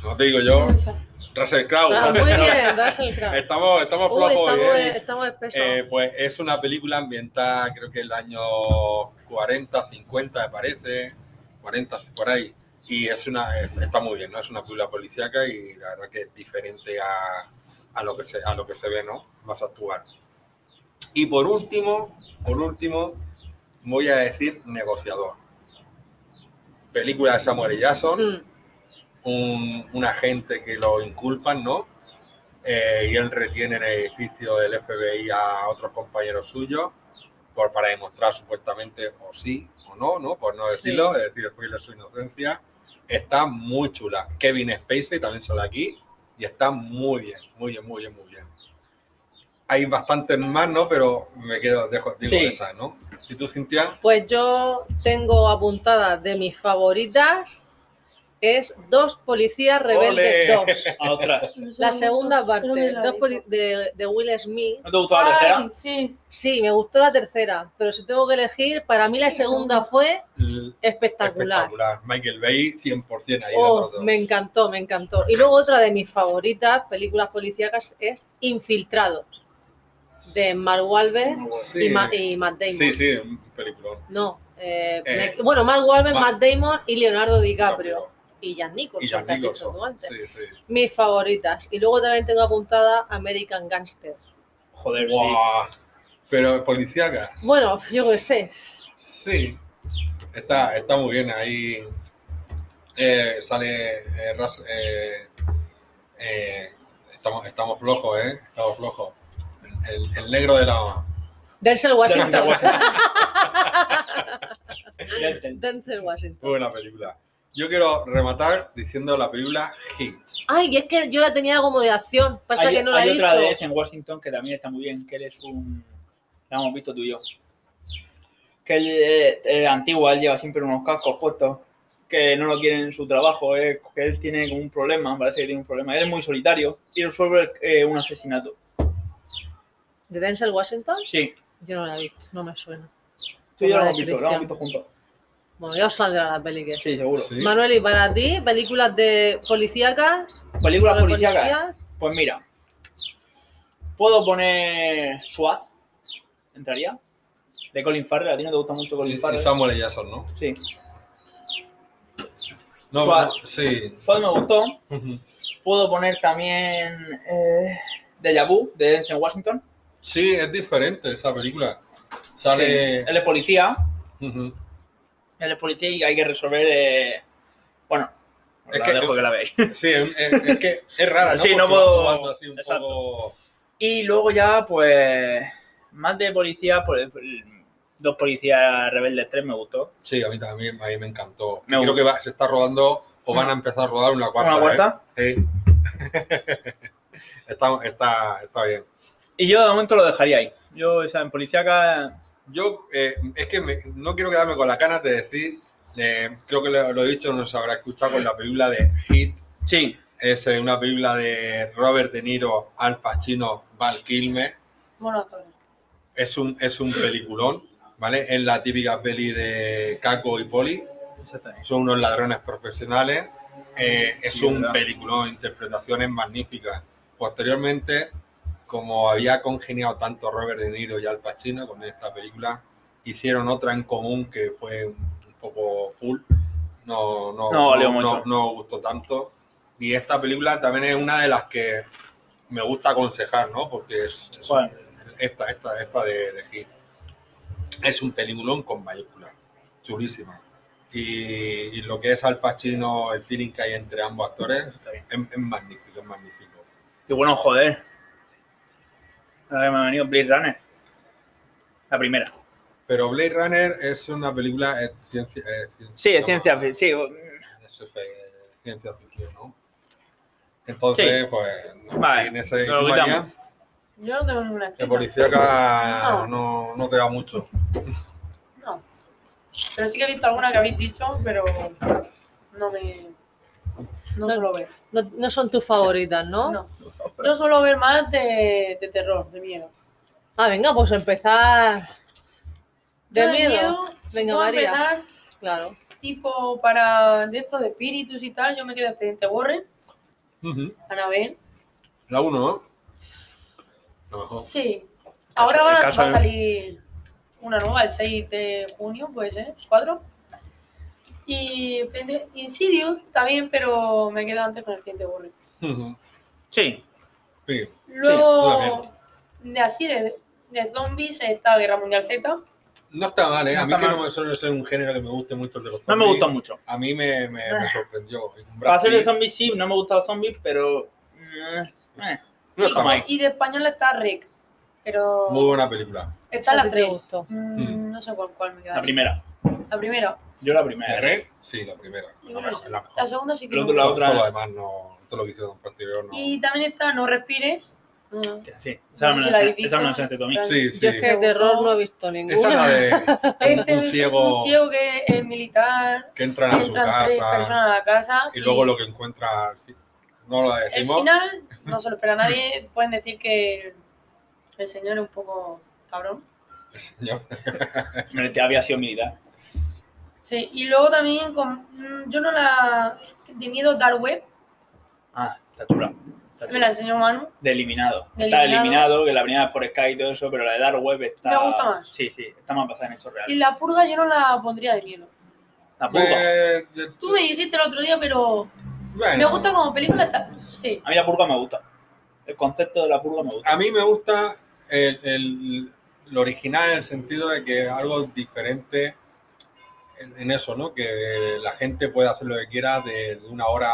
B: no te digo yo,
C: O sea,
B: Russell Crowe.
D: Claro,
B: Russell
D: Ah, muy
B: Crowe.
D: bien, Russell Crowe.
B: Estamos, estamos
D: Uy,
B: flojos hoy,
D: estamos,
B: ¿eh?
D: estamos espesos.
B: Eh, pues es una película ambientada, creo que el año 40, 50, me parece, 40, por ahí. Y es una, está muy bien, ¿no? Es una película policíaca y la verdad que es diferente a, a lo, que se, a lo que se ve, ¿no? Más actual. Y por último, por último, voy a decir Negociador. Película de Samuel L. Jackson
D: Mm.
B: un, un agente que lo inculpan, ¿no? Eh, y él retiene en el edificio del FBI a otros compañeros suyos por, para demostrar supuestamente o sí o no, ¿no? Por no decirlo, es decir, el su inocencia. Está muy chula. Kevin Spacey también sale aquí y está muy bien, muy bien, muy bien, muy bien. Hay bastantes más, ¿no? Pero me quedo, dejo, digo
A: Sí.
B: esa, ¿no? ¿Y tú, Cintia?
D: Pues yo tengo apuntadas de mis favoritas es Dos Policías Rebeldes
B: ole.
D: 2.
A: A otra.
C: me suena
D: La
C: mucho.
D: segunda parte
C: Creo que la he
D: dos poli-
C: visto.
D: de, de Will Smith.
A: ¿No te gustó la
C: Ay,
A: tercera?
C: sí.
D: Sí, me gustó la tercera, pero si tengo que elegir, para mí la segunda fue espectacular.
B: Michael Bay, 100% ahí.
D: Oh,
B: dentro de todo.
D: me encantó, me encantó. Y luego otra de mis favoritas películas policíacas es Infiltrados, de Mark Wahlberg
B: Sí.
D: y, Ma- y Matt Damon.
B: Sí, sí, un película.
D: No, eh,
B: Eh,
D: me- bueno, Mark Wahlberg,
B: Ma-
D: Matt Damon y Leonardo DiCaprio. Y Jan Nicholson,
B: Y Jack
D: que has dicho tú
B: Nicholson.
D: antes.
B: Sí, sí.
D: Mis favoritas. Y luego también tengo apuntada American Gangster.
A: Joder, sí.
B: Guau. Pero policíaca.
D: Bueno, yo qué sé.
B: Sí. Está, está muy bien ahí. Eh, sale. eh, Ras- eh, eh, estamos, estamos flojos, ¿eh? Estamos flojos. El, el negro de la.
D: Denzel Washington.
A: Denzel.
D: Denzel Washington.
B: Muy buena película. Yo quiero rematar diciendo la película Hit.
D: Ay, y es que yo la tenía como de acción. Pasa
A: hay
D: que no la
A: hay
D: he
A: otra
D: dicho.
A: de Ed en Washington que también está muy bien, que él es un... La hemos visto tú y yo. Que él, eh, eh, antigua, él lleva siempre unos cascos puestos, que no lo quieren en su trabajo, eh, que él tiene como un problema, parece que tiene un problema. Él es muy solitario y resuelve eh, un asesinato.
D: ¿De Denzel Washington?
A: Sí,
D: Yo no la he visto, no me suena.
A: tú y yo lo
D: Como la
A: hemos visto, lo hemos
D: descripción.
A: visto juntos.
D: Bueno, ya os saldrá la peli que es.
A: Sí, seguro.
B: Sí.
D: Manuel, ¿y para ti películas de policíacas?
A: Películas
D: sobre
A: policíacas.
D: policías?
A: Pues mira, puedo poner SWAT, entraría, de Colin Farrell. A ti no te gusta mucho
B: Y,
A: Colin
B: y
A: Farrell.
B: Samuel L. Jackson, ¿no?
A: Sí,
B: No,
A: Suave.
B: no, sí.
A: SWAT me gustó.
B: Ujú.
A: Puedo poner también eh, Deja Vu, de Denzel Washington.
B: Sí, es diferente esa película.
A: Sí,
B: Sale.
A: Él es policía,
B: Ujú.
A: él es policía y hay que resolver. eh, bueno,
B: Es
A: la
B: que-
A: dejo que la veis.
B: Sí, es, es- es que es rara, ¿no?
A: Sí, no
B: Porque va
A: puedo-
B: jugando así un
A: Exacto.
B: poco-
A: Y luego ya, pues, más de policía, pues, dos policías rebeldes, tres me gustó.
B: Sí, a mí también, a mí me encantó.
A: Me
B: Creo
A: gusta.
B: que va- se está rodando o van a empezar a rodar una cuarta.
A: ¿Una cuarta?
B: ¿eh? Sí. está, está, está bien.
A: Y yo de momento lo dejaría ahí. Yo, o sea, en policíaca
B: Yo eh, es que me- no quiero quedarme con la ganas de decir, eh, creo que lo, lo he dicho, nos habrá escuchado con la película de Hit.
A: Sí,
B: Es eh, una película de Robert De Niro, Al Pacino, Val Kilmer.
C: Monotona.
B: Es un, es un peliculón, ¿vale? Es la típica peli de Caco y Poli.
A: exactamente.
B: son unos ladrones profesionales. eh, es
A: Sí,
B: un
A: ¿verdad?
B: peliculón, interpretaciones magníficas. Posteriormente, como había congeniado tanto Robert De Niro y Al Pacino con esta película, hicieron otra en común que fue un poco full. No, no,
A: No valió mucho.
B: no gustó tanto. Y esta película también es una de las que me gusta aconsejar, ¿no? Porque es, es-
A: ¿Cuál?
B: esta, esta, esta de, de Hit. Es un peliculón con mayúsculas, chulísima. Y, y lo que es Al Pacino, el feeling que hay entre ambos actores,
A: Está bien.
B: es, es magnífico, es magnífico.
A: Y bueno, joder. Ahora que me ha venido Blade Runner. La primera.
B: Pero Blade Runner es una película es ciencia, es ciencia,
A: Sí, es ciencia fi- sí, o-
B: es, eh, ciencia ficción, ¿no? Entonces, pues,
A: Vale,
B: en ese
A: lo
B: ¿tú, María?
A: quitamos.
C: Yo no tengo ninguna
B: El
C: crítica.
B: policíaca
C: No.
B: no, no te da mucho.
C: No. Pero sí que he visto alguna que habéis dicho, pero no me. No
D: No.
C: suelo ver.
D: No, no son tus favoritas, ¿no?
C: No. Yo suelo ver más de, de terror, de miedo.
D: Ah, venga, pues empezar. De
C: Yo
D: miedo. Venga,
C: puedo
D: María.
C: empezar
D: Claro.
C: tipo para de esto de espíritus y tal, yo me quedo expediente Warren,
B: Ujú.
C: Anabel.
B: La 1, ¿no? A lo mejor.
C: Sí.
A: caso-
C: Ahora van
A: el
C: a,
A: Oh. Pues caso
C: va a
A: de-
C: salir una nueva, el 6 de junio, puede ser, 4. Y expediente Insidious también, pero me quedo antes con el expediente Warren.
B: Ujú.
A: Sí.
B: Sí.
C: Luego, de así, de, de zombies, está Guerra Mundial Z.
B: No está mal, ¿eh?
A: No
B: a mí
A: está
B: que
A: mal.
B: no me suele ser un género que me guste mucho el de los
A: No me
B: zombies,
A: gustó mucho.
B: A mí me, me, me sorprendió. Un Brad
A: Para ser de
B: Pitt,
A: zombies, sí, no me gustaba zombies, pero. eh, eh,
B: no
C: y,
B: está mal.
C: y de español está Rick. Pero
B: Muy buena película.
C: está
D: ¿A
C: la
D: ti te
C: 3.
D: gustó?
B: Mm.
C: no sé cuál, cuál me queda.
A: La primera.
C: La primera.
A: Yo la
B: ¿De
A: primera.
B: Red? Sí, la primera.
C: Yo
B: La
C: creo
B: mejor.
C: que
B: La
C: sí.
B: mejor.
C: La segunda sí que
A: El
C: no
A: otro
C: me
A: lado.
B: Todo,
C: gusta.
A: otra-
B: todo lo demás, no, todo lo que hicieron posterior, no.
C: Y también está No Respires. Mm.
A: Hostia, Sí, esa
C: No sé
A: me
C: si
A: la
C: la
A: ense-
C: habéis
A: esa me la
C: visto.
A: enseñaste tú a mí.
B: Sí, sí.
D: Yo es que de
C: Me
D: terror
C: gustó.
D: no he visto
B: Esa es la
D: ninguna.
B: de
C: Este
B: un- un
C: es
B: ciego
C: un ciego que es militar.
B: que entran a su
C: entran tres
B: casa
C: personas a la casa.
B: y luego lo que encuentra. al fin- No la
C: El
B: decimos.
C: final no se lo espera nadie. Pueden decir que el, el señor es un poco cabrón.
B: Yo-
A: Merecía- Había sido militar.
C: Sí, y luego también con, mm, yo no la de miedo Dark Web,
A: Ah, está chula.
B: Ah,
A: Está
C: me la
A: chula.
C: enseñó Manu.
A: De eliminado.
C: De
A: Está
C: Eliminado.
A: eliminado, que la primera es por Sky y todo eso, pero la de Dark Web está.
C: Me gusta más.
A: Sí, sí, está más basada en hechos
C: Y
A: reales.
C: la purga yo no la pondría de miedo.
A: La purga.
B: Eh, de-
C: Tú me dijiste el otro día, pero
B: bueno.
C: me gusta como película. ta- Sí,
A: A mí la purga me gusta. El concepto de la purga me gusta.
B: A mí me gusta el, el- lo original en el sentido de que es algo diferente en, en eso, ¿no? Que la gente puede hacer lo que quiera de, de una hora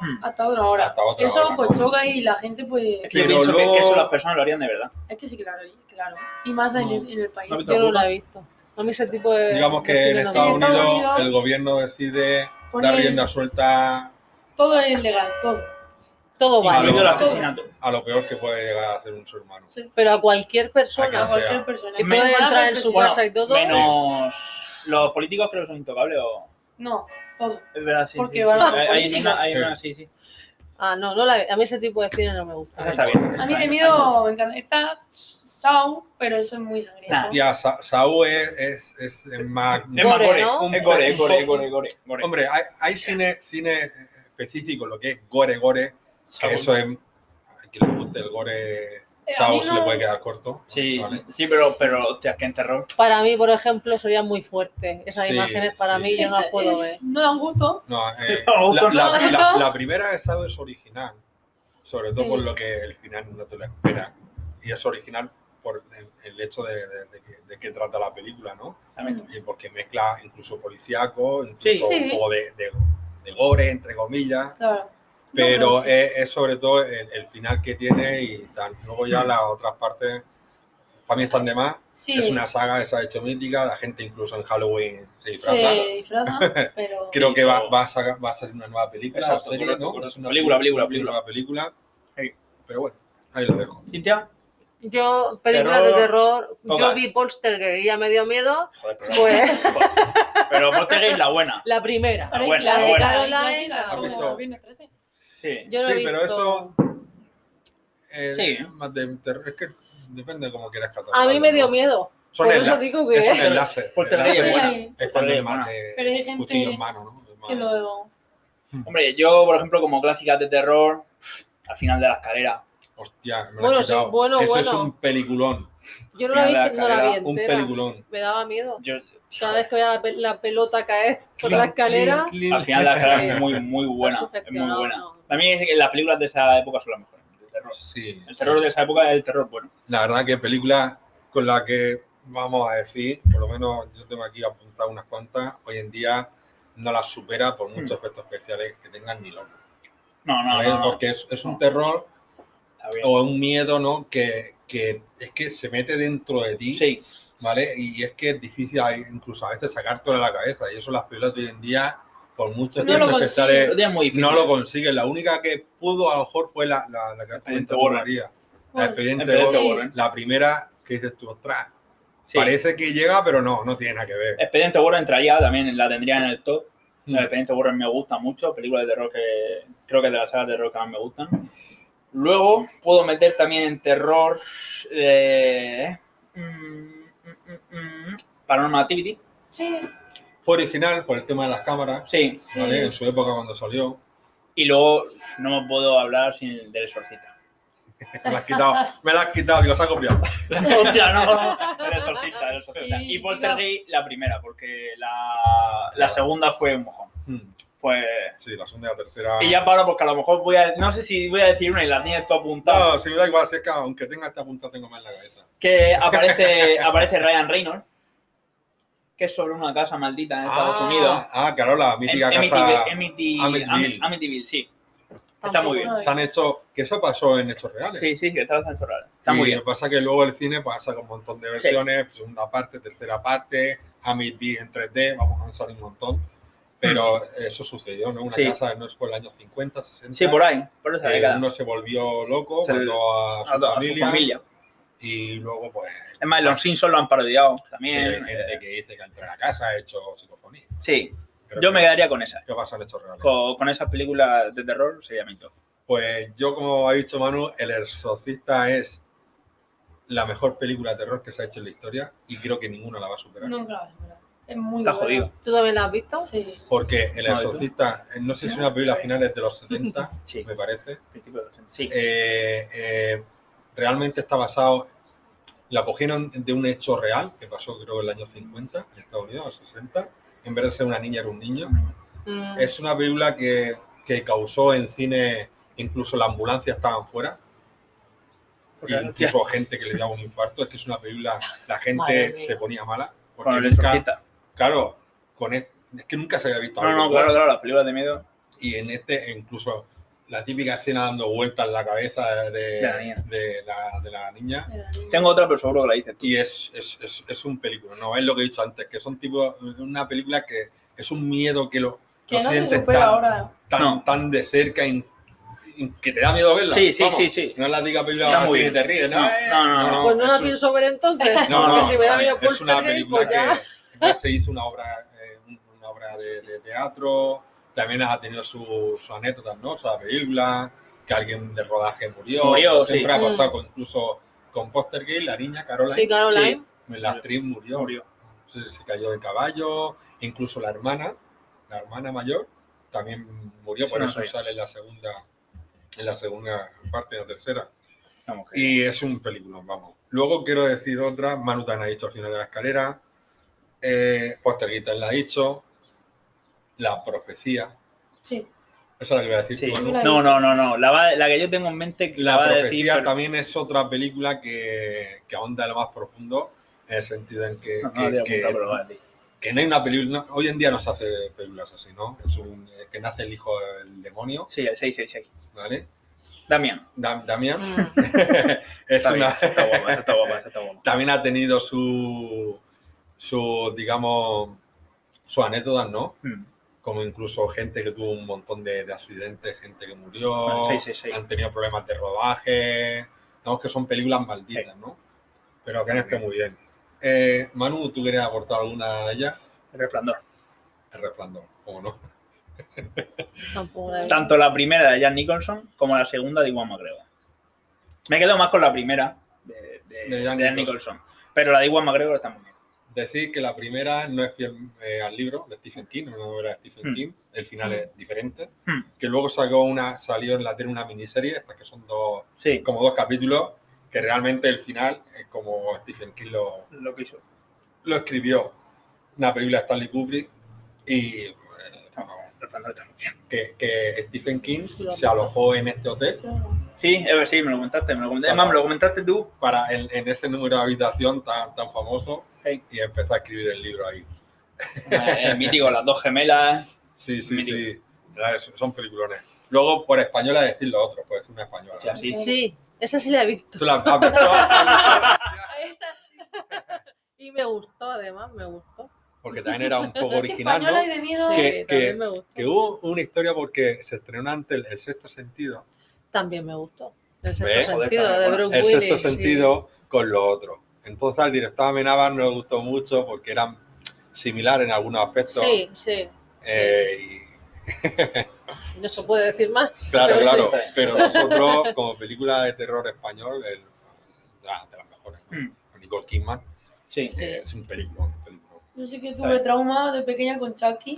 A: Hmm.
C: hasta otra hora.
B: Hasta otra
C: eso
B: hora.
C: pues choca y la gente pues...
A: Es que yo
B: Pero
A: pienso que,
B: luego-
A: que eso las personas lo harían de verdad.
C: Es que sí, claro, y- claro. Y más en,
B: No.
C: es- en el país.
B: No me
D: Yo no la he visto. A mí ese tipo de.
B: Digamos que
D: de
B: en
D: cine no me
B: Estados
D: gusta.
B: Unidos
C: Unidos-
B: el gobierno decide dar
C: Ponen-
B: rienda suelta
C: Todo es legal, todo.
D: Todo
B: Vale.
A: Incluido
D: vale.
A: el asesinato.
B: a lo peor que puede llegar a hacer un ser humano.
C: Sí.
D: Pero a cualquier
B: Ah,
C: A
D: persona.
B: claro.
C: cualquier persona.
D: Que
A: Me-
D: puede entrar en su
A: Bueno,
D: casa y todo.
A: Menos los políticos creo que son intocables o...
C: No, todo.
A: Es verdad, sí.
C: Porque
A: sí,
C: van
A: sí.
C: los
A: Hay- Hay
C: políticos.
A: una, hay
B: Sí.
A: una, sí, sí.
D: Ah, no, no la- a mí ese tipo de cine no me gusta.
A: Esa está bien. esa
C: A mí
A: está
C: de
A: bien, está bien.
C: miedo me encanta. Está Sau, pero eso es muy
A: Nah.
C: sangriento.
B: Tía, Sa- Saúl es, es, es más...
A: Es más
D: Gore,
A: gore,
D: ¿no?
A: es gore, es gore, es gore, es gore, es gore.
B: Hombre, hay, hay cine, cine específico, lo que es gore, gore, que
A: Saúl.
B: eso es... A quien le guste el gore,
C: Eh, a
B: Saúl
C: mí
B: se le
C: no-
B: puede quedar corto.
A: Sí,
B: Vale.
A: sí, pero, pero, hostia, que en terror.
D: Para mí, por ejemplo, sería muy fuerte. Esas
B: Sí,
D: imágenes para
B: sí.
D: mí yo no las puedo ver.
C: No dan gusto.
B: No, eh,
A: No,
B: la, la-
C: no.
B: la- la primera de Saúl es original, sobre todo
C: Sí.
B: por lo que el final no te lo espera. Y es original por el, el hecho de, de- de que- de qué trata la película, ¿no?
A: Exactamente.
B: Y porque mezcla incluso policíaco, incluso
C: Sí.
B: un poco de, de, de gore, entre comillas,
C: Claro. No,
B: pero
C: sí.
B: es, es sobre todo el, el final que tiene y tal. Luego ya las otras partes, para mí están de más.
C: Mm. Sí,
B: Es una saga que se ha hecho mítica, la gente incluso en Halloween se disfraza.
C: se disfraza, pero
B: Creo que va,
A: Hizo-
B: va, a sacar- va a salir una nueva película.
A: Exacto,
B: o serie,
A: correcto,
B: ¿no?
A: correcto.
B: Es una
A: Película, película,
B: nueva película.
A: Sí.
B: Pero bueno, ahí lo dejo.
D: Mm.
A: Cintia,
D: Yo, películas
A: Terror,
D: de terror,
A: total.
D: yo vi Polsterger y ya me dio miedo.
A: joder, pero,
D: Pues
A: pero vos tenéis la buena.
D: la primera.
C: Ahora hay
A: Bueno,
C: clásica,
A: bueno.
C: hay
D: Caroline,
C: clásica,
B: ¿has visto?
C: como Viernes 13.
A: Sí.
D: Yo no he
B: Sí, pero
D: visto.
B: eso- Eh,
A: Sí.
B: más de terror, es que depende de cómo quieras catalogar.
D: A mí me dio miedo.
B: Son
D: Por
B: enla-
D: eso digo que
B: es un
A: Pero-
B: enlace.
A: por
B: enlace
A: teoría es
B: es,
A: buena.
C: Sí,
B: cuando
A: teoría
B: es
A: es
B: más
A: buena.
B: de
C: Pero hay gente
B: cuchillo en mano, ¿no? Es más-
C: que lo...
B: Ah,
A: Hombre, yo, por ejemplo, como clásicas de terror, pff, al final de la escalera.
B: Hostia, me lo
D: Bueno,
B: has quitado.
D: sí, bueno,
B: Eso es
D: bueno.
B: un peliculón.
D: Yo no la vi,
A: Mira,
D: no la vi
A: la-
B: Un
D: entera.
B: peliculón.
D: Me daba miedo.
A: Yo,
D: Cada vez que veía la, pe- la pelota caer por la escalera.
B: Clin, clin.
A: al final de la escalera
D: Sí.
A: es muy, muy buena. Es muy
D: sugestionado,
A: buena.
D: no.
A: Para mí es que las películas de esa época son las mejores. El terror,
B: Sí.
A: El terror de esa época es el terror bueno.
B: La verdad que película con la que vamos a decir, por lo menos yo tengo aquí apuntado unas cuantas, hoy en día no las supera por muchos efectos especiales que tengan ni loco.
A: No, no,
B: ¿vale?
A: no, no,
B: Porque es, es un
A: No.
B: terror
A: está bien.
B: o un miedo, ¿no? Que, que es que se mete dentro de ti,
A: Sí,
B: ¿vale? Y es que es difícil a- incluso a veces sacártelo de la cabeza. Y eso las películas de hoy en día, por muchos
C: No lo
B: efectos
C: consiguen.
A: lo
B: especiales,
A: tienes muy difícil.
B: Eh, no lo consiguen. La única que pudo a lo mejor fue la, la, la que has
A: Expediente
B: comentado tú,
A: Warren.
B: María. La
C: Bueno,
B: expediente
A: Expediente
B: Warren.
A: Warren.
B: La primera que dices tú, ostras,
A: Sí.
B: Parece que llega, pero no, no tiene nada que ver.
A: Expediente Warren entraría también, la tendría en el top.
B: Mm.
A: La de Expediente Warren me gusta mucho, películas de terror que creo que es de las sagas de terror que más me gustan. Luego puedo meter también en terror eh, mm, mm, mm, mm, Paranormal Activity.
C: Sí,
B: Fue original por el tema de las cámaras,
A: Sí.
C: sí.
B: ¿vale? En su época cuando salió.
A: Y luego no me puedo hablar sin el del exorcista.
B: Me la has quitado, me la has quitado, digo, se ha copiado.
A: Hostia, no, no, el exorcista, el exorcista.
C: Sí,
A: y Poltergeist la primera, porque la, la segunda fue un mojón.
B: Mm,
A: Fue...
B: Sí, la segunda y la tercera.
A: Y ya paro porque a lo mejor voy a... No sé si voy a decir una y la tienes tú apuntada.
B: No, si me da igual, si es que aunque tenga esta punta, tengo más en la cabeza.
A: que aparece, aparece Ryan Reynolds, que es sobre una casa maldita en Estados
B: ah,
A: Unidos.
B: Ah, claro, la
A: En-
B: mítica casa.
A: Amityville- Amity-
B: Amityville.
A: Ami- Amityville, sí. Está muy bien.
B: Se han hecho, que eso pasó en hechos reales.
A: Sí, sí, sí, está bastante chorrada. Está muy
B: Y Lo
A: bien.
B: que pasa es que luego el cine pasa con un montón de versiones, segunda parte, tercera parte, Amityville en 3D, vamos, han salido un montón. Pero eso sucedió, ¿no? Una
A: Mm. Sí.
B: casa, no es por el año 50, 60.
A: Sí, por ahí, por esa
B: Eh,
A: década.
B: uno se volvió loco,
A: Se-
B: mató a
A: A
B: su,
A: to- a su
B: familia,
A: familia.
B: y luego pues
A: Es más, los Simpsons lo han parodiado
B: sí,
A: también.
B: hay
A: eh, Sí.
B: gente que dice que entre la casa ha hecho psicofonía. Creo
A: Yo
B: que-
A: me quedaría con esa.
B: ¿Qué pasa en estos reales?
A: Con, con esas películas de terror sería mi top.
B: Pues yo, como ha dicho Manu, El Exorcista es la mejor película de terror que se ha hecho en la historia y creo que ninguna la va a superar.
C: Nunca la vas a superar. Es muy
A: Está
C: buena.
A: jodido.
D: ¿Tú también la has visto?
C: Sí.
B: Porque El
A: Madre
B: Exorcista, eh, no sé si es una película a finales de los 70,
A: Sí.
B: me parece.
A: principio de los 80. Sí.
B: eh, eh, realmente está basado, la cogieron de un hecho real que pasó creo en el año 50 en Estados Unidos, los 60, en vez de ser una niña era un niño.
D: Mm,
B: Es una película que, que causó en cine, incluso la ambulancia estaban fuera,
A: Porque, hostia,
B: incluso gente que le daba un infarto, es que es una película, la
D: Madre
B: gente
D: mía.
B: se ponía mala,
A: con
B: porque
A: el
B: nunca,
A: exorcista.
B: claro, con e, es, es que nunca se había visto
A: No,
B: algo
A: no,
B: igual.
A: claro, claro, las películas de miedo.
B: y en este incluso la típica escena dando vueltas en la cabeza de,
A: De la niña.
B: de la- de la niña.
C: de la niña.
A: Tengo otra, pero seguro que la dices tú.
B: Y es, es, es- es un película, no es lo que he dicho antes, que son tipo una película que es un miedo que lo,
C: que
B: lo
C: no se
B: sientes
C: supera
B: tan,
C: ahora.
B: tan,
A: No.
B: tan de cerca in- in- que te da miedo verla.
A: Sí, sí,
B: vamos.
A: sí, sí.
B: No es la típica película
A: Está
B: que
A: muy
B: te
A: bien.
B: te ríes, ¿no?
A: No,
B: Eh,
A: no, no, no.
D: Pues no
B: es
D: la
B: un-
D: pienso ver entonces.
B: No, no,
D: porque si me da miedo
B: es una
D: Poltergeist,
B: película
D: pues ya.
B: que además se hizo una obra, eh, un- una obra de, de teatro, también ha tenido su, su anécdotas, ¿no? O sea, película, que alguien de rodaje murió,
A: Murió,
B: como siempre
A: sí.
B: ha pasado con- incluso con Postergate, la niña Caroline,
D: Mm. Sí, Caroline.
B: la actriz murió,
A: Murió.
B: Se, se cayó de caballo, incluso la hermana, la hermana mayor, también murió,
A: Eso
B: por
A: no
B: eso
A: sabía.
B: sale en la segunda, en la segunda parte, en la tercera.
A: Vamos, que-
B: Y es un película, vamos. Luego quiero decir otra, Manutan ha dicho al final de la escalera, eh, Posterguita la ha dicho, La profecía,
C: Sí.
B: esa es la que voy a decir.
A: Sí.
B: tú, Manu.
C: la-
A: No, no, no, no. La, va- la que yo tengo en mente que la,
B: La
A: va a
B: profecía
A: decir. pero-
B: también es otra película que, que ahonda en lo más profundo, en el sentido en que,
A: No, no,
B: que-
A: la
B: que-
A: tengo apuntada, pero la va a decir.
B: que no hay una película, no, hoy en día no se hace películas así, ¿no? Es un, eh, que nace el hijo del demonio,
A: Sí, el 666.
B: ¿vale?
A: Damián.
B: Da- Damián.
D: Mm.
B: es
A: Está, bien,
B: una...
A: esa está guapa, esa está guapa, esa está guapa.
B: también ha tenido su, su digamos, sus anécdotas, ¿no?
A: Mm.
B: Como incluso gente que tuvo un montón de, de accidentes, gente que murió,
A: Bueno, Ah, sí, sí, sí.
B: han tenido problemas de rodaje, digamos que son películas malditas, ¿no? Pero que han estado muy bien. Eh, Manu, ¿tú querías aportar alguna de ellas?
A: El resplandor.
B: El resplandor, ¿o no?
D: Tampoco la he visto.
A: Tanto la primera de Jan Nicholson como la segunda de Iwan McGregor. Me quedo más con la primera de, de-
B: De
A: de
B: Jan
A: Jan Nicholson. Pero la de Iwan McGregor está muy bien.
B: Decir que la primera no es fiel eh, al libro de Stephen King, una novela de Stephen
A: Mm.
B: King, el final
D: Mm.
B: es diferente,
A: Mm.
B: que luego sacó una, salió en la tele una miniserie, estas que son dos,
A: Sí,
B: como dos capítulos que realmente el final es como Stephen King lo,
A: lo que hizo.
B: lo escribió. Una película de Stanley Kubrick y eh,
A: El resplandor está muy bien.
B: que, que Stephen King se alojó en este hotel.
C: Claro.
A: Sí, es ver, sí, me lo comentaste. Me lo comentaste. Además, me lo comentaste tú.
B: Para en, en ese número de habitación tan, tan famoso
A: Sí.
B: y empezó a escribir el libro ahí.
A: El mítico, las dos gemelas.
B: Sí, sí,
A: Mítico.
B: sí. La- Son peliculones. Luego, por española, decir lo otro, por decir una española.
A: Sí, así.
D: Sí, esa sí la he visto.
B: ¿Tú la has visto?
C: Esa sí.
D: Y me gustó, además, me gustó.
B: Porque también era un poco
C: Es que
B: original,
C: española y
B: ¿no?
C: de miedo.
D: Sí,
B: Que- que-
D: también me gustó.
B: Que hubo una historia porque se estrenó antes el, el sexto sentido.
D: También me gustó. El sexto
B: Ve,
A: joder,
D: sentido
A: también,
D: de
A: bueno,
D: Bruce
B: el
D: Willis.
B: sexto
D: sí.
B: sentido con lo otro. Entonces al director Amenábar no le gustó mucho porque eran similares en algunos aspectos.
D: Sí, sí.
B: Eh, y-
D: No se puede decir más.
B: claro,
D: pero
B: claro.
D: sí.
B: Pero nosotros, como película de terror español, el- de las- de las mejores, ¿no?
A: Mm.
B: Con Nicole Kidman,
A: Sí.
D: Sí.
B: eh, es un película.
C: Yo sí que
A: Está
C: tuve
A: bien.
C: trauma de pequeña con Chucky.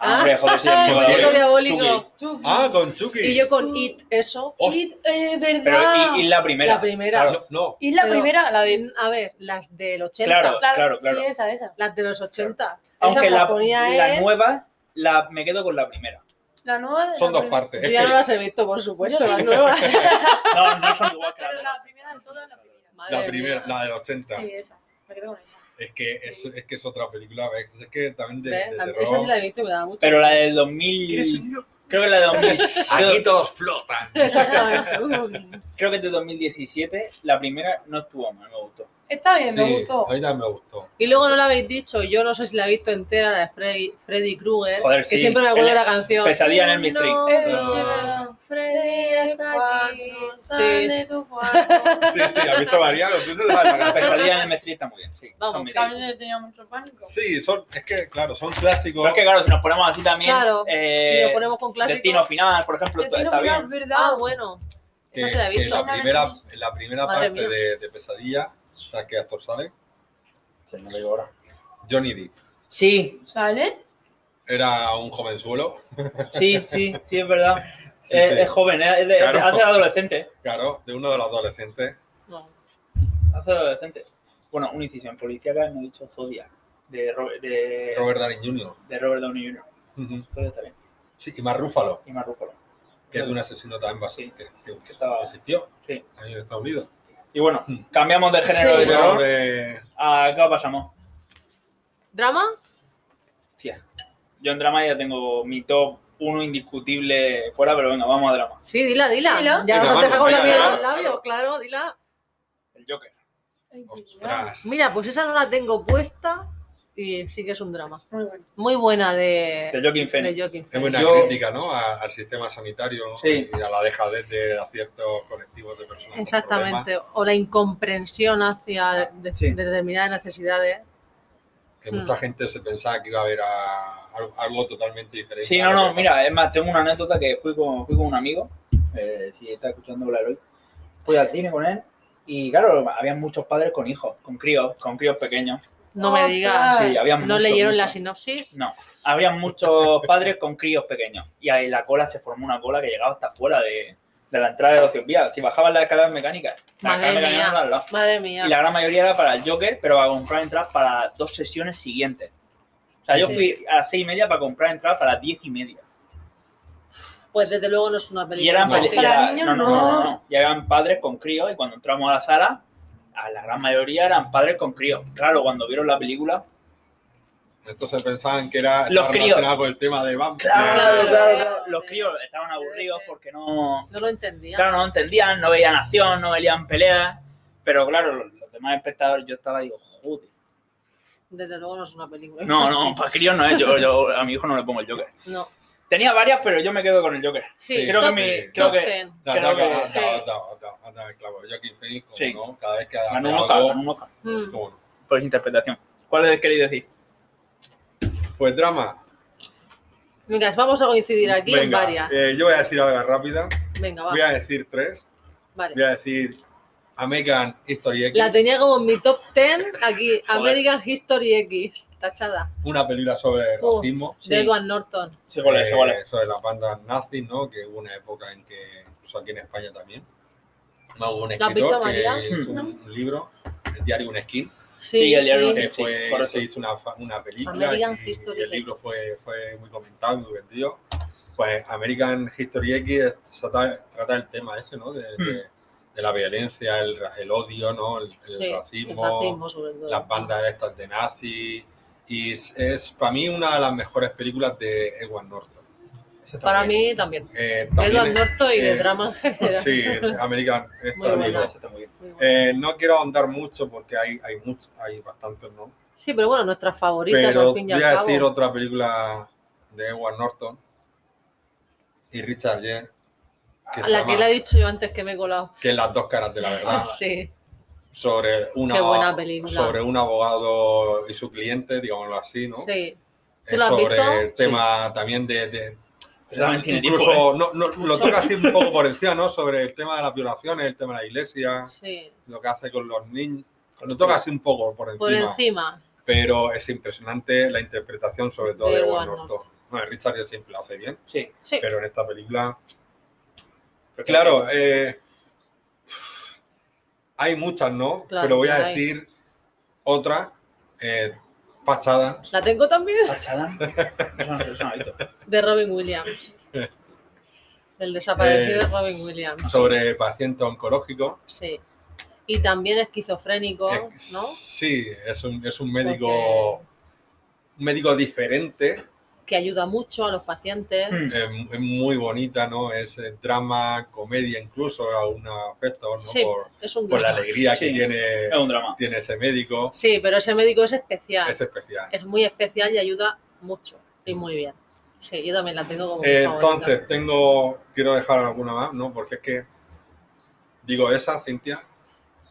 D: Ah,
A: Hombre, joder, sí, el
D: el
A: mítico
B: muñeco
D: muñeco
A: diabólico.
D: diabólico.
C: Chucky.
B: Ah, con Chucky.
D: Y yo con It, eso.
B: Hostia.
C: Y- eh, ¿Verdad?
A: Pero y, y la primera.
D: La primera.
A: Claro.
B: No, no,
C: Y la
D: Pero-
C: primera, la de.
D: A ver, las del 80.
A: Claro.
C: la-
A: claro.
C: Sí, esa, esa.
D: Las de los 80. Esa
A: Aunque
D: me
A: la,
D: la ponía él.
A: la nueva, la, me quedo con la primera.
C: La nueva. de
B: son
C: la
B: dos
C: primera.
B: partes.
D: Yo
B: Es
D: ya
B: que
D: no las he visto, por supuesto,
C: Yo sí.
D: las nuevas.
A: No, no son igual que la
C: Pero
A: primera.
C: la primera de todas, la primera.
D: Madre
B: la
D: mía.
B: primera, la del 80.
C: Sí, esa. Me quedo con esa.
B: Es que es, es que es otra película, ¿ves? es que también de,
D: ¿Ves?
B: de
D: Tam-
B: terror.
D: Esa sí la he visto y me da mucho.
A: Pero la del
B: ¿Quieres
A: 2000.
B: un-
A: Creo que la de 2000.
B: Aquí todos flotan.
D: Exactamente.
A: creo que de 2017, la primera no estuvo mal, me gustó.
C: Está bien, me
B: Sí,
C: gustó.
B: A mí también me gustó.
D: Y luego no la habéis dicho, yo no sé si la he visto entera, la de Freddy, Freddy Krueger,
A: Joder,
D: que
A: sí.
D: siempre me acuerdo de la
A: El-
D: canción.
A: Pesadilla en el Street.
D: No,
C: Eh,
D: no,
C: sí, es verdad.
D: Freddy está aquí.
C: Cuatro, sal
D: Sí,
C: de tu cuarto.
B: Sí, sí, ¿has visto María? Lo tuyo te da la
A: La
B: cabeza.
A: pesadilla en el Mestre está muy bien, sí.
D: Vamos,
A: Son mis-
C: También le tenía mucho pánico.
B: Sí, son, es que, claro, son
A: Pero
B: clásicos.
A: es que claro, si nos ponemos así también,
D: Claro,
A: eh,
D: si lo ponemos con
A: Destino
D: clásicos.
A: Final, por ejemplo,
C: Destino
A: está
C: Final,
A: bien.
C: ¿verdad?
D: Ah, bueno.
B: que-
D: no se la he
B: que
D: visto.
B: la primera, la primera
D: Madre
B: parte
D: mía.
B: de, de Pesadilla, ¿sabes qué actor sale?
A: Se me lo digo ahora.
B: Johnny Depp.
A: Sí,
C: ¿Sale?
B: Era un jovenzuelo,
A: sí, sí, sí, es verdad.
B: Sí,
A: es,
B: sí.
A: es joven, eh, es- es de-
B: Claro.
A: hace de adolescente.
B: claro, de uno de los adolescentes.
D: No.
A: Hace de adolescente. Bueno, un inciso, en policíaca no he dicho Zodiac, de, Ro- de,
B: Robert Downey Jr.
A: de Robert Downey Jr.
B: Ujú.
A: Zodiac está bien.
B: Sí, y más Rúfalo,
A: Y Mark Ruffalo.
B: que es de un asesino también basura, que, que- que
A: Estaba-
B: existió
A: Sí.
B: ahí en Estados Unidos.
A: Y bueno, cambiamos de género
D: Sí.
A: de terror.
B: De-
A: ¿A qué pasamos?
D: ¿Drama?
A: Hostia. Yo en drama ya tengo mi top uno indiscutible fuera, pero venga, vamos a drama.
D: Sí, dila, dila.
C: Sí, dila.
D: Ya
B: Venga,
D: no te
B: vamos,
D: pegó la
B: venga,
D: mierda
B: venga,
D: al labio,
B: venga.
D: claro, dila.
A: El Joker.
C: Ay, cuidado.
B: Ostras.
D: Mira, pues esa no la tengo puesta y sí que es un drama.
C: Muy bueno.
D: Muy buena de,
A: El Joaquin Phoenix.
D: de Joaquín
B: Es buena
A: Yo-
B: crítica, ¿no? A- al sistema sanitario
A: Sí.
B: y a la dejadez de a ciertos colectivos de personas. con problemas,
D: Exactamente. O la incomprensión hacia de-
A: Sí.
D: determinadas necesidades.
B: que
A: Hmm.
B: mucha gente se pensaba que iba a haber a- algo, algo totalmente diferente.
A: Sí,
B: a
A: no,
B: lo
A: no,
B: que pasa.
A: mira, es más, tengo una anécdota que fui con, fui con un amigo, eh, si está escuchando la Eloy, fui al cine con él y claro, había muchos padres con hijos, con críos, con críos pequeños.
D: No me digas.
A: Sí, había
D: Ah, ¿No
A: muchos,
D: leyeron la
A: muchos.
D: sinopsis?
A: No, había muchos padres con críos pequeños y ahí la cola se formó una cola que llegaba hasta fuera de, de la entrada de los vías. Si bajaban las escaleras mecánicas, las
D: Madre
A: escaleras mecánicas
D: mía.
A: eran al lado.
D: Madre mía.
A: Y la gran mayoría era para el Joker, pero para comprar entradas para dos sesiones siguientes. O sea, yo
D: Sí.
A: fui a las seis y media para comprar entradas para las diez y media.
D: Pues desde luego no es una película.
A: Y eran
B: No.
A: peli- y
C: Para
A: era-
C: niños,
A: no, no,
C: no.
A: no, no. Y eran padres con críos y cuando entramos a la sala, a la gran mayoría eran padres con críos. Claro, cuando vieron la película.
B: Entonces pensaban que era
A: Los
B: estaba
A: críos.
B: relacionado con el tema de Bam.
D: Claro, claro, claro.
A: Los críos estaban aburridos porque no,
D: No lo entendía.
A: claro, no entendían, no veían acción, no veían peleas. Pero claro, los, los demás espectadores, yo estaba digo, joder.
D: Desde luego no es una película.
A: No, no, para críos no es. Yo, yo a mi hijo no le pongo el Joker.
D: No.
A: Tenía varias, pero yo me quedo con el Joker.
D: Sí,
A: Creo que
D: top-
A: mi.
B: sí.
A: Creo
D: top
A: que.
D: ten.
B: No,
A: Creo
B: no,
A: que-
B: no, no,
D: sí.
B: no, no, no, no, claro, Joaquín Phoenix, como
A: Sí.
B: no, cada vez que hace
A: Ganó un
B: algo,
A: Oscar, ganó un Oscar,
D: Mm.
B: como no.
A: Por esa interpretación. ¿Cuál es queréis decir?
B: Pues drama.
D: Venga, vamos a coincidir aquí en
B: Venga,
D: varias.
B: eh, yo voy a decir algo rápida.
D: Venga, va.
B: Voy a decir tres.
D: Vale.
B: Voy a decir American History X,
D: La tenía como en mi top 10 aquí,
A: Joder.
D: American History X, tachada,
B: una película sobre
D: Oh.
B: racismo.
A: Sí.
D: de Edward Norton.
A: Sí, cuál es,
B: eh,
A: sí, cuál es.
B: sobre las bandas nazis, ¿no? Que hubo una época en que, incluso aquí en España también, no, hubo un
D: ¿La has visto,
B: escritor
D: María?
B: que hizo un, un libro, el diario Un Skin,
D: Sí,
A: Sí, el diario
D: sí.
A: de-
B: que
A: Sí,
B: fue,
A: correcto.
B: se hizo una, fa- una película y,
D: American
B: y
D: History
B: el
D: X.
B: libro fue, fue muy comentado, muy vendido. Pues American History X trata, trata el tema ese, ¿no? De, de- de la violencia, el, ra- el odio, ¿no? El, el
D: Sí,
B: racismo,
D: el racismo sobre todo.
B: las bandas estas de nazi. Y es, es para mí una de las mejores películas de Edward Norton. Esa está
D: Para
B: muy bien.
D: mí también.
B: Eh,
D: De
B: también
D: Edward Norton y de
B: eh,
D: drama en general.
B: Sí, American. es
D: Muy
B: para mí,
D: buena.
B: ¿no?
A: Ese está muy bien.
D: Muy bueno.
B: Eh, no quiero ahondar mucho porque hay, hay, much- hay bastantes, ¿no?
D: Sí, pero bueno, nuestras favoritas
B: Pero
D: al fin y al
B: voy a
D: cabo.
B: decir otra película de Edward Norton y Richard Gere, que,
D: A
B: se
D: la
B: llama, Ah,
D: que le he dicho yo antes que me he colado.
B: que es Las dos caras de la verdad,
D: Sí,
B: sobre, una,
D: Qué buena película.
B: sobre un abogado y su cliente, digámoslo así, ¿no?
D: sí.
B: Es
D: ¿Tú la has
B: sobre
D: visto?
B: el tema también de... de-
A: Pero también tiene
B: incluso
A: tiempo, ¿eh?
B: no, no, lo toca así un poco por encima, ¿no? Sobre el tema de las violaciones, el tema de la iglesia,
D: sí.
B: lo que hace con los niños. Lo toca así un poco por encima.
D: Por encima.
B: Pero es impresionante la interpretación, sobre todo
D: De
B: de
D: Edward
B: Edward Norton. Bueno, Richard Gere siempre lo hace bien.
A: Sí.
D: Sí.
B: pero en esta película.
A: Porque-
B: Claro, eh, hay muchas, ¿no?
D: Claro,
B: pero voy a
D: ya hay.
B: decir otra, eh, Pachada.
D: La tengo también
A: Pachadán. Eso no- eso no lo he visto.
D: de Robin Williams. Del desaparecido
B: Eh,
D: Robin Williams.
B: sobre pacientes oncológicos.
D: Sí. Y también esquizofrénico,
B: Eh,
D: ¿no?
B: Sí, es un, es un médico,
D: Porque-
B: un médico diferente,
D: Que ayuda mucho a los pacientes.
A: Mm.
B: eh, es muy bonita, ¿no? Es eh, drama, comedia, incluso a un aspecto, ¿no?
D: Sí,
B: por,
D: es un
B: por la
D: drama.
B: alegría que
A: Sí.
B: tiene,
A: Es un drama.
B: tiene ese médico.
D: Sí, pero ese médico es especial.
B: Es
D: Es,
B: especial.
D: muy especial y ayuda mucho. Y muy bien. Sí, yo también la tengo como. mi
B: Eh,
D: favorita.
B: Entonces, tengo, quiero dejar alguna más, ¿no? Porque es que, digo, esa, Cintia,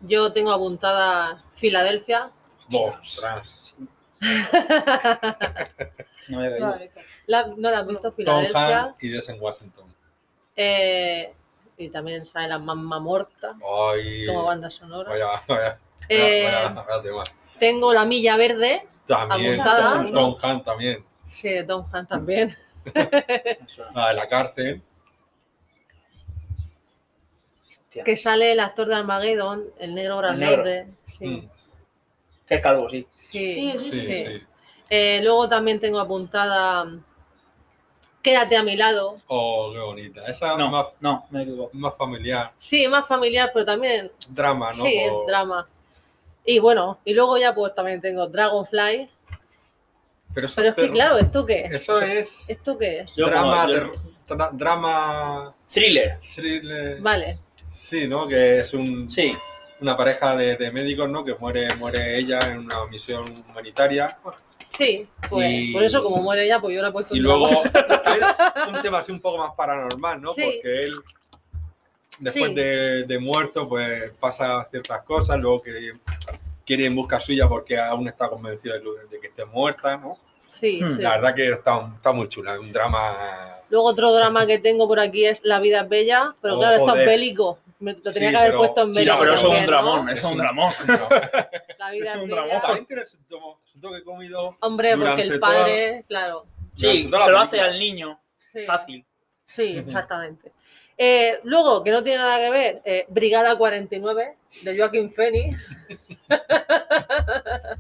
D: Yo tengo apuntada Filadelfia.
B: ostras,
A: No me había caído.
C: Vale, está.
D: La- ¿No la has visto?
B: Tom
D: Filadelfia.
B: Hanks y Desen Washington.
D: Eh, y también sale la mamá muerta
B: Ay,
D: como banda sonora.
B: vaya, vaya, vaya,
D: Eh,
B: vaya, vaya tema.
D: tengo La Milla Verde,
B: También,
D: Abusada.
B: Tom Hanks también,
D: sí, de Tom Hanks también.
A: Eso me suena.
B: la de la cárcel,
A: Hostia.
D: Que sale el actor de Armageddon, el negro grandote. Sí,
B: Mm,
A: Qué calvo, sí.
D: sí.
C: Sí,
B: sí,
C: sí,
B: sí,
D: sí. Eh, luego también tengo apuntada mm, Quédate a mi lado.
B: Oh, qué bonita. Esa
A: No,
B: más,
A: no, me equivoco.
B: más familiar,
D: Sí, más familiar, pero también
B: drama, Ah, ¿no?
D: sí,
B: Por-
D: pues, drama. Y bueno, y luego ya pues también tengo Dragonfly,
B: Pero eso,
D: Pero es que,
B: terror-
D: claro, ¿esto qué es?
B: eso es
D: ¿Esto qué es?
A: Yo
B: drama,
A: como- yo-
B: ter- tra- drama
A: Thriller.
B: thriller.
D: Vale,
B: Sí, ¿no? Que es un,
A: Sí.
B: una pareja de, de médicos, ¿no? Que muere, muere ella en una misión humanitaria.
D: sí, pues
B: Y-
D: por eso como muere ella, pues yo la he puesto
B: Y
D: en
B: luego
D: drama.
B: es un tema así un poco más paranormal, ¿no?
D: Sí.
B: Porque él, después
D: Sí.
B: de, de muerto, pues pasa ciertas cosas, luego que quiere ir en busca suya porque aún está convencido de, lo- de que esté muerta, ¿no?
D: Sí,
A: Mm,
D: sí.
B: La verdad que está, está muy chula, es un drama...
D: Luego otro drama que tengo por aquí es La vida es bella, pero
B: Oh,
D: claro, esto es
B: joder.
D: bélico. Me- lo
B: Sí,
D: tenía que haber
B: pero-
D: puesto en
B: sí,
A: Sí,
D: bélico.
A: no, pero eso es un
D: también, ¿no?
A: dramón, eso es un dramón.
B: es un drama.
D: La vida
A: es
D: es,
A: un
D: bella.
A: dramón.
B: También tiene su tomo- su toque cómico.
D: Hombre, porque el
B: Durante
D: padre, claro.
A: Sí,
B: Durante toda la
A: se lo hace
B: película.
A: al niño.
D: Sí,
A: Fácil.
D: Sí,
B: Ujú.
D: exactamente. Eh, luego, que no tiene nada que ver, eh, Brigada 49 de Joaquín Phoenix.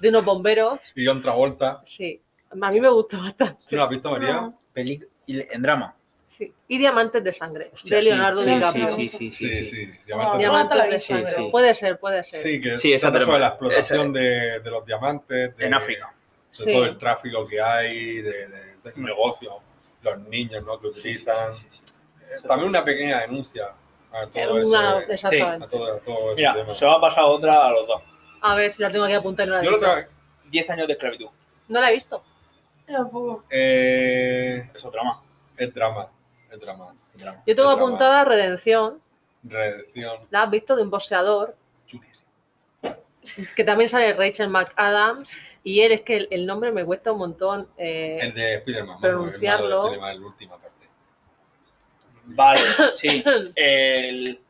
D: de unos bomberos.
B: Y John Travolta.
D: Sí, a mí me gustó bastante.
B: ¿Tú lo has visto, María?
C: No.
A: Peli- y- En drama.
D: Sí. Y Diamantes de Sangre,
A: Hostia,
D: de
A: sí,
D: Leonardo
A: sí,
D: DiCaprio.
A: Sí, sí, sí.
B: Sí,
A: sí,
B: sí.
A: sí.
B: Diamantes de-
C: Ah,
D: Diamantes
C: la
D: de
C: vi,
D: Sangre.
A: sí.
D: Puede ser, puede ser.
B: Sí, que
A: Sí, esa
B: trata sobre la
A: trama.
B: explotación de, de los diamantes. De,
A: En África. Mm.
B: de
D: Sí.
B: todo el tráfico que hay, de, de- del negocio, los niños ¿no? que utilizan.
A: Sí, sí, sí.
B: Eh, También una pequeña denuncia a
D: Es
B: todo
D: una-
B: ese,
D: exactamente.
B: a todo, a todo ese
A: Mira,
B: tema.
A: se va a pasar otra a los dos.
D: A ver si la tengo aquí apuntada. y No la, he
B: Yo lo
D: visto.
B: tra-
A: 10 años de esclavitud.
D: No la he visto.
C: Tampoco.
B: eh,
A: Eso trama.
B: es drama, es drama.
A: drama.
D: Yo tengo
B: El drama.
D: apuntada Redención,
B: Redención
D: la has visto, de un boxeador,
B: chulísima.
D: que también sale Rachel McAdams. Y él es que el, el nombre me cuesta un montón. eh,
B: El de Spiderman, mano, el malo de
D: Pronunciarlo.
B: Spiderman, la última parte.
A: Vale, sí. El...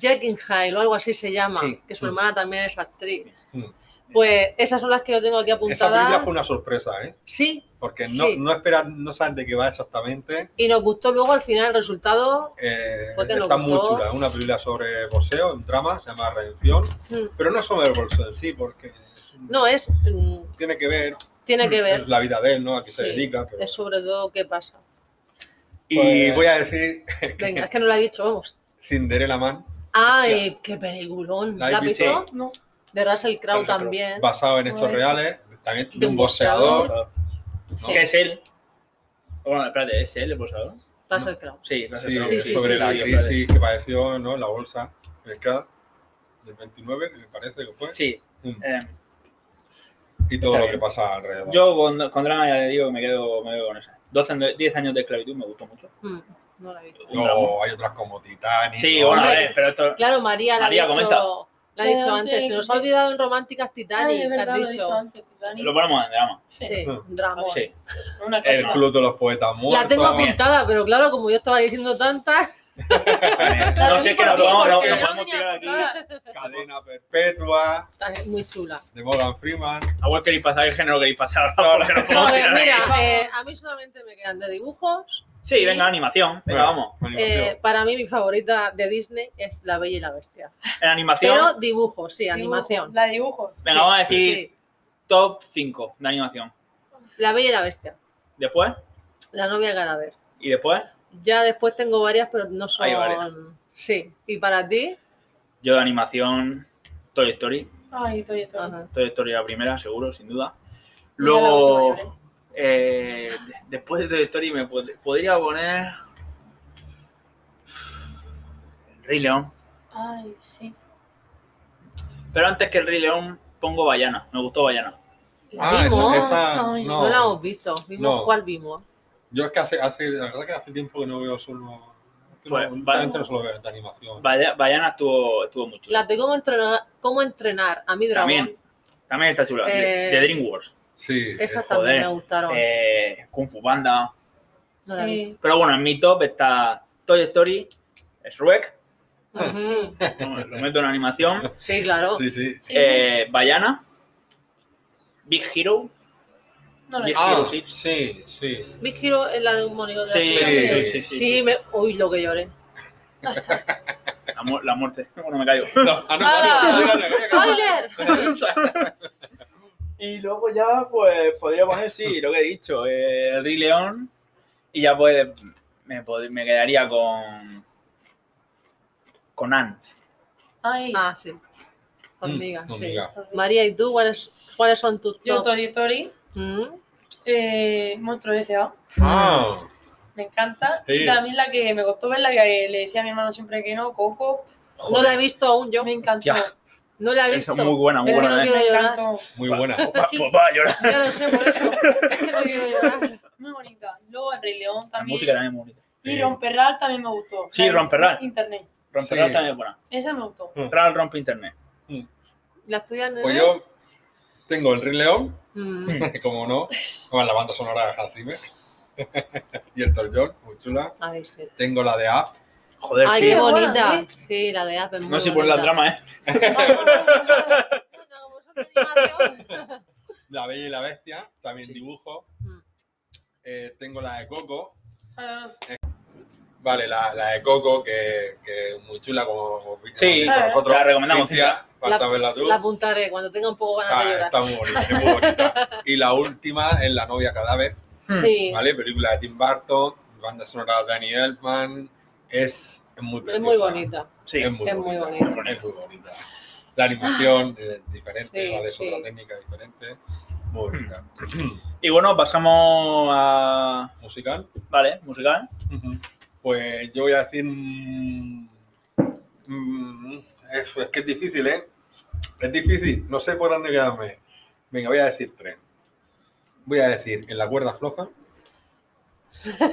D: Jekyll o algo así se llama,
A: Sí.
D: que su
B: Mm.
D: hermana también es actriz.
B: Mm.
D: Pues esas son las que yo tengo aquí
B: Esa película
D: apuntadas.
B: fue una sorpresa, ¿eh?
D: Sí,
B: Porque no,
D: Sí.
B: no esperan, no saben de qué va exactamente.
D: y nos gustó luego al final el resultado.
B: Eh,
D: Pues te lo
B: está muy
D: gustó.
B: chula, es una película sobre boxeo, un drama, se llama Redención,
D: Mm.
B: pero no es sobre el boxeo en sí, porque es un-
D: No, es. mm,
B: tiene que ver,
D: Tiene que ver.
B: es la vida de él, ¿no? A qué se
D: Sí,
B: dedica. pero-
D: Es sobre todo qué pasa.
B: Y
A: Pues-
B: voy a decir
D: Venga, es que no lo he dicho, vamos.
B: Cinderella Man,
D: ¡Ay, qué peliculón!
B: ¿La
D: ¿La has
B: habéis
D: visto?
B: visto?
C: No.
D: De Russell Crowe
A: Russell Crowe.
D: también.
B: basado en hechos
C: Bueno.
B: reales, también
D: De
B: de
D: un
B: un boxeador.
D: Sí,
A: ¿Qué es él? Bueno, espérate, ¿es él el posador?
D: Russell Crowe.
A: Sí, no sé,
B: Sí,
A: pero-
D: Sí, sí,
B: sobre
D: sí,
B: la
D: sí,
B: crisis
A: espérate.
B: que padeció ¿no? la bolsa el crash del 29, me parece que fue,
A: Sí.
B: Mm.
A: eh,
B: y todo
A: está
B: lo que
A: bien.
B: pasa alrededor.
A: yo con, con drama ya digo que me quedo, me quedo con esa. 12 años de- 10 años de esclavitud me gustó mucho.
D: Mm, No la he visto.
A: un drama.
B: Luego hay otras como Titanic.
A: Sí,
B: ¿no?
A: bueno, a
D: hombre,
A: ver, pero esto...
D: Claro, María, la
A: María,
D: ha
A: comenta.
D: dicho, la ha dicho
C: Pero
D: antes. Se
C: antes-
D: nos ha olvidado en Románticas
C: Ay,
D: Titanic,
C: de
D: la
C: verdad,
D: has
C: lo he dicho
D: dicho.
C: antes, Titanic.
A: Lo ponemos en drama.
D: Sí,
B: Mm.
D: un drama.
A: Sí.
C: Una cosa.
B: El Club de los Poetas Muertos.
D: La tengo
A: bien.
D: apuntada, pero claro, como yo estaba diciendo tantas,
A: no sé qué nos
C: porque-
A: vamos, no,
C: porque
A: nos
C: yo
A: podemos
C: tenía
A: tirar aquí.
C: apuntada.
B: Cadena Perpetua,
D: es muy chula.
B: de Morgan Freeman.
A: ¿A vos queréis pasar? ¿Qué género queréis pasar?
B: No, no.
A: Porque nos podemos
D: A ver,
A: tirar aquí.
D: mira,
C: Vamos.
D: eh, a mí solamente me quedan de dibujos.
A: Sí, venga, animación. Venga,
B: Bueno,
A: vamos.
B: animación.
D: Eh, para mí mi favorita de Disney es La Bella y la Bestia.
A: En animación,
D: Pero dibujos, sí,
C: Dibujo,
D: animación.
C: La dibujo.
A: venga, vamos a decir
D: Sí,
A: top 5 de animación.
D: La Bella y la Bestia.
A: Después,
D: La novia cadáver.
A: y después,
D: Ya después tengo varias, pero no son...
A: Hay varias.
D: Sí. ¿Y para ti?
A: yo de animación, Toy Story.
C: Ay, estoy, estoy.
D: Ajá.
A: Toy Story la primera, seguro, sin duda.
C: Mira la
A: Luego,
C: última,
A: eh, de- después de Toy Story me pod- podría poner... El Rey León.
C: Ay, sí.
A: Pero antes que el Rey León, pongo Bayana. Me gustó Bayana.
B: Ah,
D: ¿Vimos?
B: esa, esa-
C: Ay,
D: No,
B: no.
D: la hemos visto. ¿Vimos
B: No.
D: cuál vimos?
B: Yo es que hace, hace, la verdad que hace tiempo que no veo solo. que
A: Pues,
B: no,
A: vale.
B: últimamente no solo veo de animación.
A: Baya- Bayana estuvo, estuvo muy chula.
D: La de cómo entrenar, cómo entrenar a mi dragón.
A: También. También está chula. De,
D: Eh,
A: de DreamWorks.
B: Sí,
D: Esas
B: es-
D: también
A: joder,
D: me gustaron.
A: Eh, Kung Fu Panda.
D: No la he visto.
C: Eh,
A: Pero bueno, en mi top está Toy Story, Shrek,
D: Ujú.
A: no, lo meto en animación,
D: Sí, claro.
B: sí, sí.
C: sí.
A: eh, Bayana, Big Hero,
C: no la he
A: Big
C: visto.
B: Ah,
A: Hero Six.
B: sí, sí.
D: Big Hero es la de un monigo de
A: Sí,
D: así.
A: sí, sí,
B: Sí.
A: sí, sí,
D: Sí,
A: sí.
D: me... Uy, lo que lloré.
A: La, mu- la muerte, bueno, me caigo.
B: No, ah, no, no, no, no, no, no,
D: ¡Spoiler!
B: no, no.
A: Y luego ya, pues, podría poner, sí, lo que he dicho, eh, el Rey León, y ya pues me, pod- me quedaría con... con Anne.
C: Ay,
D: Ah, sí. Hormiga, sí.
B: Hormiga.
D: María, ¿y tú cuáles, cuáles son tus
C: Yo,
D: top?
C: Tori Tori,
D: Mm,
C: eh, Monstruo S.A.
B: Ah,
C: Me encanta.
B: Sí.
C: Y también la que me costó ver, la que eh, le decía a mi hermano siempre que no, Coco.
D: No la he visto aún yo.
C: Me encantó.
A: Hostia.
D: No la he
A: Esa
D: visto.
A: es muy buena, muy
D: Es que
A: buena.
D: no
A: ¿eh?
D: quiero
C: Me
D: llorar.
C: encantó.
B: muy buena.
A: Pa-
D: Sí.
A: pues va a llorar.
D: Ya lo sé, por eso. Es que no quiero llorar.
C: Muy bonita. Luego el Rey León
A: La
C: también.
A: música también es muy bonita.
C: Y Romperral también me gustó.
A: Sí, Romperral.
C: Internet.
A: Romperral
B: Sí.
A: también es buena.
C: Esa me gustó.
A: Romperral rompe internet.
D: ¿La tuya, nena?
B: Pues yo tengo el Rey León,
D: Mm,
B: como no, con la banda sonora de Hans Zimmer. y el Torjón, muy chula.
D: a ver, sí.
B: Tengo la de App.
A: Joder,
D: Ay,
A: sí.
D: qué
C: es buena,
D: bonita.
C: ¿eh?
D: Sí, la de Apple.
A: No sé por la drama, ¿eh?
B: La Bella y la Bestia, también
A: Sí.
B: dibujo.
D: Mm.
B: Eh, tengo la de Coco.
C: Ah,
B: Vale, la, la de Coco, que, que es muy chula, como como hemos
A: Sí,
B: dicho nosotros.
A: la recomendamos,
B: Cintia, falta
D: La-
B: verla tú.
D: La apuntaré cuando tenga un poco ganas de
B: Está, está
D: llorar.
B: muy bonita, es muy bonita. Y la última es La novia cadáver,
A: Mm.
D: Sí,
B: ¿vale? Película de Tim Burton, banda sonora de Danny Elfman. Es, es muy
D: es
B: preciosa.
D: muy bonita.
A: Sí.
B: Es muy
D: Es muy
B: bonita.
D: bonita.
B: Es muy bonita. La animación eh, diferente,
D: Sí,
B: ¿vale? Es
D: sí.
B: otra técnica diferente. Muy bonita.
A: Hmm. Y bueno, pasamos a.
B: ¿Musical?
A: Vale, musical.
B: Pues yo voy a decir. mm, mm, eso, es que es difícil, ¿eh? Es difícil, no sé por dónde quedarme. Venga, voy a decir tres. Voy a decir en la cuerda floja.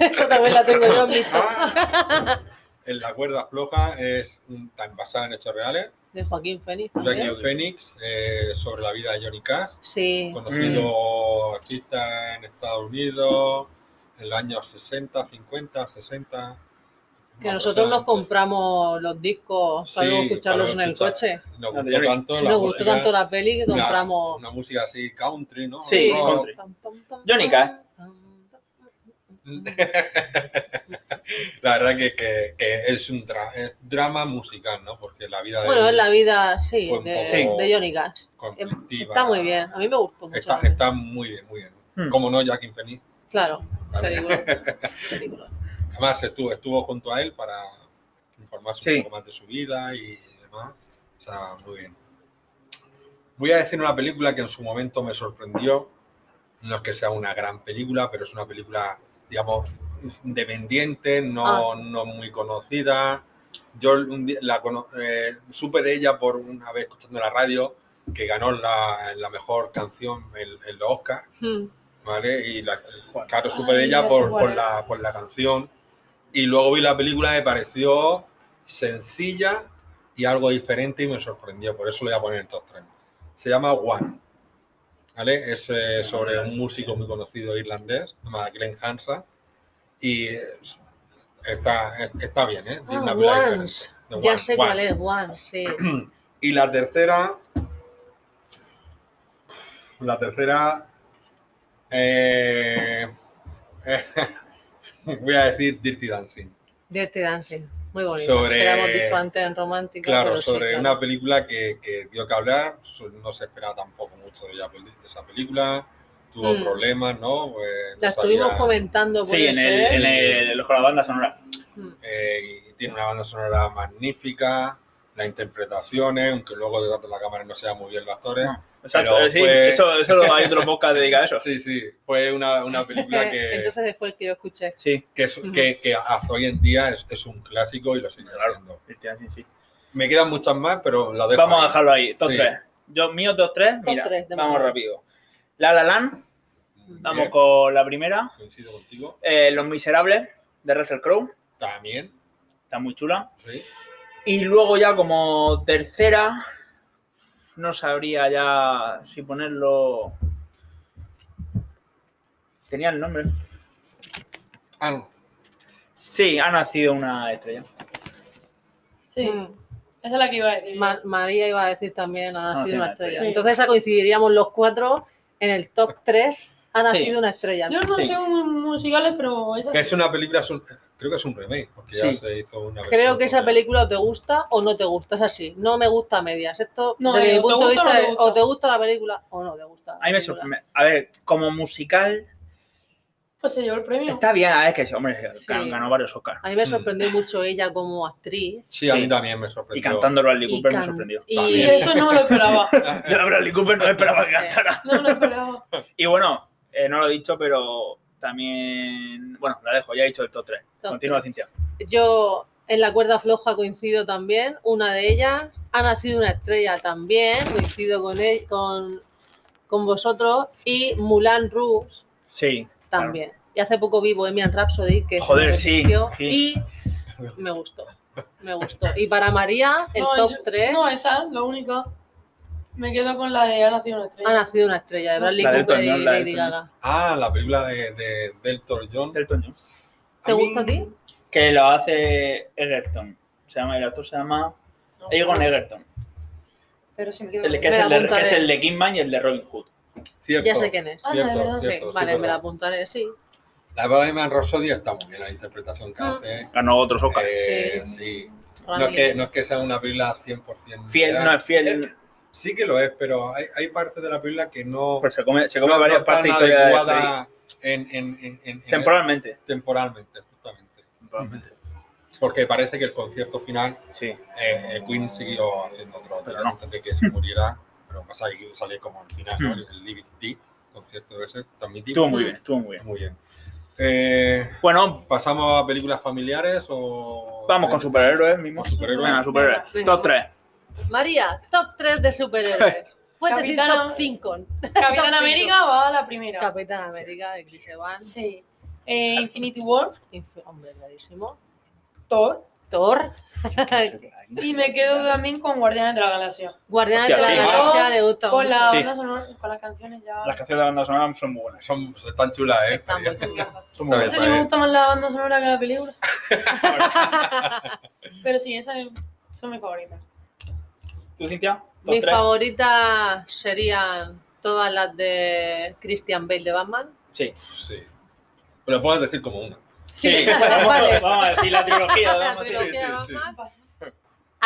D: Eso también la tengo yo en mi top.
B: Ah, en la cuerda floja es un- tan basada en hechos reales.
D: De Joaquín Fénix también.
B: Joaquin Phoenix eh, sobre la vida de Johnny Cash,
D: Sí, Mm.
B: conocido artista en Estados Unidos en los años 60, 50, 60.
D: que nosotros nos
B: compramos
D: compramos los discos para luego
B: Sí,
D: escucharlos
B: para
D: en el
B: escuchar.
D: coche.
B: Nos
A: La de
B: gustó
A: Johnny.
B: tanto
D: Si
B: la
D: nos gustó
B: música,
D: tanto la peli que
B: una-
D: compramos.
B: Una música así country, ¿no?
A: Sí,
B: Rock.
A: country. Johnny Cash.
B: Mm, La verdad que, que- que es un dra- es drama musical, ¿no? Porque la vida de
D: Bueno,
B: él
D: es la vida, sí,
B: Fue pues un
D: de,
A: poco-
D: de Johnny Cash. Em,
B: conflictiva.
D: Está muy bien, a mí me gustó mucho.
B: Está, está muy bien, muy bien.
A: Hmm.
B: Como no, Jackie Phoenix.
D: Claro,
B: Vale.
D: película. película.
B: Además, estuvo, estuvo junto a él para informarse
A: Sí.
B: un poco más de su vida y demás. O sea, muy bien. Voy a decir una película que en su momento me sorprendió. No es que sea una gran película, pero es una película, digamos, independiente, no,
D: Ah,
B: no muy conocida. Yo un día la cono- eh, supe de ella por una vez escuchando la radio que ganó la, la mejor canción en, en los Oscars.
D: Hmm,
B: ¿vale? Y la,
A: Juan.
B: claro, supe
D: Ah,
C: Ay,
B: de ella
C: ya
B: por,
C: sé cuál
B: por
C: es.
B: la, por la canción. Y luego vi la película, me pareció sencilla y algo diferente y me sorprendió. Por eso le voy a poner estos tres. Se llama One. ¿Vale? Es
D: Ah,
B: eh, sobre un músico muy conocido irlandés, se llama Glenn Hansa. Y es- está, está bien, ¿eh? Tiene
D: Ah,
B: una película
D: Once.
B: diferente. The
D: Ya
B: One,
D: sé cuál
B: Once.
D: es, Juan, sí.
B: Y la tercera. La tercera. eh, voy a decir Dirty Dancing.
D: Dirty Dancing, muy bonito.
B: Sobre-
D: Que la hemos dicho antes en Romántica.
B: Claro,
D: pero sí,
B: sobre
D: claro.
B: una película que, que dio que hablar. so- No se esperaba tampoco mucho de, ella- de esa película. Tuvo
D: Mm.
B: problemas, ¿no? Pues, no
D: La estuvimos
B: sabía,
D: comentando por ¿eh? Hmm.
A: Sí, en el,
B: ser.
A: en el, con la banda sonora.
B: eh, y tiene una banda sonora magnífica. Las interpretaciones, aunque luego detrás de la cámara no sea muy bien los actores.
A: No, Exacto,
B: Pero
A: sí,
B: fue-
A: eso, eso lo- hay otro podcast dedicado a eso.
B: Sí, sí, fue una, una película que.
D: Eh, Entonces fue el que yo escuché.
A: Sí,
B: que, es-
D: Ujú.
B: que- que hasta hoy en día es, es un clásico y lo sigue
A: Claro.
B: siendo.
A: Cristian, sí, sí.
B: Me quedan muchas más, pero las dejo.
A: Vamos a
B: ahí.
A: dejarlo ahí, top
B: Sí.
A: 3. Yo, mío, top 3,
D: Top
A: mira,
D: tres, de
A: vamos
D: momento.
A: rápido. La La Land,
B: Bien,
A: vamos con la primera.
B: Coincido contigo.
A: Eh, Los Miserables, de Russell Crowe,
B: También,
A: está muy chula.
B: sí.
A: Y luego ya como tercera, no sabría ya si ponerlo... Tenía el nombre.
B: Ah, no.
A: Sí, ha nacido una estrella.
C: sí,
D: Mm.
C: esa es la que iba a decir.
D: Ma- María iba a decir también, ha
A: Ah,
D: nacido
A: sí,
D: una
A: sí.
D: estrella.
C: Sí.
D: Entonces esa coincidiríamos los cuatro en el top 3, ha nacido una estrella.
C: Yo no
A: Sí.
C: sé muy musicales, pero esa
B: Es una película, es un- creo que es un remake, porque ya
A: Sí.
B: se hizo una
D: Creo
B: versión
D: que esa
B: sobre-
D: película o te gusta o no te gusta, es así. No me gusta a medias. Esto,
C: No,
D: desde
C: eh,
D: mi
C: o te
D: punto de
C: gusta o
D: vista,
C: no te
D: es,
C: gusta.
D: o te gusta la película o no te gusta. la
A: A mí me
D: película.
A: sorprende. A ver, como musical,
C: pues se llevó el premio.
A: Está bien, ah, es que, sí, hombre,
D: Sí.
A: ganó, ganó varios Oscars.
D: A mí me
B: Mm.
D: sorprendió mucho ella como actriz.
B: Sí, a
A: Sí.
B: mí también me
A: Y
B: sorprendió.
A: cantando Bradley
D: Y
A: Cooper me
D: can-
A: sorprendió.
D: y-
C: Y
B: También.
C: eso no me lo esperaba.
A: Yo a Bradley Cooper no esperaba que
D: Eh,
A: cantara.
C: No me lo esperaba.
A: Y bueno, eh, no lo he dicho, pero también. Bueno, la dejo, ya he dicho el top 3.
D: Top
A: Continúa, Cintia.
D: Yo en la cuerda floja coincido también, una de ellas. Ha nacido una estrella también, coincido con, él, con, con vosotros. Y Mulan Rouge
A: Sí. claro.
D: también. Y hace poco vi Bohemian Rhapsody, que es
A: Joder,
D: una que
A: sí,
D: existió,
A: sí.
D: Y me gustó. Me gustó. Y para María, el
C: No,
D: top
C: yo-
D: 3
C: No, esa, la única. Me quedo con la de Ha nacido una estrella.
D: ha nacido una estrella de
C: No sé.
D: Bradley
A: La de
D: Cooper
A: Elton
D: y
A: John, la de
D: Lady
A: Elton John.
D: Gaga.
B: Ah, la película de, de Deltor John.
A: Del Toño.
D: ¿Te
B: mí-
D: gusta a ti?
A: Que lo hace Egerton. Se llama, el actor se llama
C: No,
A: Egon Egerton.
C: Pero sí me quedo
A: El
C: con
A: que, es
D: Me la
A: el de,
D: apuntaré.
A: que es el de Kingman y el de Robin Hood.
B: Cierto.
D: Ya sé quién es.
C: Ah,
B: Cierto,
C: de verdad.
D: Sí,
B: cierto, sí,
D: vale, me la
B: verdad.
D: apuntaré, sí.
B: La Bohemian Rhapsody está muy bien, la interpretación que
D: Mm.
B: hace.
A: Ganó otros Oscars.
B: Eh,
D: Sí.
B: sí.
D: para
B: No es,
D: mí.
B: que, no es que sea una película 100%
A: Fiel,
B: real.
A: no es fiel.
B: Eh, Sí que lo es, pero hay, hay partes de la película que no,
A: Pues se come, se
B: no,
A: come
B: no
A: varias
B: están
A: partes históricas de Freddy.
B: adecuadas en, en- en- en- en-
A: Temporalmente.
B: temporalmente, justamente.
A: Temporalmente.
B: Porque parece que el concierto final,
A: Sí.
B: eh, eh, Queen siguió haciendo otro
A: Pero
B: tema
A: no.
B: antes de que se muriera, pero pasa que salió como al final, ¿no?
A: Mm.
B: el Live It Deep, concierto ese, también
A: Estuvo muy bien, estuvo muy bien.
B: Muy bien. Eh,
A: Bueno,
B: ¿Pasamos a películas familiares o...? eh,
A: vamos con superhéroes mismo.
B: Con superhéroes.
A: Venga, superhéroes.
D: Venga.
A: Top 3.
D: María, top 3 de superhéroes. Puedes decir
C: Capitana-
D: top 5.
C: Capitán
D: Top
C: América va a la primera.
D: Capitán América, de Chris Evans.
C: Sí. Eh, Infinity War,
D: Inf- Hombre, clarísimo.
C: Thor.
D: Thor.
C: Y me quedo también con Guardianes de la Galaxia.
D: Guardianes de
A: Hostia,
D: la
A: sí.
C: Ah,
D: Galaxia le gusta
C: Con, la
A: Sí.
C: banda sonora- con las canciones ya.
A: Las canciones de la banda sonora son muy buenas.
B: Son, están chulas, ¿eh?
D: Está muy chula.
B: Son muy
C: No sé si me
B: buenas.
C: gusta más la banda sonora que la película. Pero sí, esas son mis favoritas.
A: ¿Tú, Cintia? Top
D: Mis
A: 3.
D: favoritas serían todas las de Christian Bale de Batman.
A: Sí.
B: Sí. Pero puedes decir como una.
A: Sí. vamos,
D: Vale.
A: vamos a decir la trilogía.
D: La
A: vamos a decir.
D: trilogía de
B: sí,
D: Batman.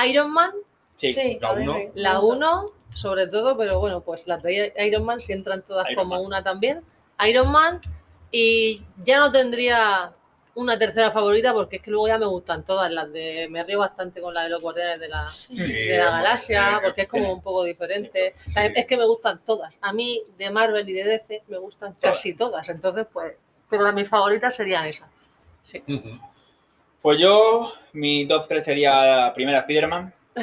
D: Iron Man,
A: Sí.
B: la
C: a mí
B: uno.
C: me
D: la
C: gusta.
D: 1, sobre todo, pero bueno, pues las de Iron Man si entran todas
A: Iron
D: como
A: Man.
D: una también. Iron Man, y ya no tendría una tercera favorita porque es que luego ya me gustan todas las de. Me río bastante con la de los Guardianes de la,
B: Sí,
D: de la Galaxia
B: eh,
D: porque es como un poco diferente.
B: Sí.
D: También Es que me gustan todas. A mí de Marvel y de DC me gustan casi todas. Entonces, pues, pero las mis favoritas serían esas.
B: Ujú.
A: Pues yo, mi top 3 sería primera Spider-Man.
C: Sí,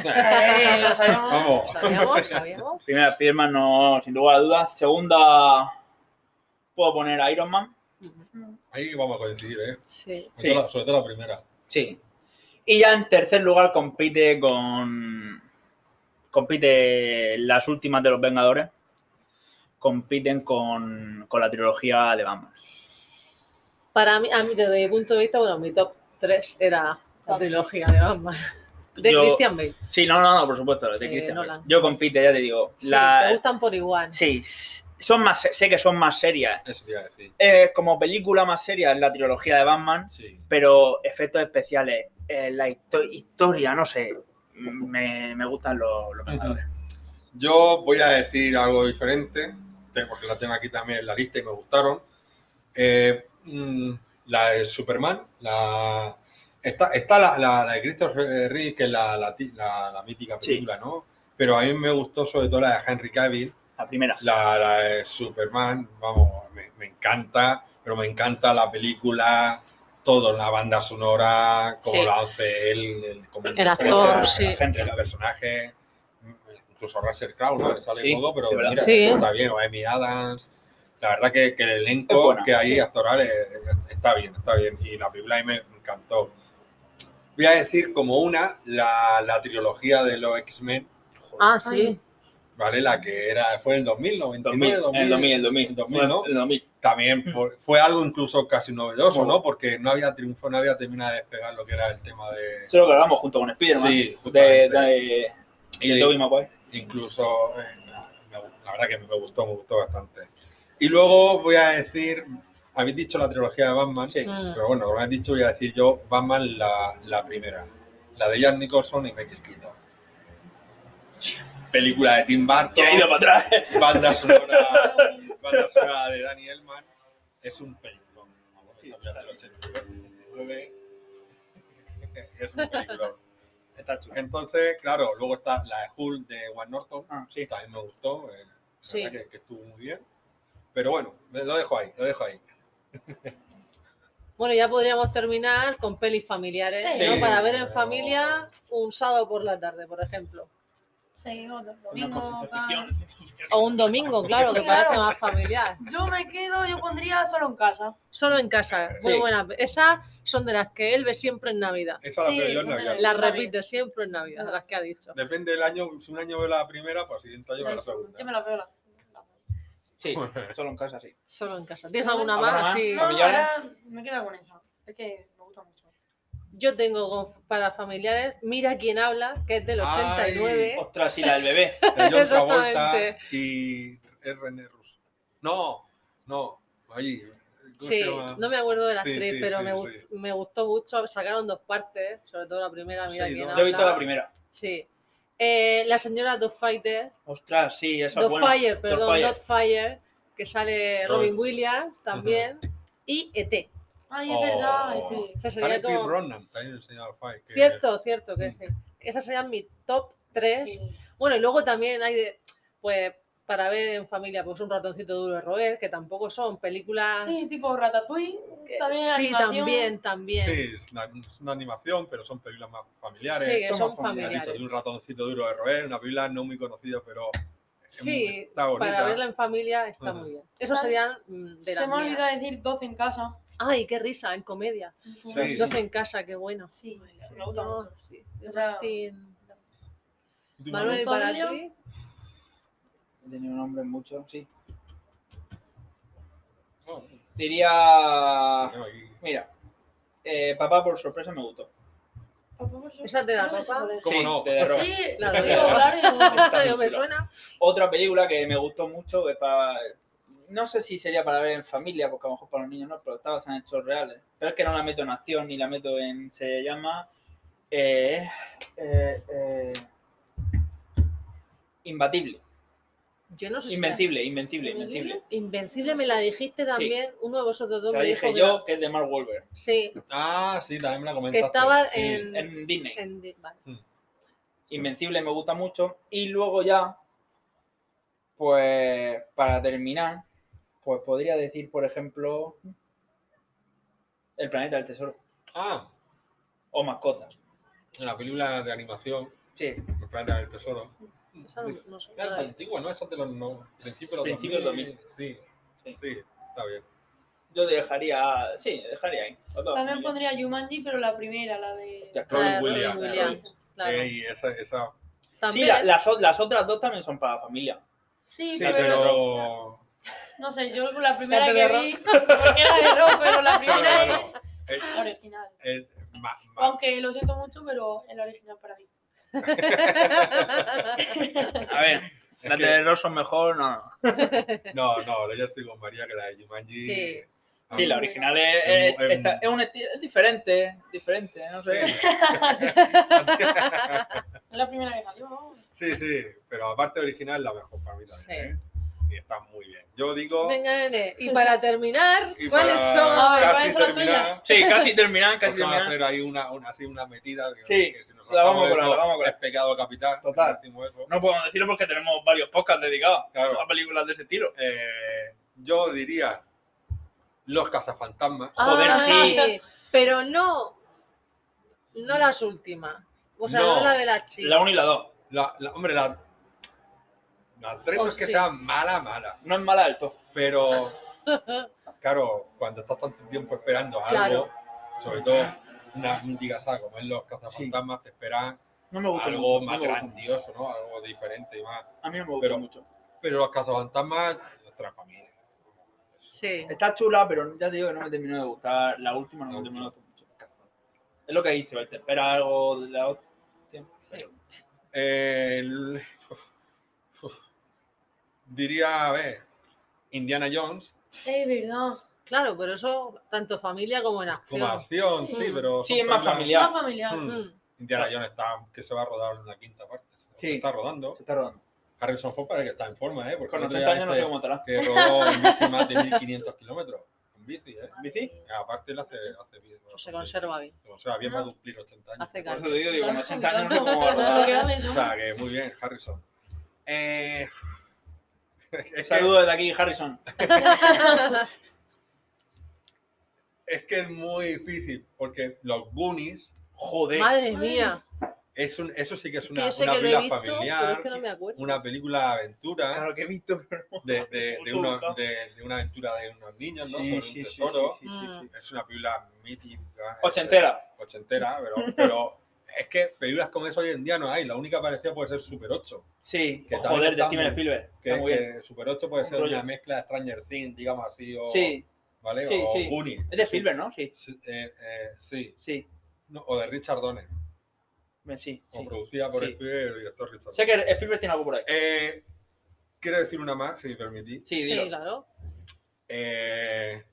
C: lo sabemos.
B: Vamos.
D: ¿Sabíamos? ¿Sabíamos?
A: Primera Spider-Man, no, sin lugar a dudas. Segunda, puedo poner Iron Man.
D: Ujú.
B: Ahí vamos a coincidir, ¿eh?
D: Sí.
B: Sobre,
A: Sí.
B: todo la, sobre todo la primera.
A: Sí. Y ya en tercer lugar compite con. Compite las últimas de los Vengadores. Compiten con, con la trilogía de Batman.
D: Para mí, a mí, desde mi punto de vista, bueno, mi top 3 era la trilogía de Batman. De
A: Yo-
D: Christian Bale.
A: Sí, no, no, no, por supuesto, de
D: Eh,
A: Christian Bale.
D: Nolan.
A: Yo compite, ya te digo.
D: Sí,
A: la-
D: me gustan por igual.
A: sí, s- son más, sé que son más serias.
B: Eso te iba a decir.
A: Eh, como película más seria es la trilogía de Batman,
B: Sí.
A: pero efectos especiales, eh, la histo- historia, no sé. Me, me gustan los, los Vengadores.
B: Yo voy a decir algo diferente, te- porque la tengo aquí también en la lista y me gustaron. Eh, mm, la de Superman, la... Está, está la, la- la de Christopher Reeve, que es la, la ti- la- la mítica
A: Sí.
B: película, ¿no? Pero a mí me gustó sobre todo la de Henry Cavill,
A: La primera.
B: la, la de Superman, vamos, me, me encanta, pero me encanta la película, todo, la banda sonora, cómo
D: Sí.
B: lo hace él, el, como
D: El actor,
B: interpreta
D: sí.
A: Henry
B: El
A: Cavill.
B: personaje, incluso Russell Crowe, ¿no? Sale
A: Sí,
B: todo, pero
A: sí, ¿verdad?
B: mira,
D: Sí.
B: está bien, o Amy Adams. La verdad que, que el
A: Es
B: elenco
A: buena.
B: que hay actoral es- es- está bien, está bien. Y la película a mí me encantó. Voy a decir como una la, la trilogía de los X-Men,
D: Ah, sí.
B: ¿vale? La que era, fue en el 2000, 99,
A: 2000, en el 2000, el 2000.
B: el 2000, ¿no?
A: Fue El 2000.
B: también por- fue algo incluso casi novedoso,
A: Muy
B: ¿no? Porque no había triunfo, no había terminado de despegar lo que era el tema
A: Eso
B: de...
A: es lo que hablamos junto con Spider-Man.
B: Sí,
A: de, de,
B: justamente.
A: de Tobey Maguire.
B: incluso, eh, la, la verdad que me gustó, me gustó bastante. Y luego voy a decir, habéis dicho la trilogía de Batman,
A: Sí.
D: Mm.
B: pero bueno, como habéis dicho, voy a decir yo Batman la, la primera, la de Jack Nicholson y Michael Keaton. Película de Tim
A: Que
B: Burton,
A: ha ido para atrás.
B: banda sonora, banda sonora de Danny Elman, es un película. que salió en el 88, 89. es un película.
A: Está chulo.
B: Entonces, claro, luego está la de Hulk de Juan Norton,
A: Ah, sí.
B: que también me gustó, eh, la
D: Sí.
B: verdad que, que estuvo muy bien. Pero bueno, me- lo dejo ahí, lo dejo ahí.
D: Bueno, ya podríamos terminar con pelis familiares,
C: Sí.
D: ¿no? Para ver en
B: Sí.
D: familia un sábado por la tarde, por ejemplo.
C: Sí, o los
A: Una
C: domingos, tal.
A: concientización.
D: O un domingo, claro, que
C: Claro.
D: parece más familiar.
C: Yo me quedo, yo pondría solo en casa.
D: Solo en casa, muy
B: Sí.
D: buenas. Esas son de las que él ve siempre en Navidad.
B: Eso la
C: Sí,
B: veo yo en
C: eso me
B: Navidad.
D: Las
C: Navidad.
D: repite siempre en Navidad, las que ha dicho.
B: Depende del año, si un año veo la primera, pues el siguiente año veo la segunda.
C: Yo me la veo la. la-
A: Sí, solo en casa, sí.
D: Solo en casa. ¿Tienes alguna
A: ¿Alguna
D: más?
A: más?
D: Sí.
C: No, ahora me quedo con esa. Es que me gusta mucho.
D: Yo tengo go- para familiares Mira quién habla, que es del
B: Ay,
D: 89.
A: Ostras, y la del bebé.
B: De John Travolta
D: Exactamente.
B: y es René Russo. No, no, ahí. ¿cómo se
D: Sí,
B: llama?
D: no me acuerdo de la
B: Sí,
D: actriz,
B: sí,
D: pero
B: sí,
D: me, gust-
B: sí.
D: me gustó mucho. Sacaron dos partes, sobre todo la primera, Mira
B: Sí,
D: quién
A: Yo
B: ¿no?
A: he
D: habla.
A: visto la primera.
D: Sí. Eh, la señora Dot Fighter,
A: Ostras, sí, esa es
D: Dot
A: buena.
D: Fire, perdón,
A: Fire.
D: Dot Fire, que sale
B: Robin.
D: Robin Williams también, y ET.
C: Ay, es
B: Oh.
C: verdad. Este.
D: Esa
B: Sale
D: sería
B: Pete
D: como-
B: Ronan, también el señor Fay. que-
D: Cierto, cierto que sí. Esas serían mi top 3.
C: Sí.
D: Bueno, y luego también hay de, pues para ver en familia, pues un ratoncito duro de roer, que tampoco son películas.
C: Sí, tipo Ratatouille.
D: Ah. que-
C: También
D: sí,
C: animación.
D: también, también.
B: Sí, es una, es una animación, pero son películas más familiares.
D: Sí, que
A: somos
D: son
B: Has dicho,
D: familiares.
B: de un ratoncito duro de roer, una película no muy conocida, pero es muy-
D: Sí,
B: está bonita.
D: para verla en familia está
B: Ujú.
D: muy bien. Eso serían mm, de
C: Se
D: las
C: me ha olvidado
D: mías.
C: decir 12 en casa.
D: Ay, qué risa, en comedia.
B: Sí.
D: 12 en casa, qué bueno.
C: Sí, me gusta
D: No,
C: mucho.
D: sí.
C: O sea,
D: Martín.
B: ¿Y tú, Manuel?
C: Manuel
D: Manuel, para
C: Fabio.
D: ti.
A: He tenido nombres muchos, sí.
B: No,
A: Diría.
B: no, y-
A: Mira, eh, papá por sorpresa me gustó.
C: Tampoco sé-
D: ¿Esa es de la
C: creo que sé
D: ropa?
C: cuál es.
B: ¿Cómo
A: Sí,
B: no?
A: de terror.
C: Sí,
D: La
C: la
D: de
C: digo,
A: ropa.
C: claro, y
A: muy
D: Yo me
A: chula.
D: suena.
A: Otra película que me gustó mucho, que para... no sé si sería para ver en familia, porque a lo mejor para los niños no, pero está basada en hechos reales. Pero es que no la meto en acción ni la meto en. Se llama. eh, eh, eh, Imbatible.
D: Yo no sé si la-
A: Invencible, invencible, invencible.
C: ¿Invencible?
D: Invencible me la dijiste también. Uno de vosotros dos
A: Te la
D: me dijo
A: dije
D: que
A: yo, que es de Mark Wahlberg,
D: la- Sí,
B: Ah, sí, también me la
D: que
B: comentaste.
D: estaba
B: sí.
D: en,
A: en Disney.
D: en di- vale.
A: Invencible me gusta mucho. Y luego ya, pues para terminar, pues podría decir, por ejemplo, El planeta del tesoro
B: Ah,
A: o mascotas.
B: en la película de animación,
A: Sí,
B: El planeta del tesoro.
D: Esa no- no sé.
B: Era antigua, ¿no? Esa es de los no, principios de los
A: Principios
B: 2000. Sí,
A: Sí.
B: sí, está bien.
A: yo dejaría, sí, dejaría ahí. los dos,
C: También
A: muy bien.
C: pondría Jumanji, pero la primera, la de...
A: Ya,
D: Claro,
B: Robin
D: Robin
B: Williams.
D: Williams. Claro.
B: Eh, y esa, esa
A: Sí,
D: También,
A: la- las, o- las otras dos también son para la familia.
B: Sí,
C: Sí, pero...
B: pero.
C: No sé, yo la primera
D: La de
C: que
D: rock.
C: vi, porque era de rock, pero la
B: Pero
C: primera
B: bueno,
C: es
B: eh,
C: original.
B: eh, ma- ma-
C: Aunque lo siento mucho, pero es la original para mí.
A: A ver,
B: es
A: las
B: que-
A: de Ross son mejor, no, no.
B: no, no, yo estoy con María, que la de Jumanji.
D: Sí.
B: a
A: Sí,
B: mí-
A: la original es, es,
B: Em- em-
A: está- es un esti- es diferente, diferente, no sé.
C: Es la primera que salió, ¿no?
B: Sí, sí, pero aparte original la mejor para mí también. ¿eh? Y está muy bien. Yo digo.
D: Venga, nene. Y para terminar,
B: y
D: ¿cuáles
B: para
D: son?
C: Ay,
B: Casi
C: ¿cuáles son las
B: terminar.
A: Sí, casi terminan, casi
B: Porque vamos a
A: terminan.
B: hacer ahí una, una, así una metida. Que,
A: Sí,
B: que si nos
A: la vamos
B: saltamos
A: a colar,
B: eso,
A: la vamos a colar.
B: Es pecado capital. si
A: Total.
B: no decimos eso.
A: No podemos decirlo porque tenemos varios podcasts dedicados
B: Claro.
A: a películas de ese estilo.
B: Eh, yo diría. Los cazafantasmas.
D: Ah,
A: Joder, sí.
D: Pero no, no las últimas. O sea, no,
B: No.
D: la de las chicas.
A: La 1 y la 2.
B: La, la- hombre, la. La tres no
D: Oh,
B: es que
D: sí.
B: sea mala, mala.
A: No es mal alto.
B: Pero, claro, cuando estás tanto tiempo esperando algo,
D: Claro.
B: sobre todo una mítica saga como es los cazafantasmas, te esperan
A: No me gusta
B: algo
A: mucho,
B: más
A: no me gusta
B: grandioso, ¿no? Algo diferente y más.
A: mucho. A mí no me gusta
B: Pero-
A: mucho.
B: Pero los cazafantasmas, otra familia.
D: Sí.
A: Está chula, pero ya te digo que no me terminó de gustar. La última no
B: La
A: me terminó de
B: última.
A: gustar mucho. Es lo que dice, él te espera algo de la otra. Pero-
B: El- uf, diría, a ver, Indiana Jones,
C: Es verdad.
D: Claro, pero eso tanto familia como en acción.
B: como acción,
C: Sí.
B: sí, pero.
A: Sí,
B: son
A: es más
B: películas-
A: familiar.
C: Más familiar.
B: Mm.
D: Mm.
B: Indiana Jones está, que se va a rodar una quinta parte.
A: Sí.
B: Se está rodando.
A: Se está rodando.
B: Harrison Ford parece que está en forma, ¿eh? Porque
A: Con
B: el otro
A: 80
B: día
A: años no sé
B: dice
A: cómo estará.
B: que rodó en bici más de 1500 kilómetros. en bici, ¿eh?
A: ¿Bici?
B: Aparte él hace, hace bien.
D: Se conserva bien.
B: Se conserva bien, va a
C: No.
B: cumplir 80 años.
D: Hace
A: Por
D: calor.
A: eso te digo, digo, con 80 años no sé cómo va a
C: No se lo
A: rodar.
C: grabe,
B: O
C: ¿no?
B: sea, que muy bien, Harrison. Eh,
A: Un
B: es, que,
A: saludo desde aquí, Harrison.
B: es que es muy difícil, porque los Goonies,
A: Joder.
D: Madre mía.
B: es un, eso sí que es
D: Que
B: una,
D: yo sé
B: una
D: que lo he
B: película
D: visto, pero es
B: familiar,
D: que no me acuerdo.
B: una película de aventura,
A: Claro que he visto, pero no.
B: de, de, de,
A: Ah, Mucho
B: unos-
A: buscado.
B: de- de una aventura de unos niños, ¿no?
A: Sí,
B: Sobre
A: sí, sí,
B: un
A: sí,
B: tesoro.
A: sí, sí, sí.
B: Es una película mítica. es,
A: Ochentera.
B: eh, ochentera, pero, pero es que películas como esa hoy en día no hay. La única parecida puede ser Super 8.
A: Sí,
B: que también
A: joder, de
B: está
A: Steven
B: muy-
A: Spielberg.
B: Que,
A: Está muy bien.
B: que Super 8 puede
A: Un
B: ser una
A: rollo.
B: mezcla de Stranger Things, digamos así, o,
A: Sí,
B: ¿vale?
A: sí,
B: o
A: sí.
B: Goonies.
A: es de Spielberg, ¿no? Sí,
B: Sí, eh, eh, sí.
A: sí,
B: No, o de Richard Donner,
A: ven, sí.
B: o
A: sí.
B: producida por
A: Sí.
B: Spielberg y el director Richard
A: Sé que Spielberg tiene algo por ahí.
B: Eh, quiero decir una más, si me permitís.
A: Sí,
D: Sí,
A: dilo.
D: claro.
B: Eh,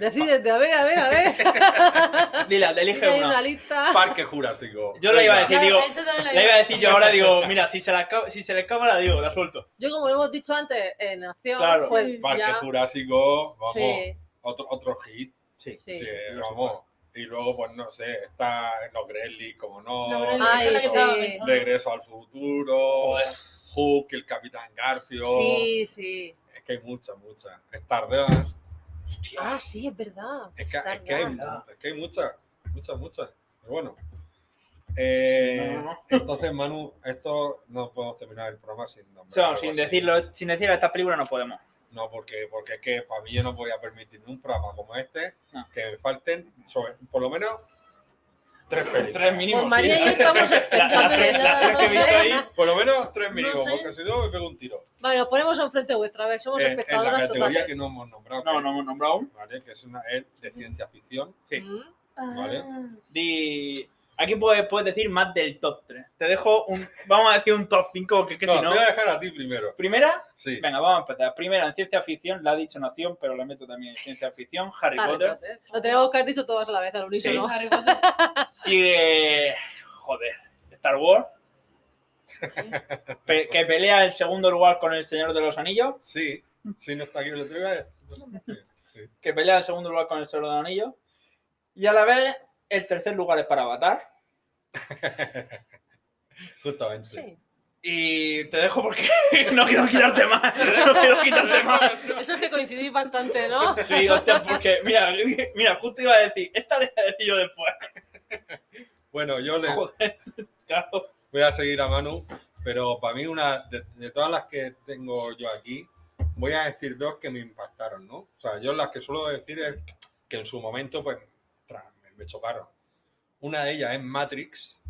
D: Decídete, a ver, a ver, a ver.
A: Dila, te
D: Aquí
A: elige
D: hay
A: una.
D: una lista.
B: Parque Jurásico.
A: Yo lo iba a
B: Venga.
A: decir, digo,
C: Claro, esa también la
A: La
C: vi.
A: iba a decir yo ahora, digo, mira, si se, la, acaba- si se le escapa la digo, la suelto.
D: Yo, como hemos dicho antes, en acción,
A: Claro.
D: pues
B: Parque
D: ya.
B: Jurásico, vamos,
D: Sí,
B: otro, otro hit.
A: Sí.
D: sí.
B: sí,
A: no
B: vamos. Y luego, pues no sé, está Los Gremlins, como no.
C: No, no, no,
D: Ay,
C: "Oh, esa es la que
D: sí.
C: estaba pensando.
B: Regreso al futuro.
A: Joder.
B: Hook, el Capitán Garfio.
D: Sí, sí.
B: Es que hay muchas, muchas. Stardust.
D: Ah, sí, es verdad.
B: Es que,
D: Está
B: es que hay,
D: claro.
B: mu- es que hay muchas, muchas, muchas. Pero bueno. Eh,
A: No, no, no.
B: Entonces, Manu, esto no podemos terminar el programa sin nombrar
A: O sea,
B: algo
A: sin
B: así.
A: decirlo, sin decir a esta película no podemos.
B: No, porque, porque es que para mí yo no podía permitirme un programa como este
A: No.
B: que me falten sobre- por lo menos tres películas.
A: Tres mínimos.
D: Pues María y yo
A: sí.
D: estamos
A: La- las tres- las tres que he visto ahí.
B: Por lo menos tres mínimos,
C: sé.
B: porque si no me pego un tiro. Eh,
D: Vale, nos ponemos enfrente vuestra. A ver,
A: Eh,
D: somos
B: En, en la
D: espectadoras
B: categoría
D: totales.
B: que no hemos nombrado,
A: No,
B: que-
A: no hemos nombrado aún.
B: ¿vale? que es una es de ciencia ficción.
A: que-
D: Mm.
C: Ah,
B: Vale.
A: Di... Aquí puedes, puedes decir más del top 3. Te dejo un. Vamos a decir un top 5, porque es que
B: no,
A: si no.
B: te voy a dejar a ti primero.
A: Primera,
B: Sí.
A: venga, vamos a empezar. Primera, en ciencia ficción, la ha dicho Nación, pero la meto también en ciencia ficción. Harry
D: Harry
A: Potter.
D: Potter. Lo tenemos que haber dicho todas a la vez, al unísono.
C: Harry Potter.
A: Sigue. Joder. Star Wars. Pe- que pelea en segundo lugar con el Señor de los Anillos.
B: Sí, si no está aquí, lo traigo. eh.
A: que pelea en segundo lugar con el Señor de los Anillos. Y a la vez, el tercer lugar es para Avatar.
B: Justamente.
D: Sí.
A: Y te dejo porque no quiero quitarte más. No quiero quitarte más.
D: Eso es que coincidís bastante, ¿no?
A: Sí, hostia, porque mira, mira, justo iba a decir, esta le voy a decir yo después.
B: Bueno, yo le
A: Joder, claro.
B: voy a seguir a Manu, pero para mí, una de, de todas las que tengo yo aquí, voy a decir dos que me impactaron, ¿no? O sea, yo las que suelo decir es que en su momento, pues, tra- me, me chocaron. Una de ellas es Matrix.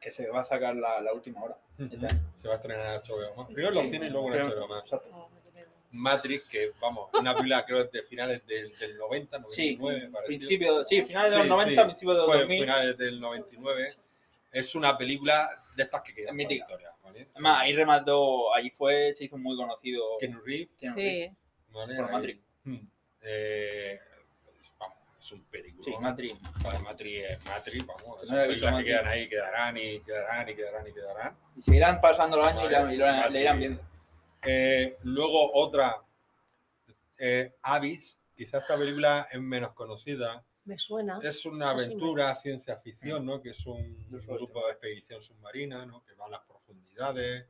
A: Que se va a sacar la, la última hora. Este
B: Se va a estrenar en HBO más. Primero en los
A: Sí,
B: cines y luego en
A: creo-
B: HBO más.
A: exacto.
B: Matrix, que vamos, una película creo es de finales del, del 90,
A: Sí,
B: 99, me pareció.
A: principio, sí, finales de los
B: Sí,
A: 90,
B: sí.
A: principios de los
B: Fue
A: 2000.
B: finales del 99. Es una película de estas que quedan para la
A: Mítica.
B: historia, ¿vale?
A: Además, ahí remató, ahí fue, se hizo muy conocido.
B: Keanu Reeves,
A: Keanu Reeves.
D: Sí.
B: ¿vale?
A: Por
B: Ahí-
A: Matrix.
B: Hmm. Eh, vamos, es un película.
A: Sí, Matrix.
B: Matrix es Matrix, vamos.
A: No
B: Son
A: he visto
B: películas que
A: Matrix.
B: quedan ahí, quedarán y quedarán y quedarán y quedarán.
A: Y se irán pasando los años y, Ah, la- y lo-
B: Matrix.
A: le irán viendo.
B: Eh, luego otra, eh, Abyss. Quizás esta película es menos conocida.
D: Me suena.
B: Es una
D: Así me-
B: aventura ciencia ficción, ¿no? Que es un
A: Yo soy
B: grupo de expedición submarina, ¿no? Que va a las profundidades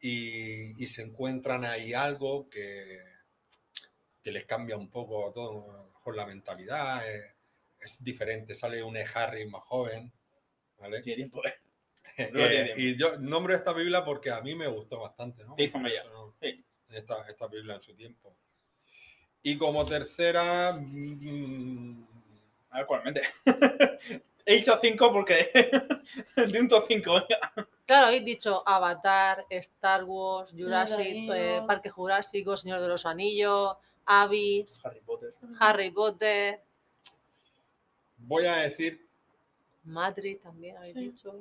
B: y, y se encuentran ahí algo que, que les cambia un poco todo, a lo mejor la mentalidad. eh, Es, diferente, sale un E. Harry más joven, ¿vale?
A: Tiene tiempo. no
B: Eh,
A: tiene tiempo.
B: y yo nombro esta película porque a mí me gustó bastante, ¿no?
A: Te hizo
B: Por
A: mella,
B: eso no-
A: sí.
B: Esta, esta película en su tiempo. Y como tercera, mm,
A: A ver, cuál mente. He dicho 5 porque. de un top 5.
D: Claro, habéis dicho Avatar, Star Wars, Jurassic,
C: Anillo.
D: eh, Parque Jurásico, Señor de los Anillos, Abyss,
A: Harry Potter.
D: Harry Potter,
B: voy a decir
D: Matrix también habéis
C: Sí.
D: dicho.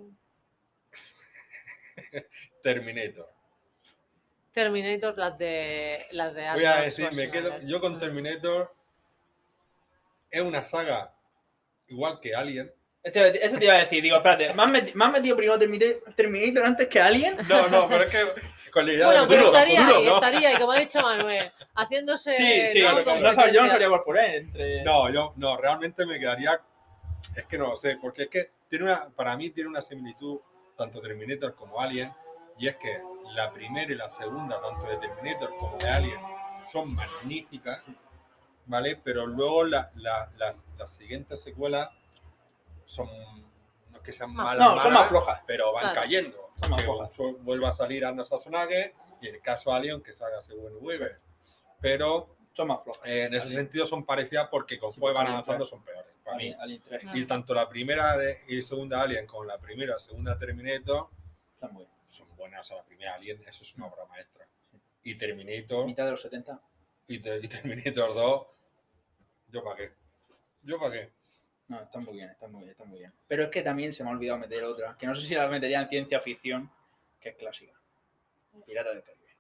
B: Terminator.
D: Terminator, las de las de
B: Voy a
D: Arnold
B: decir, me quedo
D: Schwarzenegger.
B: yo con
D: Mm.
B: Terminator. Es una saga igual que Alien.
A: Este- eso te iba a decir. Digo, espérate, ¿me has, meti- me has metido primero Termini- Terminator antes que Alien?
B: No, no, pero es que Cualidad
D: Bueno,
B: de
D: pero
B: duro,
D: estaría
B: duro,
D: ahí,
B: ¿no?
D: estaría ahí, como ha dicho Manuel, haciéndose.
A: Sí, sí,
D: ¿no?
B: claro, claro.
A: no sabía- yo no
D: competencia.
A: sabría cuál poner. Entre...
B: No, yo no, realmente me quedaría. Es que no lo sé, porque es que tiene una, para mí tiene una similitud tanto Terminator como Alien, y es que la primera y la segunda, tanto de Terminator como de Alien, son magníficas, ¿vale? Pero luego la- la- las, las siguientes secuelas son, no es que sean
D: Más
B: malas,
A: No, son
B: malas,
A: más flojas.
B: pero van
D: Claro.
B: cayendo.
A: Son más
B: Que
A: flojas.
B: su- vuelva a salir Arnold Schwarzenegger y en el caso Alien que salga según Weaver. Pero
A: Son más flojas.
B: eh, en ese
A: Alien.
B: sentido son parecidas porque conforme van avanzando son peores. para
A: Para
B: mí.
A: mí, Alien 3
D: Ah.
B: Y tanto la primera de- y segunda Alien como la primera y segunda Terminator
A: están muy bien.
B: son buenas. O sea, la primera Alien, eso es una obra maestra. Y Terminator
A: Mitad de los 70.
B: y, Te- y Terminator 2, yo para qué. Yo para qué.
A: No, están muy bien, están muy bien, están muy bien. Pero es que también se me ha olvidado meter otra, que no sé si la metería en ciencia ficción, que es clásica. Pirata del Caribe.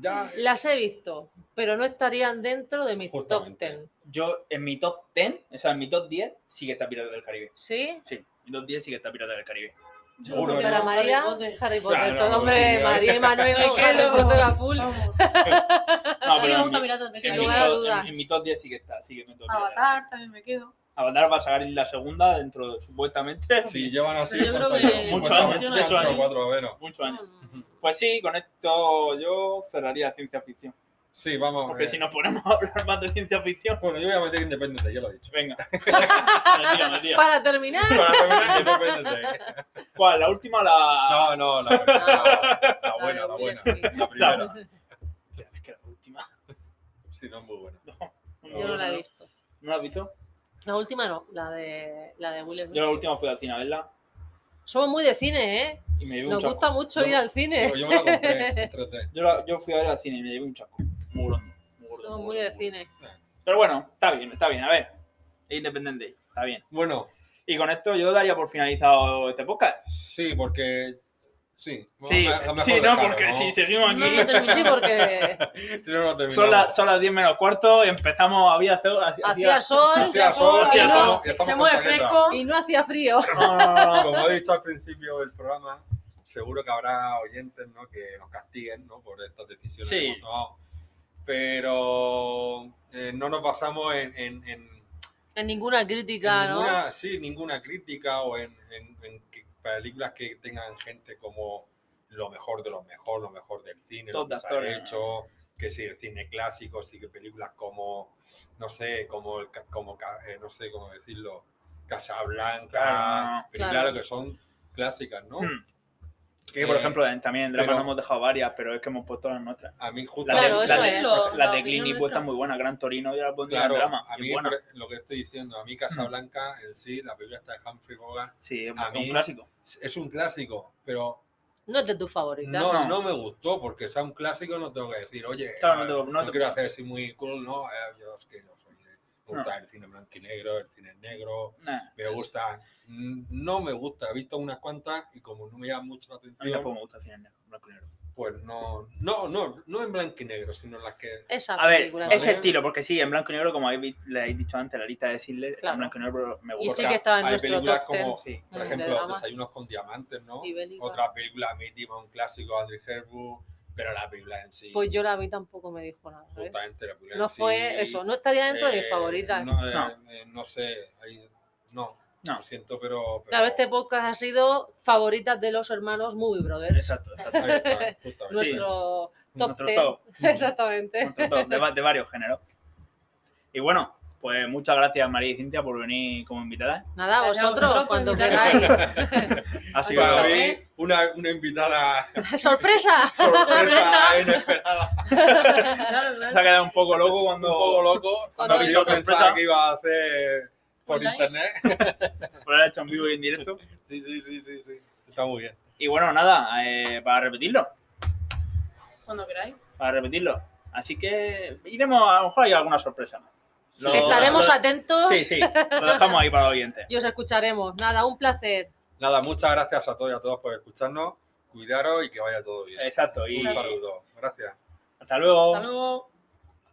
B: Ya,
D: Las he visto, pero no estarían dentro de mis top
B: Justamente.
D: 10.
A: Yo en mi top 10, o sea, en mi top 10 sí que está Pirata del Caribe.
D: ¿Sí?
A: Sí, mi top 10 sí que está Pirata del Caribe.
B: Seguro,
D: Para
B: ¿no?
D: María,
C: Harry Potter.
D: Harry Potter,
B: Claro,
D: todo hombre,
B: sí,
D: María y Manuel son
C: Sí,
D: Harry
C: claro.
D: Potter a full.
C: Vamos.
A: No,
C: Sí,
A: pero
C: me
A: en
C: gusta
A: mi-
C: Piratas del
A: sí, en mi
D: Caribe. Sin lugar a
A: top-
D: dudas.
A: En, en mi top 10 sí que está, sí que meto
C: Ah,
A: Pirata del Caribe.
C: Avatar también me quedo.
A: Avatar va a salir la segunda dentro, supuestamente,
B: si llevan así,
C: Pero yo creo
B: ¿cuántos
C: que-
B: llevan?
A: Mucho
B: 50,
A: años,
B: 23,
A: mucho años.
B: cuatro, bueno.
A: muchos años.
D: Mm.
A: Pues sí, con esto yo cerraría ciencia ficción.
B: Sí, vamos.
A: Porque
B: eh,
A: si nos ponemos a hablar más de ciencia ficción,
B: Bueno, yo voy a meter Independiente, ya lo he dicho.
A: venga. Me lío, me lío.
D: Para terminar,
B: Para terminar, Independiente.
A: ¿Cuál? La última, la.
B: No, no, la, la- la buena, la
D: Will
B: buena.
D: Smith.
B: La primera.
A: Hostia, es que la última.
B: Sí, no es muy buena.
D: yo no la he visto.
A: ¿No la has visto?
D: La última no, la de, la de Will Smith.
A: Yo la última fui al cine a verla
D: Somos muy de cine, ¿eh?
A: y me llevé un
D: Nos
A: chasco.
D: gusta mucho
B: Yo-
D: ir al cine.
B: Yo, yo me la compré en 3D.
A: Yo, la- yo fui a ver al cine y me llevé un chasco. Muy grande. Muy gordo,
D: Somos
A: muy
D: muy
A: gordo,
D: de
A: muy
D: cine.
A: gordo. Pero bueno, está bien, está bien. A ver. Es Independent Day. Está bien.
B: Bueno,
A: Y con esto yo daría por finalizado este podcast.
B: sí, porque. Sí,
D: Pues
A: Sí,
B: a- a mejor
A: sí, no,
B: dejarlo,
A: porque
B: ¿no?
A: si seguimos
C: No,
A: aquí.
C: no termino.
D: Sí, porque
B: Si no, no terminamos.
A: Son, las- son las 10 menos cuarto, empezamos, había hace-
D: hacía sol
B: Hacía sol,
D: y
A: hacía
D: no,
B: estamos- estamos
C: Se
B: con
C: mueve
B: chaqueta.
C: fresco.
D: y no hacía frío.
A: No, no, no, no.
B: Como he dicho al principio del programa, seguro que habrá oyentes ¿no? que nos castiguen ¿no? por estas decisiones
A: Sí.
B: que hemos tomado. Pero eh, no nos basamos en, en- en-
D: En ninguna
B: en
D: crítica, ¿no?
B: ninguna, sí, ninguna crítica o en, en- en que- películas que tengan gente como lo mejor de lo mejor, lo mejor del cine,
A: Top
B: lo
A: de
B: que se
A: actores.
B: ha hecho, que si el cine clásico, sí que películas como, no sé, como, el ca- como ca- eh, no sé cómo decirlo, Casablanca,
A: Claro.
B: películas
D: Claro.
B: que son clásicas, ¿no?
A: Hmm. Que por
B: Eh,
A: ejemplo, también de la
B: pero-
A: mano hemos dejado varias, pero es que hemos puesto las nuestras.
B: A mí
A: La
B: justamente,
D: Claro,
A: de,
D: eso
A: la de-
D: es
C: lo-
A: la
C: la
A: de
C: opinión
A: Clint Eastwood
C: nuestra.
A: está muy buena. Gran Torino yo la pondría
B: claro,
A: en drama.
B: a
A: es
B: mí
A: buena.
B: por- lo que estoy diciendo, a mí Casablanca en sí, la película está de Humphrey Bogart,
A: Sí, es
B: a
A: un
B: mí-
A: clásico.
B: es- es un clásico, pero
D: No es de tu favorita.
B: No,
A: no.
B: no, me gustó, porque sea un clásico no tengo que decir, oye,
A: Claro,
B: eh,
A: no
B: no,
A: te- no te-
B: quiero hacer así muy cool, ¿no? Eh, yo es que yo soy de- me
A: No.
B: gusta el cine blanco y negro, el cine negro,
A: Nah,
B: me
A: Ah. es-
B: gusta, mm, no me gusta, he visto unas cuantas y como no me llama mucho la
A: A mí
B: atención,
A: tampoco me gusta el cine negro, blanco y negro.
B: pues no, no, no, no en blanco y negro, sino en las que...
D: Esa
A: A ver,
D: película.
A: ese
B: ¿vale?
A: estilo, porque sí, en blanco y negro, como habéis, vi- le habéis dicho antes, la lista de Sidler,
D: Claro.
A: en blanco y negro me
D: Y
A: gusta.
D: sí que estaba en
B: hay
D: nuestro
B: películas
D: top
B: como,
A: Sí.
B: por
D: Mm, de
B: ejemplo,
D: drama.
B: Desayunos con Diamantes, ¿no?
D: 10 y bélica.
B: Otra película mítica, un clásico de Andrew Herbu, pero la película en sí,
D: Pues yo la vi tampoco me dijo nada. ¿eh?
B: justamente la película
D: No
B: en sí,
D: fue eso, no estaría dentro de mis
B: Eh,
D: favoritas.
B: No, eh,
A: No.
B: eh, no sé, ahí- no,
A: No.
B: lo siento, pero. pero-
D: Claro, este podcast ha sido favoritas de los hermanos Movie Brothers.
A: Exacto, exacto.
B: Ahí está, justamente.
D: Nuestro top
A: Nuestro
D: 10.
A: top.
D: Exactamente.
A: Otro top, de, va- de varios géneros. Y bueno, pues muchas gracias, María y Cintia, por venir como invitadas.
D: Nada, vosotros,
C: vosotros,
D: cuando
C: cuando
D: queráis.
A: Ha sido-
B: Para
C: Ahí
B: mí,
D: ¿eh?
B: una, una invitada
D: ¡Sorpresa!
B: sorpresa eh,
C: Sorpresa.
B: inesperada,
C: Claro,
A: se ha
C: claro.
A: quedado un poco loco
B: un
A: cuando.
B: poco loco.
D: Cuando
B: porque
D: vi
B: yo
A: esa sorpresa-
B: pensaba que iba a hacer por
C: Online.
B: internet.
A: por haber hecho en vivo y en directo.
B: Sí, sí, sí, sí, sí. Está muy bien.
A: Y bueno, nada, eh, para repetirlo,
C: Cuando queráis.
A: para repetirlo. Así que iremos, a lo mejor hay alguna sorpresa. ¿no? Lo-
D: Estaremos
A: lo-
D: atentos
A: Sí, sí, lo dejamos ahí para los oyentes.
D: y os escucharemos. Nada, un placer.
B: Nada, muchas gracias a todos y a todas por escucharnos. Cuidaros y que vaya todo bien.
A: Exacto, Eh, y
B: Un saludo. Gracias.
A: hasta luego.
C: Hasta luego.